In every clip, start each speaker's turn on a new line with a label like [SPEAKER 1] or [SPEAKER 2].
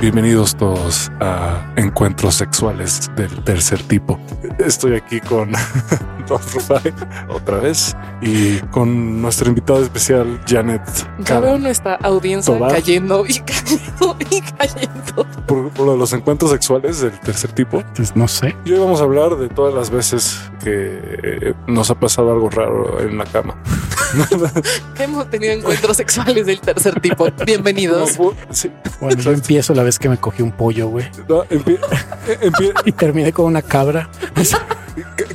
[SPEAKER 1] Bienvenidos todos a Encuentros Sexuales del Tercer Tipo. Estoy aquí con Don Rufai otra vez y con nuestra invitada especial, Janet.
[SPEAKER 2] Ya veo nuestra audiencia
[SPEAKER 1] Tobar.
[SPEAKER 2] cayendo y cayendo y cayendo.
[SPEAKER 1] Por, por lo de los encuentros sexuales del tercer tipo.
[SPEAKER 3] Pues no sé.
[SPEAKER 1] Y hoy vamos a hablar de todas las veces que eh, nos ha pasado algo raro en la cama.
[SPEAKER 2] Hemos tenido encuentros sexuales del tercer tipo. Bienvenidos.
[SPEAKER 1] No, sí,
[SPEAKER 3] Bueno, yo empiezo la vez que me cogí un pollo, güey,
[SPEAKER 1] no, empie- eh, empie-
[SPEAKER 3] y terminé con una cabra.
[SPEAKER 1] C-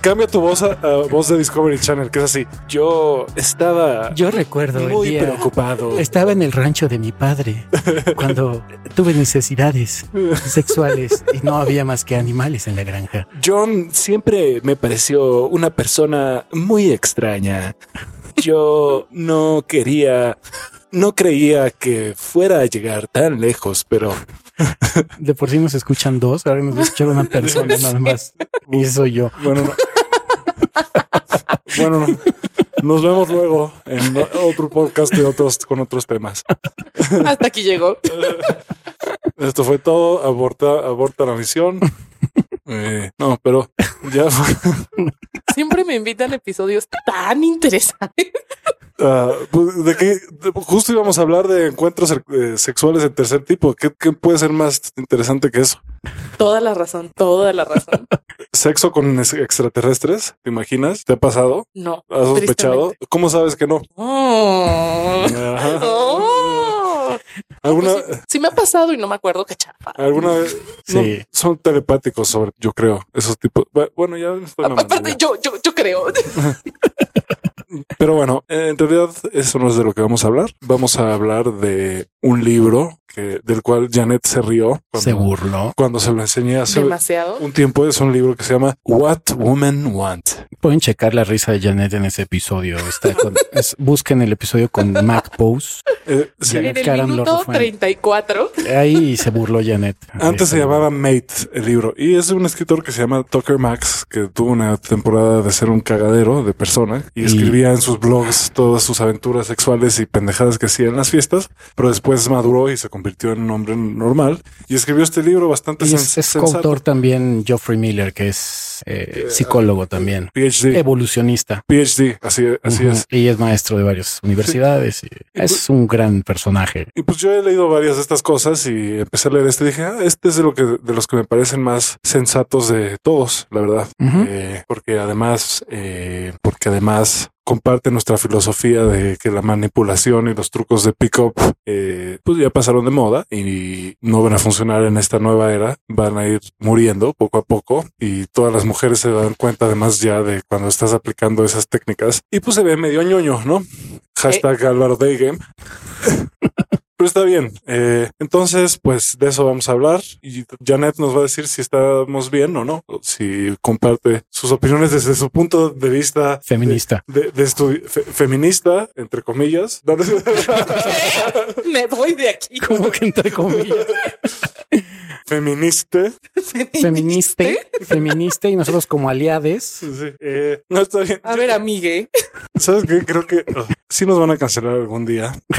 [SPEAKER 1] Cambia tu voz a, a voz de Discovery Channel, que es así. Yo estaba
[SPEAKER 3] Yo recuerdo el
[SPEAKER 1] muy
[SPEAKER 3] día-
[SPEAKER 1] preocupado.
[SPEAKER 3] Estaba en el rancho de mi padre cuando tuve necesidades sexuales y no había más que animales en la granja.
[SPEAKER 1] John siempre me pareció una persona muy extraña. Yo no quería, no creía que fuera a llegar tan lejos, pero
[SPEAKER 3] De por sí nos escuchan dos, ahora nos escucha una persona nada más. Y soy yo.
[SPEAKER 1] bueno, no. bueno, no. nos vemos luego en otro podcast de otros con otros temas.
[SPEAKER 2] Hasta aquí llegó.
[SPEAKER 1] Esto fue todo. Aborta, aborta la misión. Eh, no, pero ya fue.
[SPEAKER 2] Siempre me invitan a episodios tan interesantes.
[SPEAKER 1] Ah, pues, de qué de- justo íbamos a hablar de encuentros eh, sexuales de tercer tipo. ¿Qué, qué puede ser más interesante que eso?
[SPEAKER 2] Toda la razón, toda la razón.
[SPEAKER 1] Sexo con es- extraterrestres. ¿Te imaginas? ¿Te ha pasado?
[SPEAKER 2] No.
[SPEAKER 1] ¿Has sospechado?
[SPEAKER 2] tristemente.
[SPEAKER 1] ¿Cómo sabes que no?
[SPEAKER 2] Oh.
[SPEAKER 1] Ajá.
[SPEAKER 2] Oh.
[SPEAKER 1] ¿Alguna,
[SPEAKER 2] Pues sí, sí me ha pasado y no me acuerdo qué chapa.
[SPEAKER 1] alguna vez?
[SPEAKER 3] Sí.
[SPEAKER 1] No, son telepáticos sobre, yo creo, esos tipos. Bu- Bueno, ya me estoy mamando,
[SPEAKER 2] Aparte,
[SPEAKER 1] ya.
[SPEAKER 2] yo, yo, yo creo.
[SPEAKER 1] Pero bueno, en realidad eso no es de lo que vamos a hablar. Vamos a hablar de un libro que, del cual Janet se rió cuando,
[SPEAKER 3] Se burló.
[SPEAKER 1] cuando se lo enseñé hace
[SPEAKER 2] Demasiado.
[SPEAKER 1] un tiempo es un libro que se llama What Women Want.
[SPEAKER 3] Pueden checar la risa de Janet en ese episodio. Está con- es- busquen el episodio con Mac Pose.
[SPEAKER 1] Eh, sí.
[SPEAKER 3] Ya.
[SPEAKER 2] En el
[SPEAKER 3] Karen
[SPEAKER 2] minuto
[SPEAKER 3] Lorufán.
[SPEAKER 2] 34.
[SPEAKER 3] Ahí se burló Janet.
[SPEAKER 1] Antes se llamaba Mate el libro y es de un escritor que se llama Tucker Max que tuvo una temporada de ser un cagadero de persona y
[SPEAKER 3] Y-
[SPEAKER 1] escribía en sus blogs todas sus aventuras sexuales y pendejadas que hacía en las fiestas, pero después maduró y se convirtió en un hombre normal y escribió este libro bastante
[SPEAKER 3] Y es,
[SPEAKER 1] sen-
[SPEAKER 3] es
[SPEAKER 1] sensato.
[SPEAKER 3] coautor también Geoffrey Miller, que es eh,
[SPEAKER 1] Eh,
[SPEAKER 3] psicólogo también,
[SPEAKER 1] PhD,
[SPEAKER 3] evolucionista.
[SPEAKER 1] PhD, así, así
[SPEAKER 3] Eh, Ujú.
[SPEAKER 1] es.
[SPEAKER 3] Y es maestro de varias universidades. y es un gran personaje.
[SPEAKER 1] Y pues yo he leído varias de estas cosas y empecé a leer este y dije, ah, este es de lo que de los que me parecen más sensatos de todos, la verdad.
[SPEAKER 3] Ujú.
[SPEAKER 1] Eh, porque además, eh, porque además comparte nuestra filosofía de que la manipulación y los trucos de pick-up eh, pues ya pasaron de moda y no van a funcionar en esta nueva era, van a ir muriendo poco a poco y todas las mujeres se dan cuenta además ya de cuando estás aplicando esas técnicas y pues se ve medio ñoño, ¿no? Hashtag Álvaro Daygame. Pero está bien. Eh, entonces, pues de eso vamos a hablar y Janet nos va a decir si estamos bien o no, o si comparte sus opiniones desde su punto de vista
[SPEAKER 3] Feminista.
[SPEAKER 1] de, de estu- fe- feminista, entre comillas. No, no,
[SPEAKER 2] Me voy de aquí.
[SPEAKER 3] Como que entre comillas.
[SPEAKER 1] Feministe.
[SPEAKER 3] Feminista. Feminista y nosotros como aliades.
[SPEAKER 1] Sí, eh, no está bien.
[SPEAKER 2] A ver, amigue.
[SPEAKER 1] ¿Sabes qué? Creo que oh, sí nos van a cancelar algún día.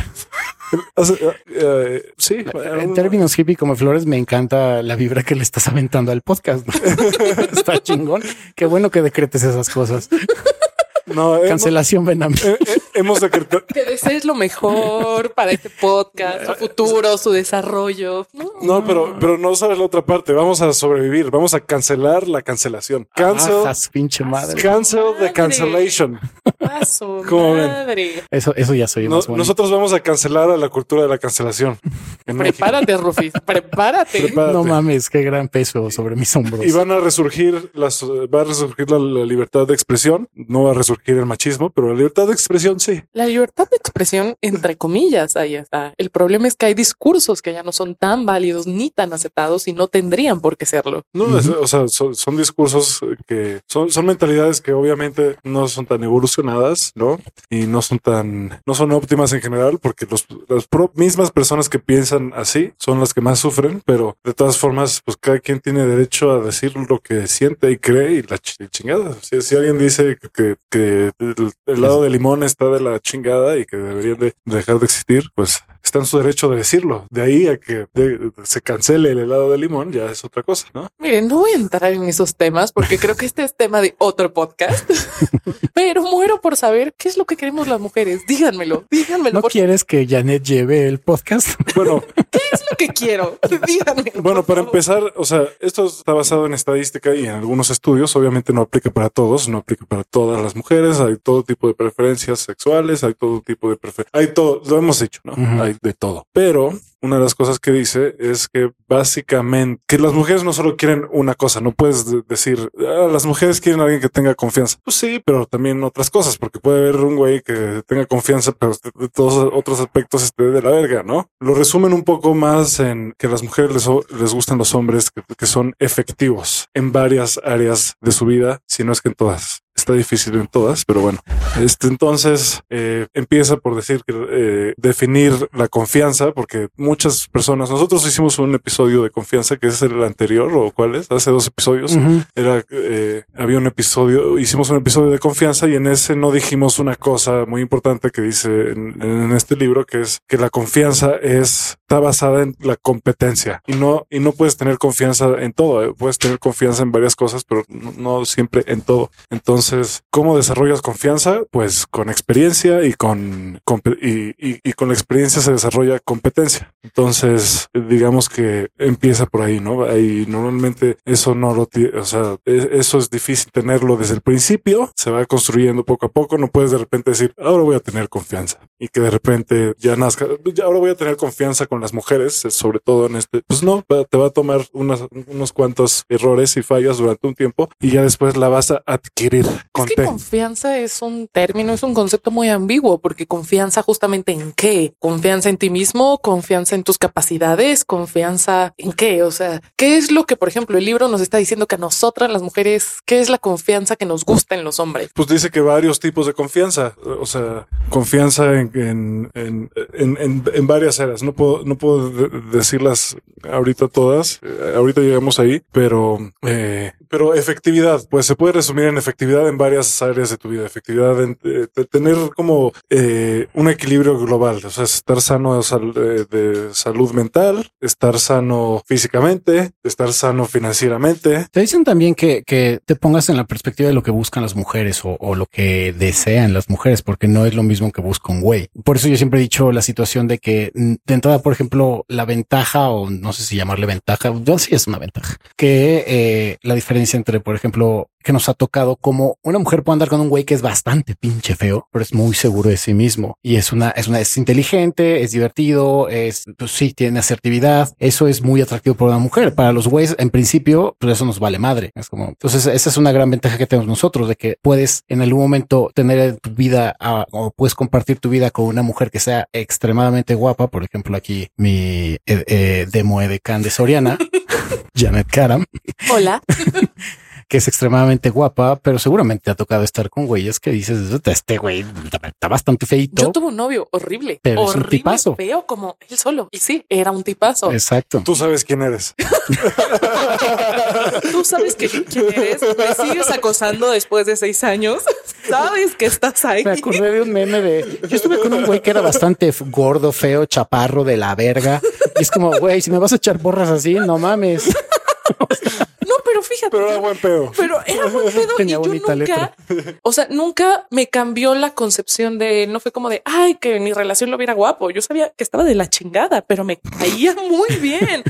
[SPEAKER 1] O sea, eh, eh, sí,
[SPEAKER 3] En
[SPEAKER 1] algún-
[SPEAKER 3] términos hippie como flores, me encanta la vibra que le estás aventando al podcast. ¿no? Está chingón. Qué bueno que decretes esas cosas.
[SPEAKER 1] no, hemos-
[SPEAKER 3] Cancelación, ven a mí.
[SPEAKER 1] eh, eh, hemos decretado.
[SPEAKER 2] Que desees lo mejor para este podcast, su futuro, su desarrollo. No,
[SPEAKER 1] No,
[SPEAKER 3] Ah.
[SPEAKER 1] pero, pero no sabes la otra parte. Vamos a sobrevivir. Vamos a cancelar la cancelación. Cancel,
[SPEAKER 3] Ajas, pinche Ah, madre.
[SPEAKER 1] cancel
[SPEAKER 2] Madre.
[SPEAKER 1] the cancellation.
[SPEAKER 2] paso,
[SPEAKER 1] ¿Cómo ven?
[SPEAKER 2] madre.
[SPEAKER 3] Eso, eso ya soy
[SPEAKER 1] No-
[SPEAKER 3] más bonito.
[SPEAKER 1] nosotros vamos a cancelar a la cultura de la cancelación. en México.
[SPEAKER 2] Prepárate, Rufis, prepárate.
[SPEAKER 1] Prepárate.
[SPEAKER 3] No mames, qué gran peso sobre mis hombros.
[SPEAKER 1] Y van a resurgir las, va a resurgir la, la libertad de expresión. No va a resurgir el machismo, pero la libertad de expresión sí.
[SPEAKER 2] La libertad de expresión, entre comillas, ahí está. El problema es que hay discursos que ya no son tan válidos ni tan aceptados y no tendrían por qué serlo.
[SPEAKER 1] No, es- o sea, son, son discursos que son, son mentalidades que obviamente no son tan evolucionadas, ¿no? Y no son tan, no son óptimas en general, porque los, las pro- mismas personas que piensan así son las que más sufren, pero de todas formas, pues cada quien tiene derecho a decir lo que siente y cree y la ch- chingada. Si, si alguien dice que, que el, el lado de limón está de la chingada y que deberían de dejar de existir, pues está en su derecho de decirlo. De ahí a que de- se cancele el helado de limón ya es otra cosa, ¿no?
[SPEAKER 2] Miren, no voy a entrar en esos temas porque creo que este es tema de otro podcast, pero muero por saber qué es lo que queremos las mujeres. Díganmelo, díganmelo,
[SPEAKER 3] ¿No
[SPEAKER 2] por
[SPEAKER 3] quieres que Janet lleve el podcast?
[SPEAKER 1] Bueno,
[SPEAKER 2] lo que quiero. Díganmelo.
[SPEAKER 1] Bueno,
[SPEAKER 2] por
[SPEAKER 1] para
[SPEAKER 2] favor.
[SPEAKER 1] empezar, o sea, esto está basado en estadística y en algunos estudios. Obviamente no aplica para todos, no aplica para todas las mujeres. Hay todo tipo de preferencias sexuales, hay todo tipo de preferencias. Hay todo, lo hemos dicho, ¿no?
[SPEAKER 3] Ujú.
[SPEAKER 1] Hay de todo. Pero una de las cosas que dice es que básicamente que las mujeres no solo quieren una cosa, no puedes de- decir "Ah, las mujeres quieren a alguien que tenga confianza. Pues sí, pero también otras cosas, porque puede haber un güey que tenga confianza, pero de- de todos otros aspectos esté de la verga, ¿no? Lo resumen un poco más en que a las mujeres les, o- les gustan los hombres que, que son efectivos en varias áreas de su vida, si no es que en todas. Está difícil en todas, pero bueno. Este, entonces eh, empieza por decir que eh, definir la confianza, porque muchas personas, nosotros hicimos un episodio de confianza que es el anterior o cuál es, hace dos episodios.
[SPEAKER 3] Ujú.
[SPEAKER 1] Era, eh, había un episodio, hicimos un episodio de confianza y en ese no dijimos una cosa muy importante que dice en, en este libro, que es que la confianza es, está basada en la competencia y no, y no puedes tener confianza en todo. eh. Puedes tener confianza en varias cosas, pero no, no siempre en todo. Entonces, ¿cómo desarrollas confianza? Pues con experiencia y con, compe- y, y- y con la experiencia se desarrolla competencia. Entonces, digamos que empieza por ahí, ¿no? Ahí normalmente eso no lo, ti- o sea, e- eso es difícil tenerlo desde el principio, se va construyendo poco a poco, no puedes de repente decir, ahora voy a tener confianza y que de repente ya nazca, ya ahora voy a tener confianza con las mujeres, eh, sobre todo en este, pues no, va- te va a tomar unas, unos cuantos errores y fallas durante un tiempo y ya después la vas a adquirir con
[SPEAKER 2] Es que
[SPEAKER 1] te.
[SPEAKER 2] confianza es un término, es un concepto muy ambiguo, porque confianza justamente en qué? Confianza en ti mismo, confianza en tus capacidades, confianza en qué? O sea, ¿qué es lo que, por ejemplo, el libro nos está diciendo que a nosotras las mujeres, qué es la confianza que nos gusta en los hombres?
[SPEAKER 1] Pues dice que varios tipos de confianza, o sea, confianza en, en, en, en- en- en varias áreas. No puedo, no puedo de- decirlas ahorita todas. eh, ahorita llegamos ahí, pero, eh, pero efectividad, pues se puede resumir en efectividad en varias áreas de tu vida. Efectividad en eh, te- tener como eh, un equilibrio global, o sea, estar sano de, sal- de- de salud mental, estar sano físicamente, estar sano financieramente.
[SPEAKER 3] Te dicen también que, que te pongas en la perspectiva de lo que buscan las mujeres o, o lo que desean las mujeres, porque no es lo mismo que busca un güey. Por eso yo siempre he dicho la situación de que mm, de entrada, por ejemplo, la ventaja o no sé si llamarle ventaja, yo sí es una ventaja, que eh, la diferencia entre, por ejemplo, que nos ha tocado como una mujer puede andar con un güey que es bastante pinche feo, pero es muy seguro de sí mismo y es una, es una, es inteligente, es divertido, es, pues sí, tiene asertividad. Eso es muy atractivo para una mujer. Para los güeyes, en principio, pues eso nos vale madre. Es como, entonces esa es una gran ventaja que tenemos nosotros de que puedes en algún momento tener en tu vida a- o puedes compartir tu vida con una mujer que sea extremadamente guapa. Por ejemplo, aquí mi eh, eh, demo edecán de Soriana, Janet Karam
[SPEAKER 2] Hola.
[SPEAKER 3] que es extremadamente guapa, pero seguramente te ha tocado estar con güeyes que dices, "Puta, este güey está bastante feito.
[SPEAKER 2] Yo tuve un novio horrible,
[SPEAKER 3] Pero es un
[SPEAKER 2] horrible,
[SPEAKER 3] tipazo.
[SPEAKER 2] feo como él solo. Y sí, era un tipazo.
[SPEAKER 3] Exacto.
[SPEAKER 1] Tú sabes quién eres.
[SPEAKER 2] Tú sabes que quién eres, me sigues acosando después de seis años, sabes que estás ahí.
[SPEAKER 3] Me acordé de un meme de yo estuve con un güey que era bastante f- gordo, feo, chaparro de la verga. Y es como, güey, si me vas a echar borras así, no mames.
[SPEAKER 2] No, pero fíjate.
[SPEAKER 1] Pero era
[SPEAKER 2] yo-
[SPEAKER 1] buen pedo.
[SPEAKER 2] pero era buen pedo
[SPEAKER 3] Tenía
[SPEAKER 2] y yo
[SPEAKER 3] bonita
[SPEAKER 2] nunca,
[SPEAKER 3] letra.
[SPEAKER 2] o sea, nunca me cambió la concepción de él. No fue como de ay, que mi relación lo viera guapo. Yo sabía que estaba de la chingada, pero me caía muy bien.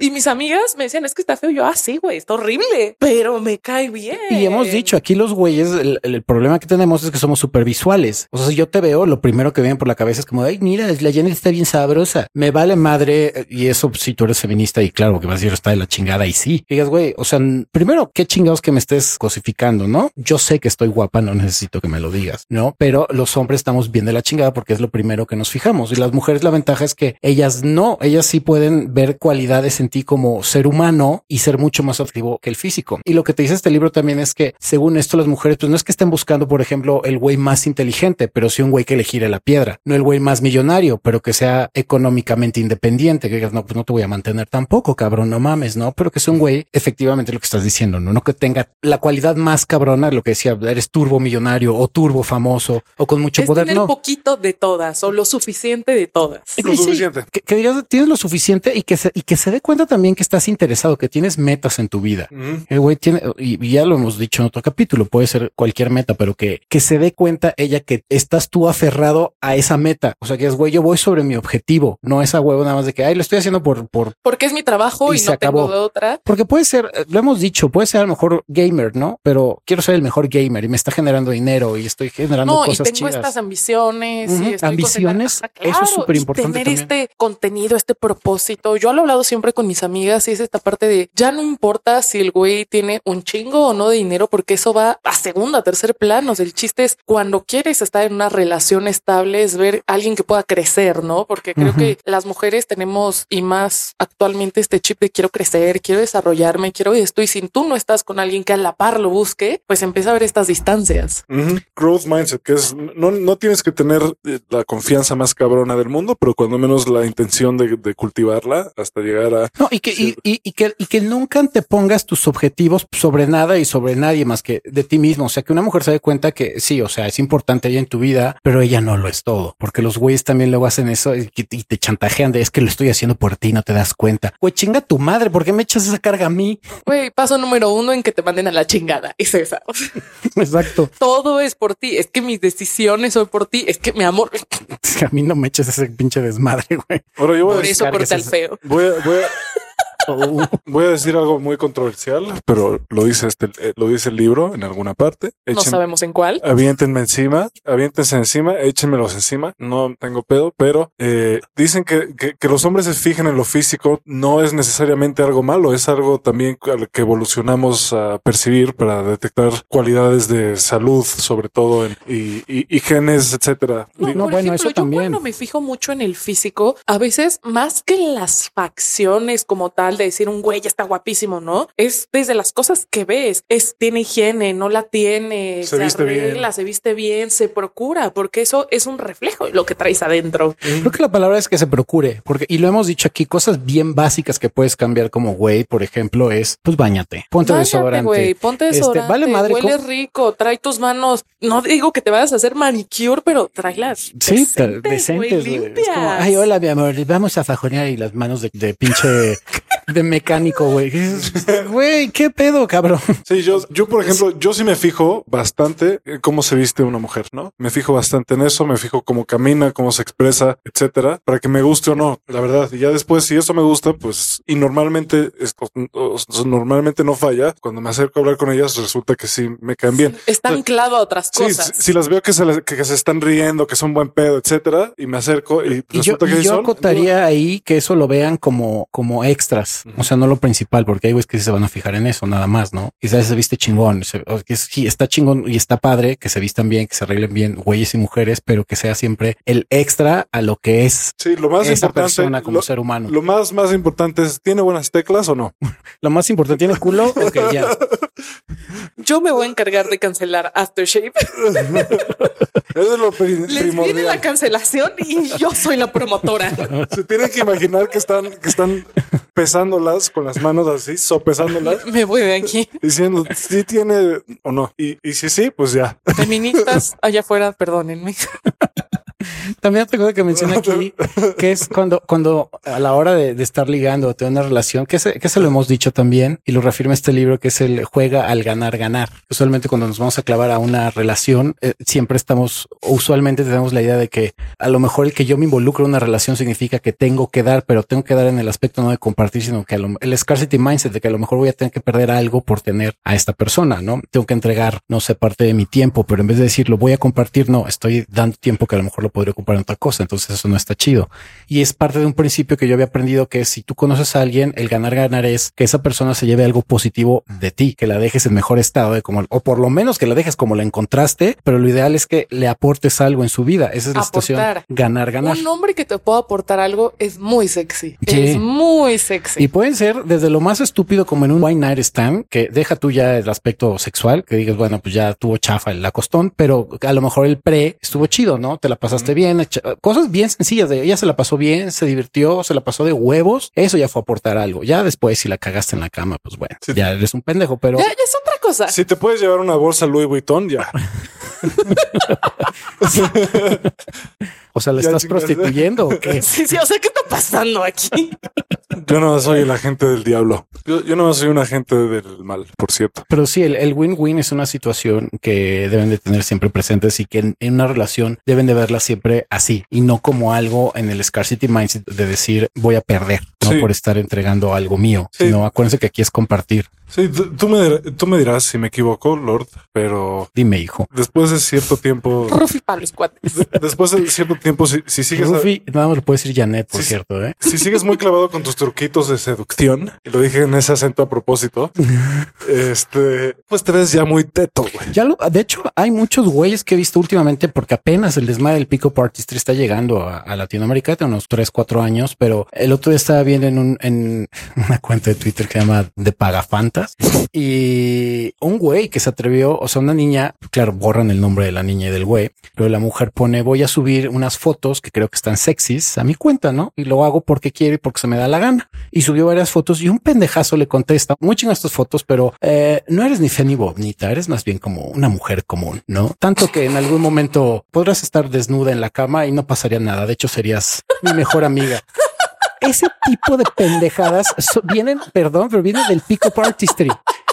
[SPEAKER 2] Y mis amigas me decían es que está feo. Yo, ah, sí, güey, está horrible, pero me cae bien.
[SPEAKER 3] Y hemos dicho aquí los güeyes, el, el problema que tenemos es que somos súper visuales. O sea, si yo te veo, lo primero que viene por la cabeza es como, ay, mira, la Janet está bien sabrosa. Me vale madre. Y eso si tú eres feminista y claro que vas a decir está de la chingada y sí. Y Digas, güey, o sea, n- primero, qué chingados que me estés cosificando, ¿no? Yo sé que estoy guapa, no necesito que me lo digas, ¿no? Pero los hombres estamos bien de la chingada porque es lo primero que nos fijamos. Y las mujeres la ventaja es que ellas no, ellas sí pueden ver cualidades en en ti como ser humano y ser mucho más activo que el físico. Y lo que te dice este libro también es que según esto las mujeres pues no es que estén buscando, por ejemplo, el güey más inteligente, pero sí un güey que le gire la piedra, no el güey más millonario, pero que sea económicamente independiente, que digas, no, pues no te voy a mantener tampoco, cabrón, no mames, no, pero que sea un güey efectivamente lo que estás diciendo, no, no que tenga la cualidad más cabrona, lo que decía, eres turbo millonario o turbo famoso o con mucho
[SPEAKER 2] es
[SPEAKER 3] poder,
[SPEAKER 2] tener
[SPEAKER 3] no.
[SPEAKER 2] poquito de todas o lo suficiente de todas.
[SPEAKER 1] Lo suficiente.
[SPEAKER 3] Que, que digas, tienes lo suficiente y que se, y que se dé cuenta también que estás interesado, que tienes metas en tu vida.
[SPEAKER 1] Ujú.
[SPEAKER 3] El güey tiene, y y ya lo hemos dicho en otro capítulo, puede ser cualquier meta, pero que, que se dé cuenta ella que estás tú aferrado a esa meta. O sea, que es güey, yo voy sobre mi objetivo, no esa huevo nada más de que, ay, lo estoy haciendo por, por,
[SPEAKER 2] Porque es mi trabajo
[SPEAKER 3] Y
[SPEAKER 2] y,
[SPEAKER 3] se
[SPEAKER 2] no
[SPEAKER 3] acabó.
[SPEAKER 2] tengo de otra.
[SPEAKER 3] porque puede ser, eh, lo hemos dicho, puede ser a lo mejor gamer, ¿no? Pero quiero ser el mejor gamer y me está generando dinero y estoy generando
[SPEAKER 2] No, y
[SPEAKER 3] cosas
[SPEAKER 2] tengo
[SPEAKER 3] chidas.
[SPEAKER 2] estas ambiciones. y
[SPEAKER 3] Ujú,
[SPEAKER 2] estoy
[SPEAKER 3] ambiciones,
[SPEAKER 2] concentrada.
[SPEAKER 3] eso es súper
[SPEAKER 2] y
[SPEAKER 3] importante
[SPEAKER 2] Tener
[SPEAKER 3] también.
[SPEAKER 2] este contenido, este propósito. Yo lo he hablado siempre con mis amigas y es esta parte de ya no importa si el güey tiene un chingo o no de dinero, porque eso va a segundo, a tercer plano. O sea, el chiste es cuando quieres estar en una relación estable, es ver a alguien que pueda crecer, ¿no? Porque creo
[SPEAKER 3] Ujú.
[SPEAKER 2] que las mujeres tenemos y más actualmente este chip de quiero crecer, quiero desarrollarme, quiero esto. Y si tú no estás con alguien que a la par lo busque, pues empieza a ver estas distancias.
[SPEAKER 1] Ujú. Growth mindset, que es no, no tienes que tener eh, la confianza más cabrona del mundo, pero cuando menos la intención de, de cultivarla hasta llegar a
[SPEAKER 3] No, y que,
[SPEAKER 1] Sí.
[SPEAKER 3] y, y- y que, y que nunca te pongas tus objetivos sobre nada y sobre nadie más que de ti mismo. O sea, que una mujer se dé cuenta que sí, o sea, es importante ella en tu vida, pero ella no lo es todo, porque los güeyes también luego hacen eso y, que- y te chantajean de es que lo estoy haciendo por ti, no te das cuenta. Güey, chinga tu madre, ¿por qué me echas esa carga a mí?
[SPEAKER 2] Güey, paso número uno en que te manden a la chingada. Es esa. O sea,
[SPEAKER 3] Exacto.
[SPEAKER 2] todo es por ti. Es que mis decisiones son por ti. Es que mi amor,
[SPEAKER 3] Es que A mí no me eches ese pinche desmadre, güey.
[SPEAKER 1] ahora yo voy a
[SPEAKER 2] por
[SPEAKER 1] decir,
[SPEAKER 2] eso
[SPEAKER 3] descargues
[SPEAKER 2] corta el
[SPEAKER 3] esa-
[SPEAKER 2] feo.
[SPEAKER 1] voy a- voy a- voy a decir algo muy controversial, pero lo dice este eh, lo dice el libro en alguna parte.
[SPEAKER 2] No
[SPEAKER 1] Echen-
[SPEAKER 2] sabemos en cuál.
[SPEAKER 1] Aviéntenme encima, aviéntense encima, échenmelos encima. No tengo pedo, pero eh, dicen que, que, que los hombres se fijen en lo físico no es necesariamente algo malo, es algo también al que evolucionamos a percibir para detectar cualidades de salud, sobre todo en, y, y- y genes, etcétera.
[SPEAKER 3] No,
[SPEAKER 1] Digo,
[SPEAKER 3] no, bueno, eso
[SPEAKER 2] Yo
[SPEAKER 3] también.
[SPEAKER 2] cuando me fijo mucho en el físico, a veces más que en las facciones como tal de decir un güey ya está guapísimo, ¿no? Es desde las cosas que ves, es tiene higiene, no la tiene,
[SPEAKER 1] Se viste bien.
[SPEAKER 2] arregla, se viste bien, se procura, porque eso es un reflejo de lo que traes adentro.
[SPEAKER 3] Creo que la palabra es que se procure, porque, y lo hemos dicho aquí, cosas bien básicas que puedes cambiar como güey, por ejemplo, es, pues bañate, ponte
[SPEAKER 2] Báñate,
[SPEAKER 3] desodorante.
[SPEAKER 2] güey, ponte
[SPEAKER 3] Este,
[SPEAKER 2] desodorante.
[SPEAKER 3] vale madre,
[SPEAKER 2] huele
[SPEAKER 3] ¿cómo?
[SPEAKER 2] rico, trae tus manos. No digo que te vayas a hacer manicure, pero tráelas.
[SPEAKER 3] Sí,
[SPEAKER 2] decentes,
[SPEAKER 3] decentes.
[SPEAKER 2] güey,
[SPEAKER 3] güey. Es
[SPEAKER 2] limpias.
[SPEAKER 3] como, Ay, hola, mi amor. Vamos a fajonear y las manos de, de pinche de mecánico, güey. Güey, qué pedo, cabrón.
[SPEAKER 1] Sí, yo, yo, por ejemplo, yo sí me fijo bastante en cómo se viste una mujer, ¿no? Me fijo bastante en eso, me fijo cómo camina, cómo se expresa, etcétera, para que me guste o no, la verdad. Y ya después, si eso me gusta, pues, y normalmente, es- o- o- normalmente no falla. Cuando me acerco a hablar con ellas, resulta que sí me caen bien.
[SPEAKER 2] Está
[SPEAKER 3] Pues,
[SPEAKER 2] anclado a otras
[SPEAKER 1] Sí,
[SPEAKER 2] cosas.
[SPEAKER 1] si, si las veo que se, les- que, que se están riendo, que son buen pedo, etcétera, y me acerco y,
[SPEAKER 3] Y yo,
[SPEAKER 1] resulta que
[SPEAKER 3] y
[SPEAKER 1] sí
[SPEAKER 3] yo
[SPEAKER 1] son,
[SPEAKER 3] acotaría ahí que eso lo vean como, como extras. O sea, no lo principal, porque hay güeyes que sí se van a fijar en eso, nada más, ¿no? Quizás se viste chingón. se- o que sí, está chingón y está padre que se vistan bien, que se arreglen bien, güeyes y mujeres, pero que sea siempre el extra a lo que es
[SPEAKER 1] Sí, lo más
[SPEAKER 3] esa
[SPEAKER 1] importante.
[SPEAKER 3] persona como
[SPEAKER 1] lo,
[SPEAKER 3] ser humano. Lo,
[SPEAKER 1] lo más, más importante es, ¿tiene buenas teclas o no?
[SPEAKER 3] más importante, ¿tiene culo? Ok, ya.
[SPEAKER 2] Yo me voy a encargar de cancelar Aftershave.
[SPEAKER 1] Eso es lo pri-
[SPEAKER 2] Les viene
[SPEAKER 1] primordial.
[SPEAKER 2] la cancelación y yo soy la promotora.
[SPEAKER 1] Se tienen que imaginar que están, que están pesándolas con las manos así, sopesándolas,
[SPEAKER 2] Me voy de aquí.
[SPEAKER 1] diciendo si tiene o no. Y, y si sí, pues ya.
[SPEAKER 2] Feministas allá afuera, perdónenme.
[SPEAKER 3] También otra cosa que menciona aquí, que es cuando, cuando a la hora de, de estar ligando o tener una relación, que se, que se lo hemos dicho también y lo reafirma este libro, que es el juega al ganar, ganar. Usualmente cuando nos vamos a clavar a una relación, eh, siempre estamos, usualmente tenemos la idea de que a lo mejor el que yo me involucro en una relación significa que tengo que dar, pero tengo que dar en el aspecto no de compartir, sino que a lo- el scarcity mindset de que a lo mejor voy a tener que perder algo por tener a esta persona, ¿no? Tengo que entregar, no sé, parte de mi tiempo, pero en vez de decirlo voy a compartir, no, estoy dando tiempo que a lo mejor lo podría ocupar en otra cosa. Entonces eso no está chido. Y es parte de un principio que yo había aprendido que si tú conoces a alguien, el ganar ganar es que esa persona se lleve algo positivo de ti, que la dejes en mejor estado de como, o por lo menos que la dejes como la encontraste, pero lo ideal es que le aportes algo en su vida. Esa es la
[SPEAKER 2] Aportar.
[SPEAKER 3] situación. Ganar, ganar.
[SPEAKER 2] Un hombre que te pueda aportar algo es muy sexy.
[SPEAKER 3] Sí.
[SPEAKER 2] Es muy sexy.
[SPEAKER 3] Y pueden ser desde lo más estúpido como en un wine night stand, que deja tú ya el aspecto sexual, que digas, bueno, pues ya tuvo chafa el acostón, pero a lo mejor el pre estuvo chido, ¿no? Te la pasaste bien, echa- cosas bien sencillas de ella se la pasó bien, se divirtió, se la pasó de huevos, eso ya fue aportar algo. Ya después si la cagaste en la cama, pues bueno,
[SPEAKER 1] Sí.
[SPEAKER 3] ya eres un pendejo, pero
[SPEAKER 2] Ya, ya es otra cosa.
[SPEAKER 1] Si te puedes llevar una bolsa Louis Vuitton, ya.
[SPEAKER 3] o sea, la
[SPEAKER 1] Ya
[SPEAKER 3] estás
[SPEAKER 1] chingaste.
[SPEAKER 3] prostituyendo o qué?
[SPEAKER 2] Sí, sí, o sea, ¿qué está pasando aquí?
[SPEAKER 1] Yo no soy el agente del diablo. Yo, yo no soy un agente del mal, por cierto.
[SPEAKER 3] Pero sí, el, el win-win es una situación que deben de tener siempre presentes y que en, en una relación deben de verla siempre así y no como algo en el scarcity mindset de decir voy a perder no
[SPEAKER 1] Sí.
[SPEAKER 3] por estar entregando algo mío,
[SPEAKER 1] Sí.
[SPEAKER 3] sino acuérdense que aquí es compartir.
[SPEAKER 1] Sí, tú tú me, dir- tú me dirás si me equivoco, Lord, pero
[SPEAKER 3] Dime, hijo.
[SPEAKER 1] después de cierto tiempo,
[SPEAKER 2] Rufi para los cuates.
[SPEAKER 1] de- después de cierto tiempo, si, si sigues,
[SPEAKER 3] Rufi, nada más lo puede decir Janet, por
[SPEAKER 1] Sí, sí.
[SPEAKER 3] cierto, ¿eh?
[SPEAKER 1] si sigues muy clavado con tus truquitos de seducción, y lo dije en ese acento a propósito, este, pues te ves ya muy teto, güey.
[SPEAKER 3] Ya lo, de hecho, hay muchos güeyes que he visto últimamente porque apenas el desmadre del Pico Artistry está llegando a, a Latinoamérica, tiene unos 3, 4 años, pero el otro día estaba viendo en, un, en una cuenta de Twitter que se llama De Pagafantas y un güey que se atrevió, o sea, una niña, claro, borran el nombre de la niña y del güey, pero la mujer pone, voy a subir unas fotos que creo que están sexys a mi cuenta, ¿no? Y lo hago porque quiero y porque se me da la gana. Y subió varias fotos y un pendejazo le contesta, muy chingas estas fotos, pero eh, no eres ni fe ni bonita, eres más bien como una mujer común, ¿no? Tanto que en algún momento podrás estar desnuda en la cama y no pasaría nada, de hecho serías mi mejor amiga. Ese tipo de pendejadas so- vienen, perdón, pero vienen del pick-up artistry.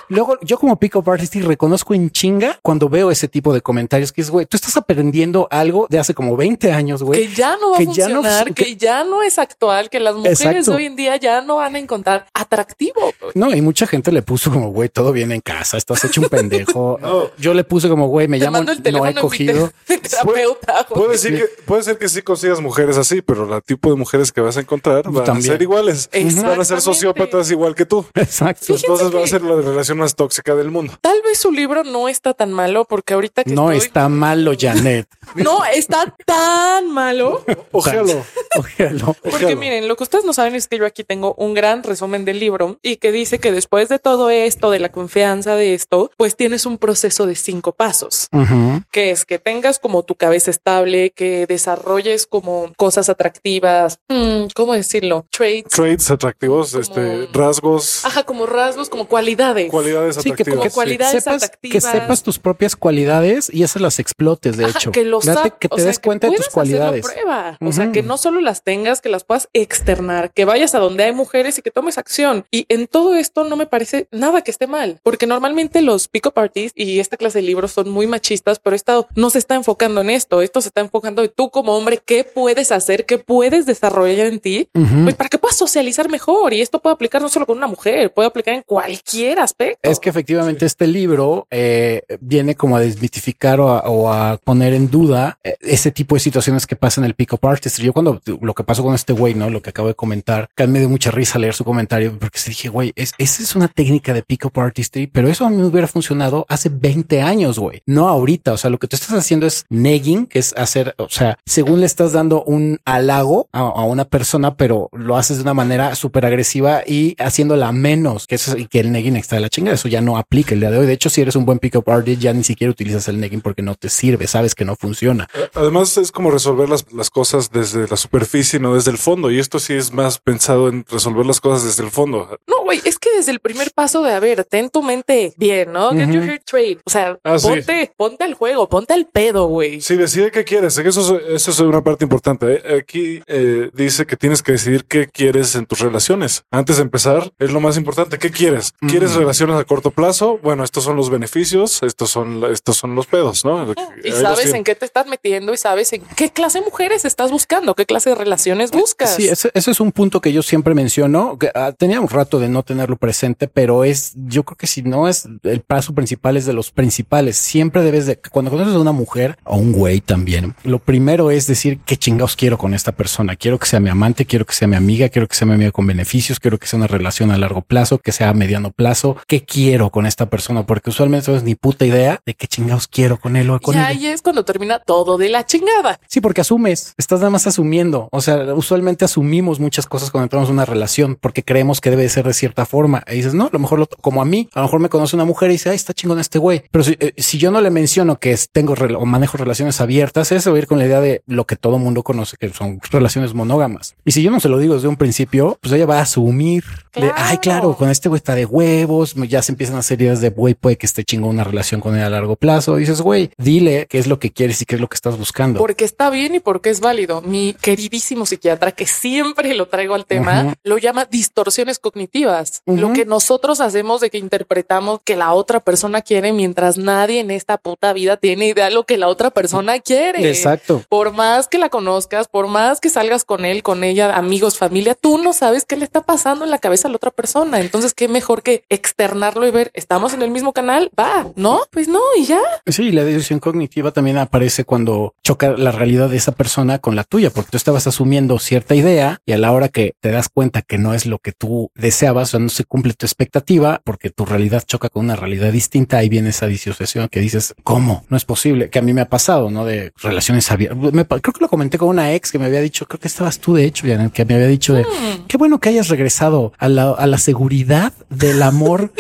[SPEAKER 3] Luego, yo como pick-up artist y reconozco en chinga cuando veo ese tipo de comentarios que es, güey, tú estás aprendiendo algo de hace como 20 años,
[SPEAKER 2] Que
[SPEAKER 3] güey.
[SPEAKER 2] ya no va
[SPEAKER 3] que
[SPEAKER 2] a
[SPEAKER 3] ya no-
[SPEAKER 2] funcionar, que,
[SPEAKER 3] que-
[SPEAKER 2] ya no es actual, que las mujeres
[SPEAKER 3] Exacto.
[SPEAKER 2] hoy en día ya no van a encontrar atractivo.
[SPEAKER 3] No, y mucha gente le puso como, güey, todo bien en casa, estás hecho un pendejo. Yo le puse como, güey, me
[SPEAKER 2] Te
[SPEAKER 3] llamo,
[SPEAKER 2] mando el
[SPEAKER 3] no
[SPEAKER 2] teléfono
[SPEAKER 3] he
[SPEAKER 2] de mi
[SPEAKER 3] cogido.
[SPEAKER 2] te- terapeuta. güey.
[SPEAKER 1] Puede, ser que, puede ser que sí consigas mujeres así, pero el tipo de mujeres que vas a encontrar van
[SPEAKER 3] También.
[SPEAKER 1] a ser iguales. Van a ser
[SPEAKER 2] Exactamente.
[SPEAKER 1] sociópatas igual que tú.
[SPEAKER 3] Exacto.
[SPEAKER 1] Entonces va a
[SPEAKER 2] que-
[SPEAKER 1] ser la relación más tóxica del mundo.
[SPEAKER 2] Tal vez su libro no está tan malo porque ahorita que
[SPEAKER 3] No
[SPEAKER 2] estoy-
[SPEAKER 3] está malo, Janet.
[SPEAKER 2] no está tan malo
[SPEAKER 1] Ojalá.
[SPEAKER 3] Ójalo.
[SPEAKER 2] Porque
[SPEAKER 1] Claro.
[SPEAKER 2] miren, lo que ustedes no saben es que yo aquí tengo un gran resumen del libro y que dice que después de todo esto, de la confianza de esto, pues tienes un proceso de cinco pasos,
[SPEAKER 3] Ujú.
[SPEAKER 2] que es que tengas como tu cabeza estable, que desarrolles como cosas atractivas, mm, ¿cómo decirlo? Traits,
[SPEAKER 1] Traits atractivos, este, rasgos,
[SPEAKER 2] ajá, como rasgos, como cualidades.
[SPEAKER 1] cualidades
[SPEAKER 3] Sí, que
[SPEAKER 1] atractivas.
[SPEAKER 3] como
[SPEAKER 1] Sí.
[SPEAKER 2] cualidades
[SPEAKER 3] sepas, que
[SPEAKER 2] atractivas.
[SPEAKER 3] sepas tus propias cualidades y esas las explotes, de
[SPEAKER 2] Ajá,
[SPEAKER 3] hecho.
[SPEAKER 2] que lo sa-
[SPEAKER 3] Date- que
[SPEAKER 2] o
[SPEAKER 3] te
[SPEAKER 2] sea,
[SPEAKER 3] des cuenta de tus
[SPEAKER 2] puedas hacer la
[SPEAKER 3] cualidades.
[SPEAKER 2] prueba. O sea,
[SPEAKER 3] Ujú.
[SPEAKER 2] que no solo las tengas, que las puedas externar, que vayas a donde hay mujeres y que tomes acción. Y en todo esto no me parece nada que esté mal, porque normalmente los pick-up artists y esta clase de libros son muy machistas, pero esto no se está enfocando en esto. Esto se está enfocando en tú como hombre, qué puedes hacer, qué puedes desarrollar en ti.
[SPEAKER 3] Ujú.
[SPEAKER 2] Pues para que puedas socializar mejor y esto puede aplicar no solo con una mujer, puede aplicar en cualquier aspecto.
[SPEAKER 3] Es que efectivamente este libro eh, viene como a desmitificar o a, o a poner en duda eh, ese tipo de situaciones que pasan en el pick-up artist. Yo cuando lo que pasó con este güey, no lo que acabo de comentar, que me dio mucha risa leer su comentario porque se dije, güey, es, esa es una técnica de pick-up artistry, pero eso a mí me hubiera funcionado hace 20 años, güey, no ahorita. O sea, lo que tú estás haciendo es negging, que es hacer, o sea, según le estás dando un halago a, a una persona, pero lo haces de una manera súper agresiva y haciéndola menos, que eso es- y que el negging está de la chingada. Eso ya no aplica el día de hoy. De hecho, si eres un buen pick-up artist, ya ni siquiera utilizas el negging porque no te sirve, sabes que no funciona.
[SPEAKER 1] Además, es como resolver las, las cosas desde la superficie, no desde el fondo. Y esto sí es más pensado en resolver las cosas desde el fondo.
[SPEAKER 2] No, güey, es que desde el primer paso de, a ver, ten tu mente bien, ¿no? Get your head straight. O sea,
[SPEAKER 1] Ah, sí.
[SPEAKER 2] ponte, ponte al juego, ponte al pedo, güey.
[SPEAKER 1] Sí, decide qué quieres. Eso es, eso es una parte importante. ¿eh? Aquí eh, dice que tienes que decidir qué quieres en tus relaciones. Antes de empezar, es lo más importante. ¿Qué quieres? ¿Quieres relaciones menos a corto plazo, bueno, estos son los beneficios, estos son, estos son los pedos, ¿no?
[SPEAKER 2] Y sabes en qué te estás metiendo y sabes en qué clase de mujeres estás buscando, qué clase de relaciones buscas.
[SPEAKER 3] Sí, ese, ese es un punto que yo siempre menciono. Que, ah, tenía un rato de no tenerlo presente, pero es, yo creo que si no es el paso principal, es de los principales. Siempre debes de, cuando conoces a una mujer o un güey también, lo primero es decir qué chingados quiero con esta persona. Quiero que sea mi amante, quiero que sea mi amiga, quiero que sea mi amiga con beneficios, quiero que sea una relación a largo plazo, que sea a mediano plazo. ¿Qué quiero con esta persona? Porque usualmente no es ni puta idea de qué chingados quiero con él o con
[SPEAKER 2] y
[SPEAKER 3] ella.
[SPEAKER 2] ahí es cuando termina todo de la chingada.
[SPEAKER 3] Sí, porque asumes, estás nada más asumiendo. O sea, usualmente asumimos muchas cosas cuando entramos en una relación porque creemos que debe de ser de cierta forma. Y dices, no, a lo mejor lo- como a mí, a lo mejor me conoce una mujer y dice, ay, está chingón este güey. Pero si, eh, si yo no le menciono que es- tengo rela- o manejo relaciones abiertas, es ir con la idea de lo que todo mundo conoce, que son relaciones monógamas. Y si yo no se lo digo desde un principio, pues ella va a asumir de, ay, claro,
[SPEAKER 2] Claro.
[SPEAKER 3] con este güey está de huevos, ya se empiezan a hacer ideas de güey, puede que esté chingón una relación con él a largo plazo. Y dices, güey, dile qué es lo que quieres y qué es lo que estás buscando.
[SPEAKER 2] Porque está bien y porque es válido. Mi queridísimo psiquiatra, que siempre lo traigo al tema,
[SPEAKER 3] Ujú.
[SPEAKER 2] lo llama distorsiones cognitivas.
[SPEAKER 3] Ujú.
[SPEAKER 2] Lo que nosotros hacemos de que interpretamos que la otra persona quiere mientras nadie en esta puta vida tiene idea lo que la otra persona quiere.
[SPEAKER 3] Exacto.
[SPEAKER 2] Por más que la conozcas, por más que salgas con él, con ella, amigos, familia, tú no sabes qué le está pasando en la cabeza a la otra persona. Entonces, qué mejor que externarlo y ver, estamos en el mismo canal, va, no, pues no, y ya.
[SPEAKER 3] Sí, la distorsión cognitiva también aparece cuando choca la realidad de esa persona con la tuya, porque tú estabas asumiendo cierta idea y a la hora que te das cuenta que no es lo que tú deseabas o no se cumple tu expectativa, porque tu realidad choca con una realidad distinta, ahí viene esa disociación que dices, ¿cómo? No es posible, que a mí me ha pasado, ¿no? De relaciones abiertas. Me pa- creo que lo comenté con una ex que me había dicho, creo que estabas tú de hecho, Janet, que me había dicho de, qué bueno que hayas regresado a la, a la seguridad del amor.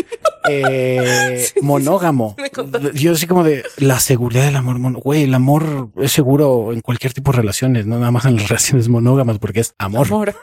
[SPEAKER 3] eh, monógamo.
[SPEAKER 2] me contaste.
[SPEAKER 3] Yo así como de la seguridad del amor, mono- güey, el amor es seguro en cualquier tipo de relaciones, no nada más en las relaciones monógamas, porque es amor.
[SPEAKER 2] Amor.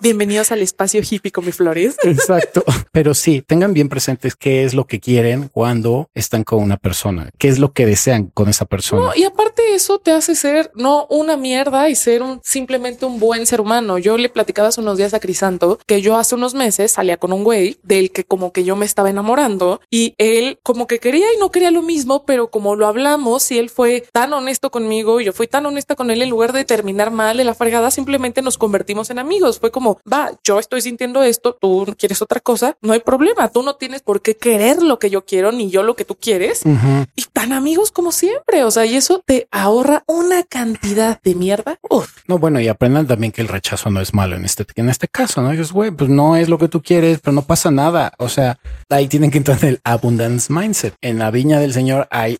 [SPEAKER 2] Bienvenidos al espacio hippie con mi flores.
[SPEAKER 3] Exacto. Pero sí, tengan bien presentes qué es lo que quieren cuando están con una persona, qué es lo que desean con esa persona.
[SPEAKER 2] No, y aparte eso te hace ser no una mierda y ser un simplemente un buen ser humano. Yo le platicaba hace unos días a Crisanto que yo hace unos meses salía con un güey del que como que yo me estaba enamorando y él como que quería y no quería lo mismo, pero como lo hablamos y él fue tan honesto conmigo y yo fui tan honesta con él en lugar de terminar mal de la fregada, simplemente nos convertimos en amigos. Fue como, va, yo estoy sintiendo esto, tú quieres otra cosa, no hay problema, tú no tienes por qué querer lo que yo quiero ni yo lo que tú quieres
[SPEAKER 3] Ujú.
[SPEAKER 2] y tan amigos como siempre. O sea, y eso te ahorra una cantidad de mierda. Uf,
[SPEAKER 3] No, bueno, y aprendan también que el rechazo no es malo en este, en este caso, ¿no? Dices, güey, pues no es lo que tú quieres, pero no pasa nada. O sea, ahí tienen que entrar en el abundance mindset. En la viña del señor hay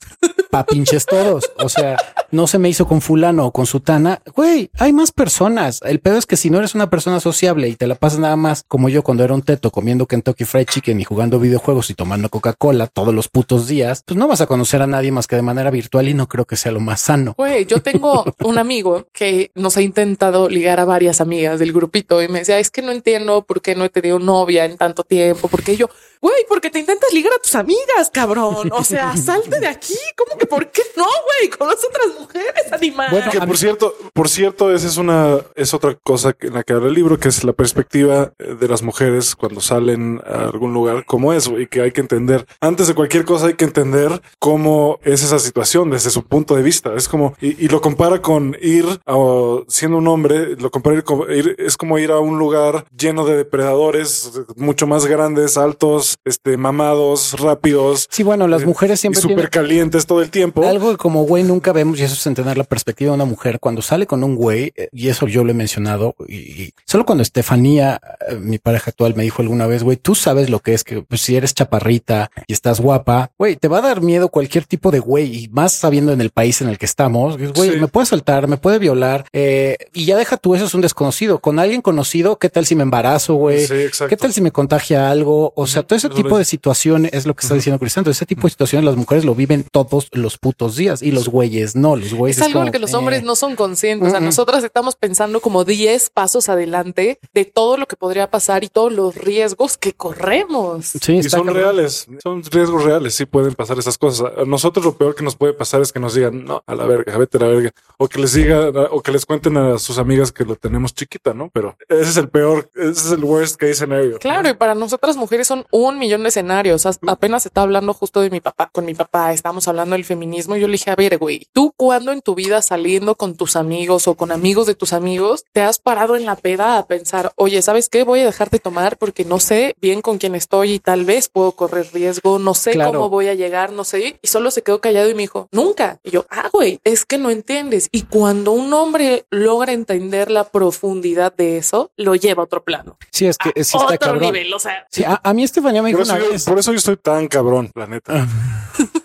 [SPEAKER 3] pa pinches todos. O sea, no se me hizo con fulano o con sutana. Güey, hay más personas. El pedo es que si no eres una persona sociable y te la pasas nada más como yo cuando era un teto comiendo Kentucky Fried Chicken y jugando videojuegos y tomando Coca-Cola todos los putos días, pues no vas a conocer a nadie más que de manera virtual y no creo que sea lo más sano.
[SPEAKER 2] güey, yo tengo un amigo que nos ha intentado ligar a varias amigas del grupito y me decía, es que no entiendo por qué no he tenido novia en tanto tiempo, porque yo, güey, porque te intentas ligar a tus amigas, cabrón. O sea, salte de aquí. ¿Cómo que por qué no, güey? Conoce otras mujeres, animal.
[SPEAKER 3] Bueno,
[SPEAKER 1] Que
[SPEAKER 3] a
[SPEAKER 1] por
[SPEAKER 3] mí-
[SPEAKER 1] cierto, por cierto, esa es una, es otra cosa que- en la que habla el libro, que es la perspectiva eh, de las mujeres cuando salen a algún lugar como es, y que hay que entender. Antes de cualquier cosa hay que entender cómo es esa situación desde su punto de vista. Es como, y, y lo compara con ir a- siendo un hombre, lo compara con ir, es como ir a un lugar lleno de depredadores, eh, mucho más grandes, altos, este, mamados, rápidos.
[SPEAKER 3] Sí, bueno, las
[SPEAKER 1] eh,
[SPEAKER 3] mujeres siempre
[SPEAKER 1] y súper
[SPEAKER 3] tienen-
[SPEAKER 1] calientes todo el tiempo.
[SPEAKER 3] Algo que como güey nunca vemos, y eso es entender la perspectiva de una mujer, cuando sale con un güey, eh, y eso yo lo he mencionado, y, y solo cuando Estefanía, eh, mi pareja actual, me dijo alguna vez, güey, tú sabes lo que es que pues, si eres chaparrita y estás guapa, güey, te va a dar miedo cualquier tipo de güey, y más sabiendo en el país en el que estamos, que es, güey,
[SPEAKER 1] Sí.
[SPEAKER 3] me puede soltar, me puede violar, eh, y ya deja tú, eso es un desconocido, con alguien conocido, ¿qué tal si me embarazo, güey?
[SPEAKER 1] Sí, exacto.
[SPEAKER 3] ¿Qué tal si me contagia algo? O sea, todo ese
[SPEAKER 1] Eso
[SPEAKER 3] tipo
[SPEAKER 1] lo
[SPEAKER 3] de situaciones es lo que está diciendo Crisanto. Ese tipo de situaciones las mujeres lo viven todos los putos días y los güeyes no, los güeyes
[SPEAKER 2] Es algo
[SPEAKER 3] como,
[SPEAKER 2] en que los
[SPEAKER 3] eh,
[SPEAKER 2] hombres no son conscientes. O sea,
[SPEAKER 3] Mm, mm.
[SPEAKER 2] nosotras estamos pensando como 10 pasos adelante de todo lo que podría pasar y todos los riesgos que corremos.
[SPEAKER 3] Sí,
[SPEAKER 1] Y
[SPEAKER 3] está
[SPEAKER 1] son
[SPEAKER 3] cabrón.
[SPEAKER 1] reales, son riesgos reales, sí pueden pasar esas cosas. A nosotros lo peor que nos puede pasar es que nos digan, no, a la verga, vete a la verga. O que les diga, o que les cuenten a sus amigas que lo tenemos chiquita, ¿no? Pero ese es el peor, ese es el worst case scenario.
[SPEAKER 2] Claro, y para nosotras mujeres son un millón de escenarios. As- Apenas estaba hablando justo de mi papá, con mi papá, estábamos hablando del feminismo y yo le dije, a ver, güey, ¿tú cuándo en tu vida saliendo con tus amigos o con amigos de tus amigos te has parado en la peda a pensar, oye, ¿sabes qué? Voy a dejarte tomar porque no sé bien con quién estoy y tal vez puedo correr riesgo, no sé
[SPEAKER 3] Claro.
[SPEAKER 2] cómo voy a llegar, no sé. Y solo se quedó callado y me dijo, nunca. Y yo, ah, güey, es que no entiendes. Y cuando un hombre logra entender la profundidad de eso, lo lleva a otro plano
[SPEAKER 3] Sí, es que sí está
[SPEAKER 2] Ah, otro
[SPEAKER 3] cabrón.
[SPEAKER 2] nivel, o sea,
[SPEAKER 3] Sí, a, a mí Estefanía me dijo
[SPEAKER 1] Por
[SPEAKER 3] una
[SPEAKER 1] eso, yo,
[SPEAKER 3] vez, Ah.
[SPEAKER 1] por eso yo estoy tan cabrón, la neta,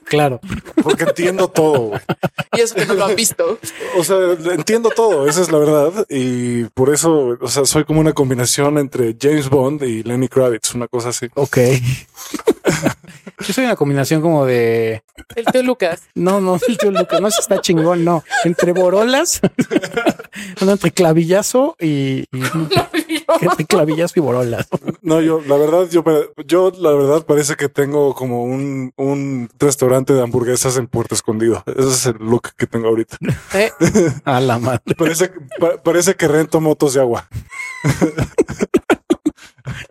[SPEAKER 3] claro,
[SPEAKER 1] porque entiendo todo. güey.
[SPEAKER 2] y eso que no lo han visto.
[SPEAKER 1] O sea, entiendo todo, esa es la verdad. Y por eso, o sea, soy como una combinación entre James Bond y Lenny Kravitz, una cosa así.
[SPEAKER 3] ok. Yo soy una combinación como de
[SPEAKER 2] El tío Lucas.
[SPEAKER 3] No, no, el tío Lucas, no, ese está chingón, no. Entre borolas, no, entre clavillazo y, y- entre clavillazo y borolas.
[SPEAKER 1] No, yo, la verdad, yo, pa- yo, la verdad, parece que tengo como un, un restaurante de hamburguesas en Puerto Escondido. Ese es el look que tengo ahorita.
[SPEAKER 2] Eh,
[SPEAKER 3] A la madre.
[SPEAKER 1] Parece, que- pa- parece que rento motos de agua.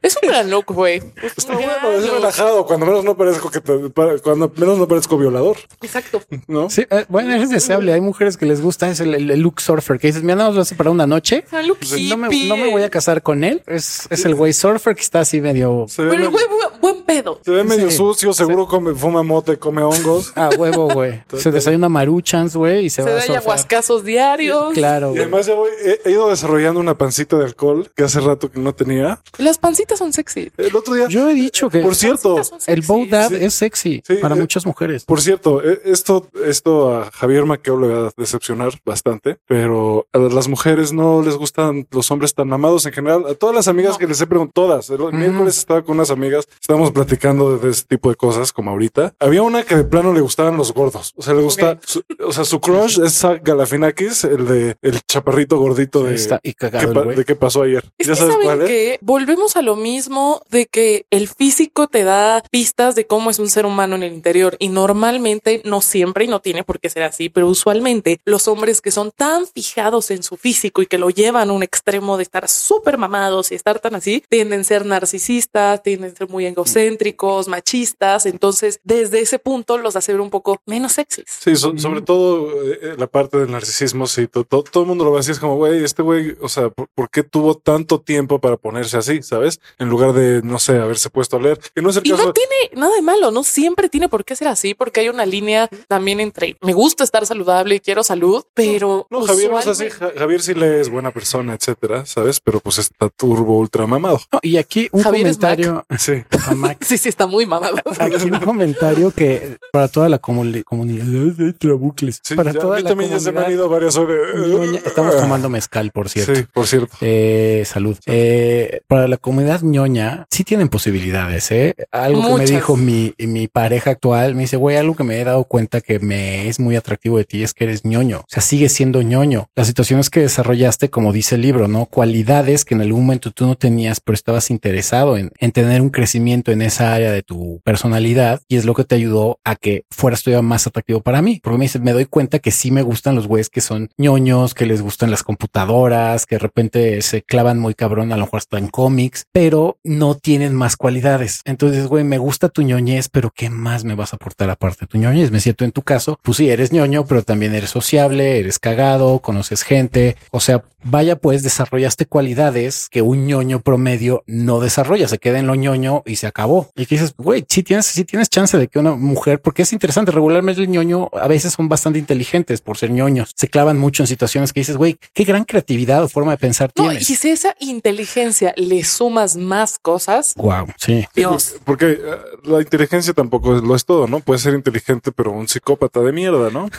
[SPEAKER 2] Es un gran look, güey. Es
[SPEAKER 1] Está
[SPEAKER 2] un gran
[SPEAKER 1] bueno, es
[SPEAKER 2] look.
[SPEAKER 1] relajado. Cuando menos no parezco que, te- pa- cuando menos no parezco violador,
[SPEAKER 2] Exacto.
[SPEAKER 1] ¿no?
[SPEAKER 3] Sí, eh, bueno, es deseable. Hay mujeres que les gusta es el, el- el look surfer que dices, mira, nada más lo hace para una noche.
[SPEAKER 2] Es
[SPEAKER 3] Pues,
[SPEAKER 2] un look
[SPEAKER 3] No me,
[SPEAKER 2] hippie.
[SPEAKER 3] no me voy a casar con él. Es, es el güey surfer que está así medio
[SPEAKER 1] Se ve,
[SPEAKER 2] Pero el
[SPEAKER 1] medio-
[SPEAKER 2] güey, bu- buen pedo.
[SPEAKER 1] se ve medio
[SPEAKER 3] sí.
[SPEAKER 1] sucio, seguro come, fuma mote, come hongos.
[SPEAKER 3] a huevo, güey. Se desayuna maruchans, güey, y se,
[SPEAKER 2] Se
[SPEAKER 3] va a
[SPEAKER 2] da
[SPEAKER 3] surfear.
[SPEAKER 2] ayahuascazos diarios.
[SPEAKER 3] Claro,
[SPEAKER 1] Y
[SPEAKER 3] güey.
[SPEAKER 1] además ya voy- he, he ido desarrollando una pancita de alcohol que hace rato que no tenía.
[SPEAKER 2] Las pancitas son sexy.
[SPEAKER 1] El otro día,
[SPEAKER 3] Yo he dicho que
[SPEAKER 1] por cierto,
[SPEAKER 2] Las pancitas son
[SPEAKER 3] el
[SPEAKER 2] sexy.
[SPEAKER 3] bow dad
[SPEAKER 1] Sí.
[SPEAKER 3] es sexy
[SPEAKER 1] Sí,
[SPEAKER 3] para
[SPEAKER 1] eh.
[SPEAKER 3] muchas mujeres.
[SPEAKER 1] Por cierto, e- esto, esto a Javier Maqueo le va a decepcionar bastante, pero a las mujeres no les gustan los hombres tan mamados en general. A todas las amigas
[SPEAKER 2] No.
[SPEAKER 1] que les he preguntado, todas. El miércoles estaba con unas amigas, estábamos platicando de este tipo de cosas como ahorita. Había una que de plano le gustaban los gordos. O sea, le gusta,
[SPEAKER 2] Ok.
[SPEAKER 1] su- o sea, su crush es Zach Galafinakis, el de el chaparrito gordito de,
[SPEAKER 3] Está y
[SPEAKER 1] que
[SPEAKER 3] cagado el
[SPEAKER 1] pa-
[SPEAKER 3] güey.
[SPEAKER 1] de qué pasó ayer.
[SPEAKER 2] Es que saben que volvemos a lo mismo de que el físico te da pistas de cómo es un ser humano en el interior y normalmente no siempre y no tiene por qué ser así, pero usualmente los hombres que son tan fijados en su físico y que lo llevan a un extremo de estar súper mamados y estar tan así, tienden a ser narcisistas, tienden a ser muy egocéntricos, machistas, entonces desde ese punto los hace ver un poco menos sexys.
[SPEAKER 1] Sí, so- sobre todo eh, eh, la parte del narcisismo, sí, to- to- todo el mundo lo ve así, es como, güey, este güey, o sea, ¿por, por qué tuvo tanto tiempo para ponerse así, sabes? En lugar de, no sé, haberse puesto a leer, que no es el
[SPEAKER 2] Y
[SPEAKER 1] caso.
[SPEAKER 2] no tiene nada de malo, no siempre tiene por qué ser así, porque hay una línea también entre me gusta estar saludable y quiero salud, pero
[SPEAKER 1] no, Javier no es así,
[SPEAKER 2] usualmente-
[SPEAKER 1] Ja- Javier sí le es buena persona, etcétera, ¿sabes? Pero pues está turbo ultra mamado.
[SPEAKER 3] No, y aquí un
[SPEAKER 2] Javier es
[SPEAKER 3] comentario.
[SPEAKER 1] Sí.
[SPEAKER 3] a Mac.
[SPEAKER 2] Sí, sí, está muy mamado.
[SPEAKER 3] Aquí un comentario que para toda la comuni- comunidad de Trabucles,
[SPEAKER 1] sí
[SPEAKER 3] para
[SPEAKER 1] ya- a
[SPEAKER 3] toda
[SPEAKER 1] mí
[SPEAKER 3] la
[SPEAKER 1] también ya se me han
[SPEAKER 3] comunidad
[SPEAKER 1] ido varias horas.
[SPEAKER 3] ñoña- estamos tomando mezcal, por cierto.
[SPEAKER 1] Sí, por cierto.
[SPEAKER 3] Eh, salud. Eh, para la comunidad ñoña, sí tienen posibilidades. ¿eh? Algo que
[SPEAKER 2] Muchas.
[SPEAKER 3] me dijo mi, mi pareja actual, me dice, güey, algo que me he dado cuenta que me es muy atractivo de ti es que eres ñoño. O sea, sigues siendo ñoño. Las situaciones que desarrollaste, como dice el libro, ¿no? Cualidades que en algún momento tú no tenías, pero estabas interesado en, en tener un crecimiento en esa área de tu personalidad y es lo que te ayudó a que fueras todavía más atractivo para mí. Porque me dice, me doy cuenta que sí me gustan los güeyes que son ñoños, que les gustan las computadoras, que de repente se clavan muy cabrón, a lo mejor hasta en cómics, pero no tienen más cualidades. Entonces, güey, me gusta tu ñoñez, pero ¿qué más me vas a aportar aparte de tu ñoñez? Me siento en tu caso, pues sí, eres ñoño, pero también eres sociable, eres cagado, conoces gente. O sea, vaya pues, desarrollaste cualidades que un ñoño promedio no desarrolla, se queda en lo ñoño y se acabó. Y que dices, güey, sí tienes, sí tienes chance de que una mujer, porque es interesante, regularmente el ñoño a veces son bastante inteligentes por ser ñoños, se clavan mucho en situaciones que dices, güey, qué gran creatividad o forma de pensar
[SPEAKER 2] No, y
[SPEAKER 3] tienes.
[SPEAKER 2] si esa inteligencia le sumas más cosas,
[SPEAKER 3] Wow, sí.
[SPEAKER 2] Dios.
[SPEAKER 1] Porque eh, la inteligencia tampoco es- lo es todo, ¿no? eh, Puede ser inteligente, pero un psicópata de mierda, ¿no?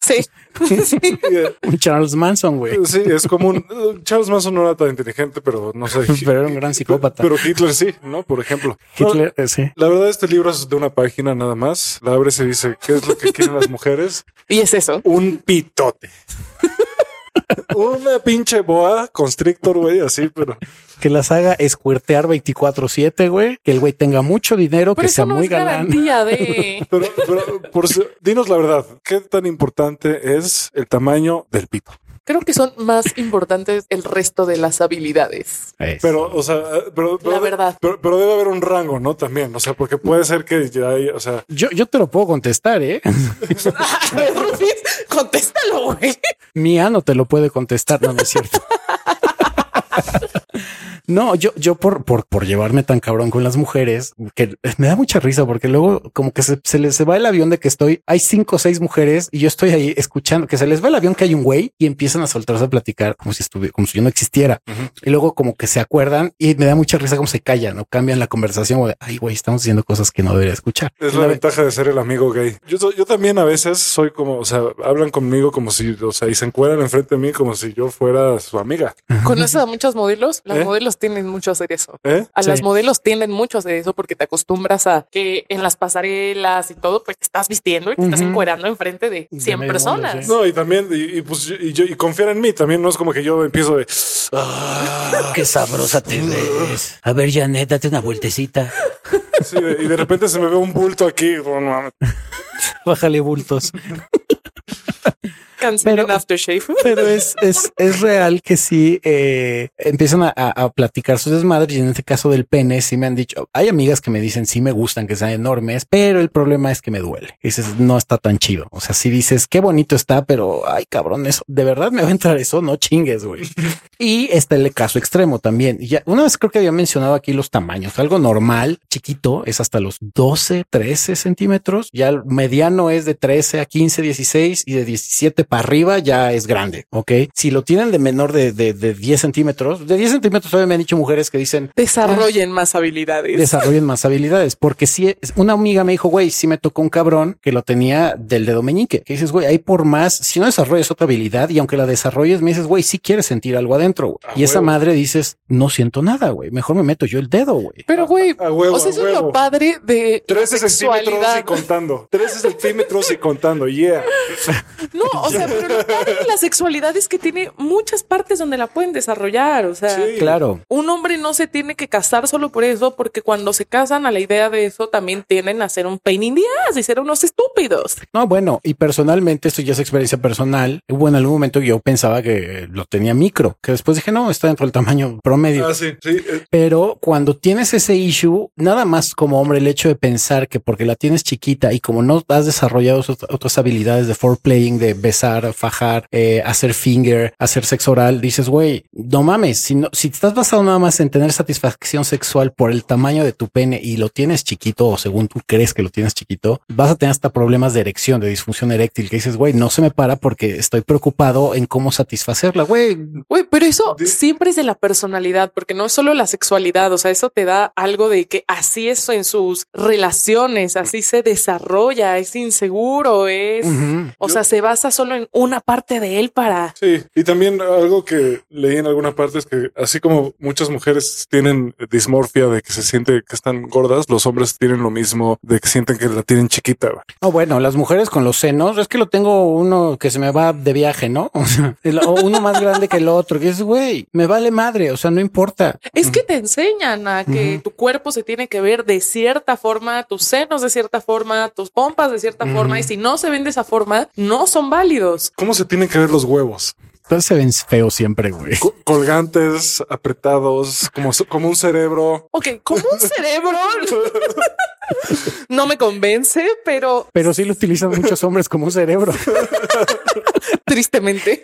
[SPEAKER 2] Sí. sí.
[SPEAKER 3] Un Charles Manson, güey.
[SPEAKER 1] Sí, es como un Charles Manson no era tan inteligente, pero no sé.
[SPEAKER 3] Pero era un gran psicópata.
[SPEAKER 1] Pero Hitler sí, ¿no? Por ejemplo.
[SPEAKER 3] Hitler, eh, sí.
[SPEAKER 1] La verdad, este libro es de una página nada más. La abres y dice qué es lo que quieren las mujeres.
[SPEAKER 2] Y es eso.
[SPEAKER 1] Un pitote. Una pinche boa constrictor, güey, así, pero
[SPEAKER 3] Que las haga escuertear 24-7, güey. Que el güey tenga mucho dinero,
[SPEAKER 2] Pero
[SPEAKER 3] que
[SPEAKER 2] eso
[SPEAKER 3] sea
[SPEAKER 2] no
[SPEAKER 3] muy
[SPEAKER 2] es
[SPEAKER 3] galán.
[SPEAKER 2] garantía de.
[SPEAKER 1] Pero, pero, por si- dinos la verdad, ¿qué tan importante es el tamaño del pito?
[SPEAKER 2] Creo que son más importantes el resto de las habilidades.
[SPEAKER 3] Eso.
[SPEAKER 1] Pero, o sea, eh, pero, pero-
[SPEAKER 2] La verdad.
[SPEAKER 1] Pero, pero debe haber un rango, ¿no? También, o sea, porque puede ser que ya hay, o sea,
[SPEAKER 3] yo, yo te lo puedo contestar, ¿eh?
[SPEAKER 2] A ver, Rufis, contéstalo, güey.
[SPEAKER 3] Mía no te lo puede contestar, no, no es cierto. No, yo, yo por, por, por llevarme tan cabrón con las mujeres, que me da mucha risa porque luego como que se, se les va el avión de que estoy, hay cinco o seis mujeres y yo estoy ahí escuchando que se les va el avión que hay un güey y empiezan a soltarse a platicar como si estuviera, como si yo no existiera. Y luego como que se acuerdan y me da mucha risa como se callan o cambian la conversación o de, ay güey, estamos diciendo cosas que no debería escuchar.
[SPEAKER 1] es
[SPEAKER 3] Y
[SPEAKER 1] la
[SPEAKER 3] la-
[SPEAKER 1] ventaja de ser el amigo gay. Yo, so- yo también a veces soy como, o sea, hablan conmigo como si, o sea, y se encueran enfrente de mí como si yo fuera su amiga,
[SPEAKER 2] ¿Conoces a muchos modelos? Las
[SPEAKER 1] ¿Eh?
[SPEAKER 2] modelos tienen mucho a hacer eso.
[SPEAKER 1] ¿eh?
[SPEAKER 2] A
[SPEAKER 3] Sí.
[SPEAKER 2] las modelos tienden mucho a hacer eso porque te acostumbras a que en las pasarelas y todo, pues te estás vistiendo y te estás
[SPEAKER 3] Ujú.
[SPEAKER 2] encuerando enfrente de 100
[SPEAKER 3] De medio mundo,
[SPEAKER 2] personas.
[SPEAKER 3] sí.
[SPEAKER 1] No, y también, y, y pues, y yo, y confiar en mí también, no es como que yo empiezo de, "Ah",
[SPEAKER 4] Qué sabrosa te ves. A ver, Janet, date una vueltecita.
[SPEAKER 1] sí, de- y de repente se me ve un bulto aquí, no mames.
[SPEAKER 3] Bájale bultos.
[SPEAKER 2] Cancelen
[SPEAKER 3] Pero-
[SPEAKER 2] Aftershave.
[SPEAKER 3] Pero es, es, es real que sí eh, empiezan a, a- a platicar sus desmadres. Y en este caso del pene, sí me han dicho, hay amigas que me dicen sí me gustan, que sean enormes, pero el problema es que me duele. Y dices, no está tan chido. O sea, si dices qué bonito está, pero ay, cabrón, eso de verdad me va a entrar eso. No chingues, güey. Y está el caso extremo también. Y Ya una vez creo que había mencionado aquí los tamaños. Algo normal, chiquito, es hasta los 12, 13 centímetros. Ya el mediano es de 13 a 15, 16 y de 17 para arriba ya es grande. Ok. Si lo tienen de menor de, de, de 10 centímetros, de 10 centímetros todavía me han dicho mujeres que dicen Ah.
[SPEAKER 2] Desarrollen más habilidades.
[SPEAKER 3] desarrollen más habilidades, porque si es- una amiga me dijo, güey, si me tocó un cabrón que lo tenía del dedo meñique, que dices, güey, ahí por más, si no desarrollas otra habilidad y aunque la desarrolles, me dices, güey, si quieres sentir algo adentro, güey".
[SPEAKER 1] Ah,
[SPEAKER 3] y esa
[SPEAKER 1] huevo.
[SPEAKER 3] madre dices, no siento nada, güey, mejor me meto yo el dedo, güey.
[SPEAKER 2] Pero, güey,
[SPEAKER 1] A huevo,
[SPEAKER 2] o
[SPEAKER 1] a
[SPEAKER 2] sea, eso es
[SPEAKER 1] huevo.
[SPEAKER 2] lo padre de la
[SPEAKER 1] 13 centímetros y
[SPEAKER 2] sexualidad.
[SPEAKER 1] contando. 13 centímetros y contando. Yeah.
[SPEAKER 2] No, o sea, pero lo padre de la sexualidad es que tiene muchas partes donde la pueden desarrollar. O sea,
[SPEAKER 1] Sí.
[SPEAKER 3] Claro,
[SPEAKER 2] un hombre no se tiene que casar solo por eso, porque cuando se casan a la idea de eso también tienden a ser un pain in the ass y ser unos estúpidos.
[SPEAKER 3] no, bueno, y personalmente, esto ya es experiencia personal. Hubo en algún momento que yo pensaba que lo tenía micro, que después dije, no, está dentro del tamaño promedio.
[SPEAKER 1] Ah, sí, sí. eh,
[SPEAKER 3] Pero cuando tienes ese issue, nada más como hombre, el hecho de pensar que porque la tienes chiquita y como no has desarrollado ot- otras habilidades de foreplaying, de besar, fajar, eh, hacer finger, hacer sexo oral, dices, güey, no mames, si, no, si estás basado nada más en tener satisfacción sexual por el tamaño de tu pene y lo tienes chiquito o según tú crees que lo tienes chiquito, vas a tener hasta problemas de erección, de disfunción eréctil, que dices, güey, no se me para porque estoy preocupado en cómo satisfacerla, güey.
[SPEAKER 2] Güey, pero eso
[SPEAKER 1] De-
[SPEAKER 2] siempre es de la personalidad, porque no es solo la sexualidad, o sea, eso te da algo de que así es en sus relaciones, así se desarrolla, es inseguro, es...
[SPEAKER 3] Ujú.
[SPEAKER 2] O
[SPEAKER 1] Yo-
[SPEAKER 2] sea, se basa solo en una parte de él para...
[SPEAKER 1] Sí, y también algo que leí en alguna parte es que así como muchas mujeres tienen dismorfia de que se siente que están gordas, los hombres tienen lo mismo de que sienten que la tienen chiquita. güey.
[SPEAKER 3] No, Oh, bueno, las mujeres con los senos, es que lo tengo uno que se me va de viaje, ¿no? O sea, el- o uno más grande que el otro, que es, güey, me vale madre, o sea, no importa.
[SPEAKER 2] Es que te enseñan a que tu cuerpo se tiene que ver de cierta forma, tus senos de cierta forma, tus pompas de cierta forma, y si no se ven de esa forma, no son válidos.
[SPEAKER 1] ¿Cómo se tienen que ver los huevos?
[SPEAKER 3] Entonces se ven feos siempre, güey.
[SPEAKER 1] Co- colgantes, apretados, como, so- como un cerebro.
[SPEAKER 2] Ok, como un cerebro. no me convence, pero
[SPEAKER 3] Pero sí lo utilizan muchos hombres como un cerebro.
[SPEAKER 2] tristemente.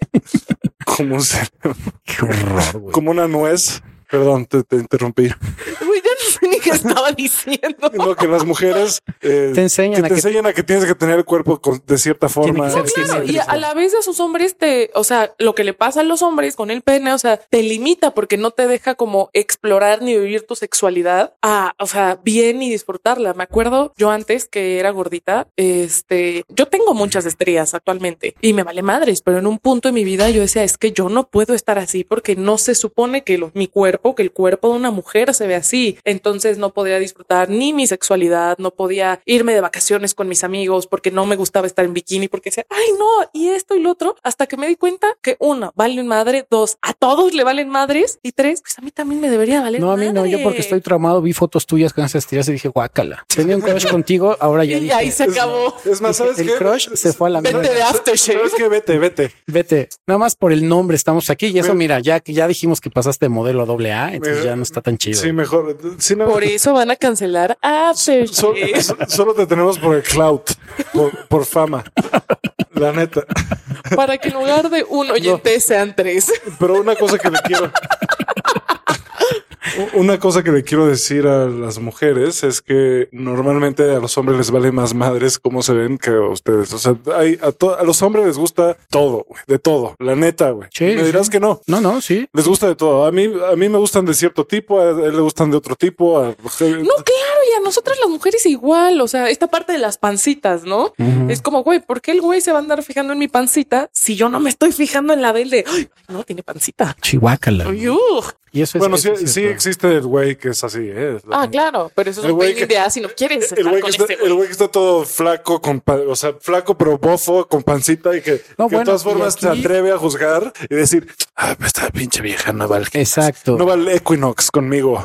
[SPEAKER 1] Como un cerebro,
[SPEAKER 3] Qué horror, güey.
[SPEAKER 1] como una nuez. Perdón, te, te interrumpí.
[SPEAKER 2] Güey, ya no sé ni qué estaba diciendo.
[SPEAKER 1] No, que las mujeres eh,
[SPEAKER 3] Te enseñan
[SPEAKER 1] que
[SPEAKER 3] a
[SPEAKER 1] te
[SPEAKER 3] que
[SPEAKER 1] enseñan a que tienes que tener el cuerpo con- de cierta forma.
[SPEAKER 3] ser
[SPEAKER 1] Eh,
[SPEAKER 3] Sí,
[SPEAKER 2] Claro,
[SPEAKER 3] sí,
[SPEAKER 2] y
[SPEAKER 3] sí,
[SPEAKER 2] a
[SPEAKER 3] sí.
[SPEAKER 2] la vez a sus hombres te, o sea, lo que le pasa a los hombres con el pene, o sea, te limita porque no te deja como explorar ni vivir tu sexualidad a, o sea, bien y disfrutarla. Me acuerdo yo antes que era gordita, este, yo tengo muchas estrías actualmente y me vale madres, pero en un punto de mi vida yo decía, es que yo no puedo estar así porque no se supone que lo- mi cuerpo, que el cuerpo de una mujer se ve así. Entonces no podía disfrutar ni mi sexualidad, no podía irme de vacaciones con mis amigos porque no me gustaba estar en bikini porque decía, ay no, y esto y lo otro, hasta que me di cuenta que uno, valen madre, dos, a todos le valen madres y tres, pues a mí también me debería valer.
[SPEAKER 3] No, a mí no, yo porque
[SPEAKER 2] madre.
[SPEAKER 3] estoy traumado, vi fotos tuyas con esas tiras y dije, guácala. Tenía un crush contigo, ahora ya
[SPEAKER 2] Y
[SPEAKER 3] dije,
[SPEAKER 2] ahí se acabó.
[SPEAKER 1] Es más, ¿sabes
[SPEAKER 3] el
[SPEAKER 1] qué?
[SPEAKER 3] crush se fue a la
[SPEAKER 2] Vente
[SPEAKER 3] mierda.
[SPEAKER 2] de aftershave.
[SPEAKER 1] ¿Sabes qué? Vete, vete.
[SPEAKER 3] Vete, nada más por el nombre estamos aquí y eso,
[SPEAKER 1] Pero-
[SPEAKER 3] mira, ya que ya dijimos que pasaste de modelo a doble A, entonces ya no está tan chido.
[SPEAKER 1] Sí, mejor. Sí, no,
[SPEAKER 2] Por eso van a cancelar
[SPEAKER 1] so-
[SPEAKER 2] aftershave.
[SPEAKER 1] so- solo te tenemos por el cloud, por, por fama. La neta.
[SPEAKER 2] para que en lugar de un oyente sean tres.
[SPEAKER 1] Pero una cosa que le quiero. Una cosa que le quiero decir a las mujeres es que normalmente a los hombres les vale más madres cómo se ven que a ustedes. O sea, hay, a, to- a los hombres les gusta todo, güey, de todo. La neta, güey.
[SPEAKER 3] Sí,
[SPEAKER 1] Me
[SPEAKER 3] sí.
[SPEAKER 1] dirás que no.
[SPEAKER 3] No, no, sí.
[SPEAKER 1] Les gusta de todo. A mí, a mí me gustan de cierto tipo, a él le gustan de otro tipo. A...
[SPEAKER 2] No, claro, y a nosotras las mujeres igual, o sea, esta parte de las pancitas, ¿no? Es como, güey, ¿por qué el güey se va a andar fijando en mi pancita si yo no me estoy fijando en la de él de, ay, no, tiene pancita?
[SPEAKER 3] Chihuácala.
[SPEAKER 2] Ay, uh. uj.
[SPEAKER 3] Y eso es.
[SPEAKER 1] Bueno, sí,
[SPEAKER 3] eso pues es
[SPEAKER 1] sí
[SPEAKER 3] cierto.
[SPEAKER 1] existe el güey que es así. ¿eh?
[SPEAKER 2] Ah, claro, pero eso es
[SPEAKER 1] El
[SPEAKER 2] un
[SPEAKER 1] güey
[SPEAKER 2] peine
[SPEAKER 1] que-
[SPEAKER 2] de, ah, si no quieres
[SPEAKER 1] El
[SPEAKER 2] estar
[SPEAKER 1] güey, que
[SPEAKER 2] con
[SPEAKER 1] está,
[SPEAKER 2] este
[SPEAKER 1] el
[SPEAKER 2] güey.
[SPEAKER 1] güey que está todo flaco, con pa- o sea, flaco pero bofo, con pancita y que,
[SPEAKER 3] No,
[SPEAKER 1] que de
[SPEAKER 3] bueno,
[SPEAKER 1] todas
[SPEAKER 3] y
[SPEAKER 1] formas se
[SPEAKER 3] aquí-
[SPEAKER 1] atreve a juzgar y decir, ah, pues esta pinche vieja no va al,
[SPEAKER 3] Exacto.
[SPEAKER 1] no va al Equinox conmigo.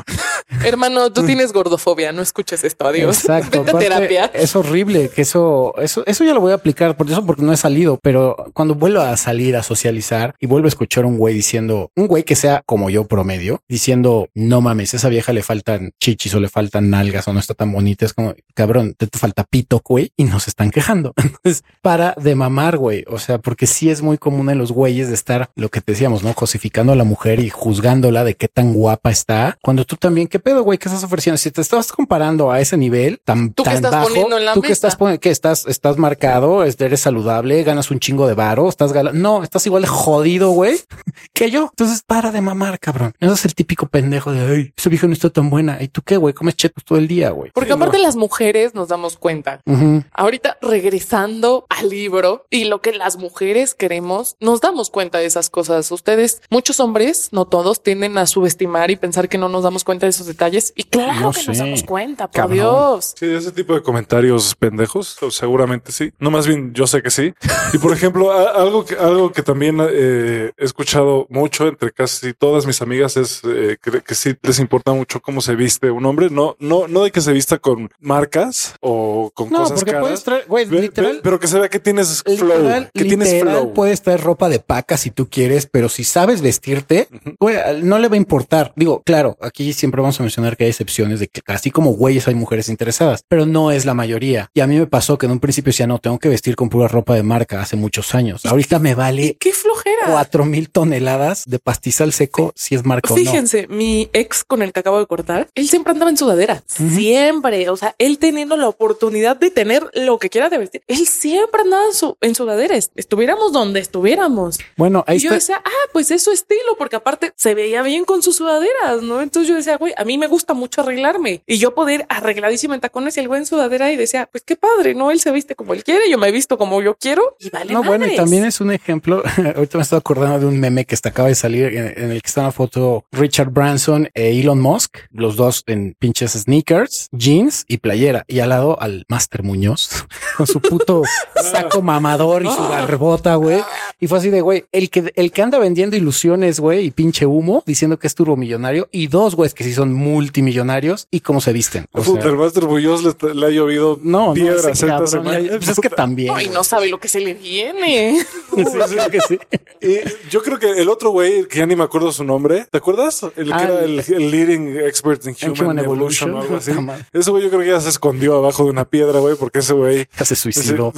[SPEAKER 2] Hermano, tú tienes gordofobia, no escuches esto, adiós.
[SPEAKER 3] Exacto.
[SPEAKER 2] Vete a
[SPEAKER 3] aparte,
[SPEAKER 2] terapia.
[SPEAKER 3] Es horrible que eso, eso, eso ya lo voy a aplicar por eso, porque no he salido, pero cuando vuelvo a salir a socializar y vuelvo a escuchar a un güey diciendo, un güey que sea como yo promedio, diciendo, no mames, a esa vieja le faltan chichis o le faltan nalgas o no está tan bonita. Es como, cabrón, te, te falta pito, güey, y nos están quejando. Entonces, para de mamar, güey. O sea, porque sí es muy común en los güeyes de estar lo que te decíamos, ¿no? Cosificando a la mujer y juzgándola de qué tan guapa está. Cuando tú también, ¿qué pedo, güey? ¿Qué estás ofreciendo? Si te estás comparando a ese nivel tan,
[SPEAKER 2] ¿Tú qué
[SPEAKER 3] tan
[SPEAKER 2] estás
[SPEAKER 3] bajo,
[SPEAKER 2] poniendo en la
[SPEAKER 3] tú que
[SPEAKER 2] mesa?
[SPEAKER 3] estás poniendo, que estás, estás marcado, es- eres saludable, ganas un chingo de varo, estás gala. No, estás igual de jodido, güey, que yo. Entonces, para de mamar, cabrón. No es el típico pendejo de, ay, esa vieja no está tan buena. ¿Y tú qué, güey? Comes chetos todo el día, güey.
[SPEAKER 2] Porque aparte las mujeres nos damos cuenta
[SPEAKER 3] Ujú.
[SPEAKER 2] Ahorita regresando al libro y lo que las mujeres queremos, nos damos cuenta de esas cosas. Ustedes, muchos hombres, no todos, tienden a subestimar y pensar que no nos damos cuenta de esos detalles. Y claro
[SPEAKER 3] No
[SPEAKER 2] que
[SPEAKER 3] sé.
[SPEAKER 2] nos damos cuenta, por
[SPEAKER 3] Cabrón.
[SPEAKER 2] Dios.
[SPEAKER 1] Sí, ese tipo de comentarios pendejos, o seguramente sí. No, más bien yo sé que sí. Y por ejemplo, a- algo que, algo que también eh, he escuchado mucho entre casi todas mis amigas es eh, que, que sí les importa mucho cómo se viste un hombre. No, no, no de que se vista con marcas o con
[SPEAKER 3] No,
[SPEAKER 1] cosas
[SPEAKER 3] porque
[SPEAKER 1] caras.
[SPEAKER 3] puedes traer, güey,
[SPEAKER 1] Ve- ve-
[SPEAKER 3] literal.
[SPEAKER 1] pero que se vea que tienes flow,
[SPEAKER 3] Literal,
[SPEAKER 1] que tienes
[SPEAKER 3] literal, pues.
[SPEAKER 1] flow.
[SPEAKER 3] puedes traer ropa de paca si tú quieres, pero si sabes vestirte, güey, no le va a importar. Digo, claro, aquí siempre vamos a mencionar que hay excepciones de que así como güeyes hay mujeres interesadas, pero no es la mayoría. Y a mí me pasó que en un principio decía, no, tengo que vestir con pura ropa de marca hace muchos años. Ahorita me vale
[SPEAKER 2] Qué flojera.
[SPEAKER 3] cuatro mil toneladas de pastizal seco si es marca o no.
[SPEAKER 2] Fíjense, mi ex con el que acabo de cortar, él siempre andaba en sudadera. Siempre. O sea, él teniendo la oportunidad de tener lo que quiera de vestir. Él siempre andaba en, su, en sudadera. Estuviéramos donde estuviéramos.
[SPEAKER 3] Bueno, ahí
[SPEAKER 2] y yo
[SPEAKER 3] está.
[SPEAKER 2] decía, ah, pues es su estilo, porque aparte se veía bien con sus sudaderas, ¿no? Entonces yo decía, güey, a mí me gusta mucho arreglarme y yo poder arregladísima en tacones y el güey en sudadera y decía, pues qué padre, ¿no? Él se viste como él quiere, yo me he visto como yo quiero y vale.
[SPEAKER 3] No, bueno, y
[SPEAKER 2] madres.
[SPEAKER 3] también es un ejemplo. Ahorita me estoy acordando de un meme que está, acaba de salir en, en el que está una foto Richard Branson e Elon Musk, los dos en pinches sneakers, jeans y playera. Y al lado al Master Muñoz con su puto saco mamador y su barbota, güey. Y fue así de, güey, el que, el que anda vendiendo ilusiones, güey, y pinche humo diciendo que es turbomillonario y dos güeyes que sí son multimillonarios y cómo se visten. O
[SPEAKER 1] Puta,
[SPEAKER 3] sea,
[SPEAKER 1] el Master Bullos le, le ha llovido
[SPEAKER 3] no, no,
[SPEAKER 1] piedras
[SPEAKER 3] ese
[SPEAKER 1] esta
[SPEAKER 3] cabrón,
[SPEAKER 1] semana.
[SPEAKER 3] ya- pues es que también.
[SPEAKER 2] No, y
[SPEAKER 3] güey.
[SPEAKER 2] no sabe lo que se le viene.
[SPEAKER 3] Sí, creo que sí.
[SPEAKER 1] Y yo creo que el otro güey, que ya ni me acuerdo su nombre, ¿te acuerdas? El que
[SPEAKER 3] Ah,
[SPEAKER 1] era el, el leading expert in human,
[SPEAKER 3] Human
[SPEAKER 1] evolution,
[SPEAKER 3] Evolution.
[SPEAKER 1] o algo así.
[SPEAKER 3] Puta madre.
[SPEAKER 1] Ese güey yo creo que ya se escondió abajo de una piedra, güey, porque ese güey...
[SPEAKER 3] Ya se
[SPEAKER 1] ese-
[SPEAKER 3] suicidó.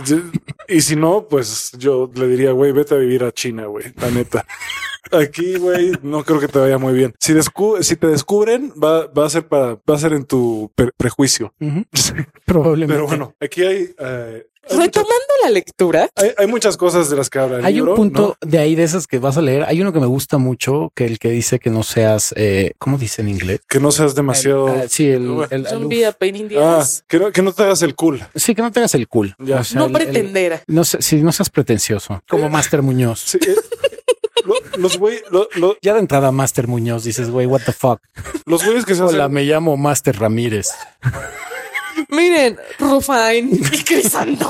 [SPEAKER 1] y si no, pues yo le diría, güey, vete a vivir a China, güey, la neta. Aquí, güey, no creo que te vaya muy bien. Si, descu- si te descubren, va, va a ser para, va a ser en tu per- prejuicio.
[SPEAKER 3] Ujú. Probablemente.
[SPEAKER 1] Pero bueno, aquí hay, eh, hay, muchas,
[SPEAKER 2] Retomando la lectura,
[SPEAKER 1] hay- hay muchas cosas de las que habla el
[SPEAKER 3] Hay
[SPEAKER 1] libro,
[SPEAKER 3] un punto
[SPEAKER 1] ¿no?
[SPEAKER 3] de ahí de esas que vas a leer. Hay uno que me gusta mucho, que el que dice que no seas, eh, ¿cómo dice en inglés?
[SPEAKER 1] que no seas demasiado.
[SPEAKER 3] Ah, sí, el, el-
[SPEAKER 2] zombie a pain in the
[SPEAKER 1] Ah,
[SPEAKER 2] ass.
[SPEAKER 1] que no, que no te hagas el cool.
[SPEAKER 3] sí, que no tengas el cool.
[SPEAKER 1] Ya.
[SPEAKER 3] O sea,
[SPEAKER 2] no
[SPEAKER 3] el- el-
[SPEAKER 2] pretender.
[SPEAKER 3] no sé, si no seas pretencioso, como Master Muñoz.
[SPEAKER 1] Sí, eh, lo- los güey, lo- lo-
[SPEAKER 3] Ya de entrada, Master Muñoz, dices, güey, what the fuck.
[SPEAKER 1] los güeyes que se
[SPEAKER 3] Hola,
[SPEAKER 1] hacen,
[SPEAKER 3] me llamo Master Ramírez.
[SPEAKER 2] Miren, Rufine y Crisando.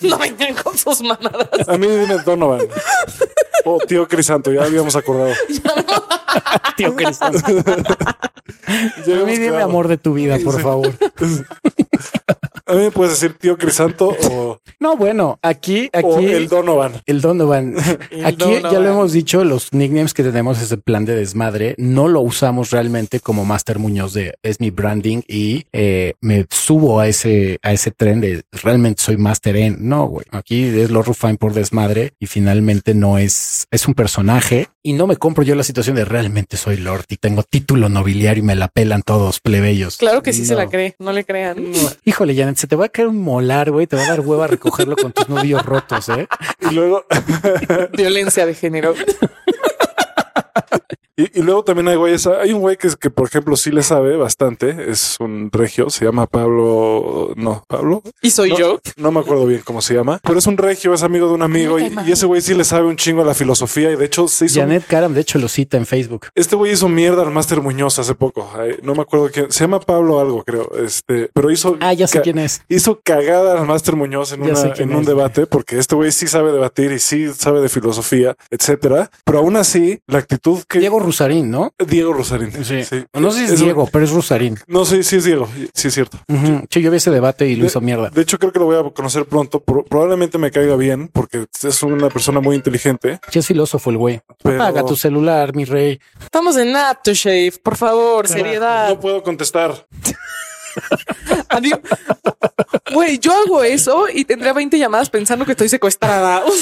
[SPEAKER 2] no vengan con sus manadas.
[SPEAKER 1] a mí dime Donovan. O tío Crisanto, ya habíamos acordado.
[SPEAKER 3] Tío Cristian.
[SPEAKER 1] Ya
[SPEAKER 3] A
[SPEAKER 1] habíamos
[SPEAKER 3] mí dime
[SPEAKER 1] quedado.
[SPEAKER 3] amor de tu vida, por favor.
[SPEAKER 1] A mí me puedes decir tío Crisanto o,
[SPEAKER 3] No, bueno, aquí, aquí.
[SPEAKER 1] o el Donovan.
[SPEAKER 3] El Donovan.
[SPEAKER 2] El
[SPEAKER 3] Aquí ya
[SPEAKER 2] Donovan.
[SPEAKER 3] lo hemos dicho, los nicknames que tenemos es el plan de desmadre. No lo usamos realmente como Master Muñoz de es mi branding y eh, me subo a ese, a ese tren de realmente soy Master en. No, güey. Aquí es lo Rufine por desmadre y finalmente no es, es un personaje y no me compro yo la situación de realmente soy Lord y tengo título nobiliario y me la pelan todos plebeyos.
[SPEAKER 2] Claro que sí se
[SPEAKER 3] No.
[SPEAKER 2] la cree, no le crean.
[SPEAKER 3] Híjole, Janet, se te va a caer un molar, güey. Te va a dar hueva recogerlo con tus nudillos rotos, eh.
[SPEAKER 1] Y luego,
[SPEAKER 2] Violencia de género.
[SPEAKER 1] y, y luego también hay güeyes. Hay un güey que, es- que, por ejemplo, sí le sabe bastante. Es un regio, se llama Pablo. No, Pablo.
[SPEAKER 2] Y soy
[SPEAKER 1] No.
[SPEAKER 2] yo.
[SPEAKER 1] No me acuerdo bien cómo se llama, pero es un regio, es amigo de un amigo y, y ese güey sí le sabe un chingo a la filosofía y de hecho se hizo
[SPEAKER 3] Janet Karam, de hecho, lo cita en Facebook.
[SPEAKER 1] Este güey hizo mierda al Master Muñoz hace poco. Ay, no me acuerdo quién. Se llama Pablo algo, creo. Este, pero hizo.
[SPEAKER 3] Ah, ya sé
[SPEAKER 1] ca-
[SPEAKER 3] quién es.
[SPEAKER 1] Hizo cagada al Master Muñoz en,
[SPEAKER 3] Ya
[SPEAKER 1] una-
[SPEAKER 3] sé quién
[SPEAKER 1] en un
[SPEAKER 3] es.
[SPEAKER 1] debate, porque este güey sí sabe debatir y sí sabe de filosofía, etcétera. Pero aún así, la actitud que
[SPEAKER 3] Diego Rusarín, ¿no?
[SPEAKER 1] Diego Rosarín.
[SPEAKER 3] No sé si es,
[SPEAKER 1] un-
[SPEAKER 3] Diego, pero es Rusarín.
[SPEAKER 1] No sé si es Diego. Sí, es cierto.
[SPEAKER 3] Ujú. Sí, yo vi ese debate y lo hizo mierda.
[SPEAKER 1] De hecho, creo que lo voy a conocer pronto. Pro- probablemente me caiga bien porque es una persona muy inteligente.
[SPEAKER 3] Sí, es filósofo el güey.
[SPEAKER 1] Pero-
[SPEAKER 3] Apaga tu celular, mi rey.
[SPEAKER 2] Estamos en Aftershave, por favor, seriedad.
[SPEAKER 1] No puedo contestar.
[SPEAKER 2] Adiós. Güey, yo hago eso y tendría 20 llamadas pensando que estoy secuestrada.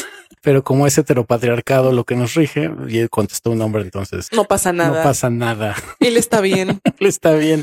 [SPEAKER 3] Pero como es heteropatriarcado lo que nos rige, y él contestó un hombre, entonces
[SPEAKER 2] No pasa nada.
[SPEAKER 3] no pasa nada.
[SPEAKER 2] Él está bien.
[SPEAKER 3] Está bien.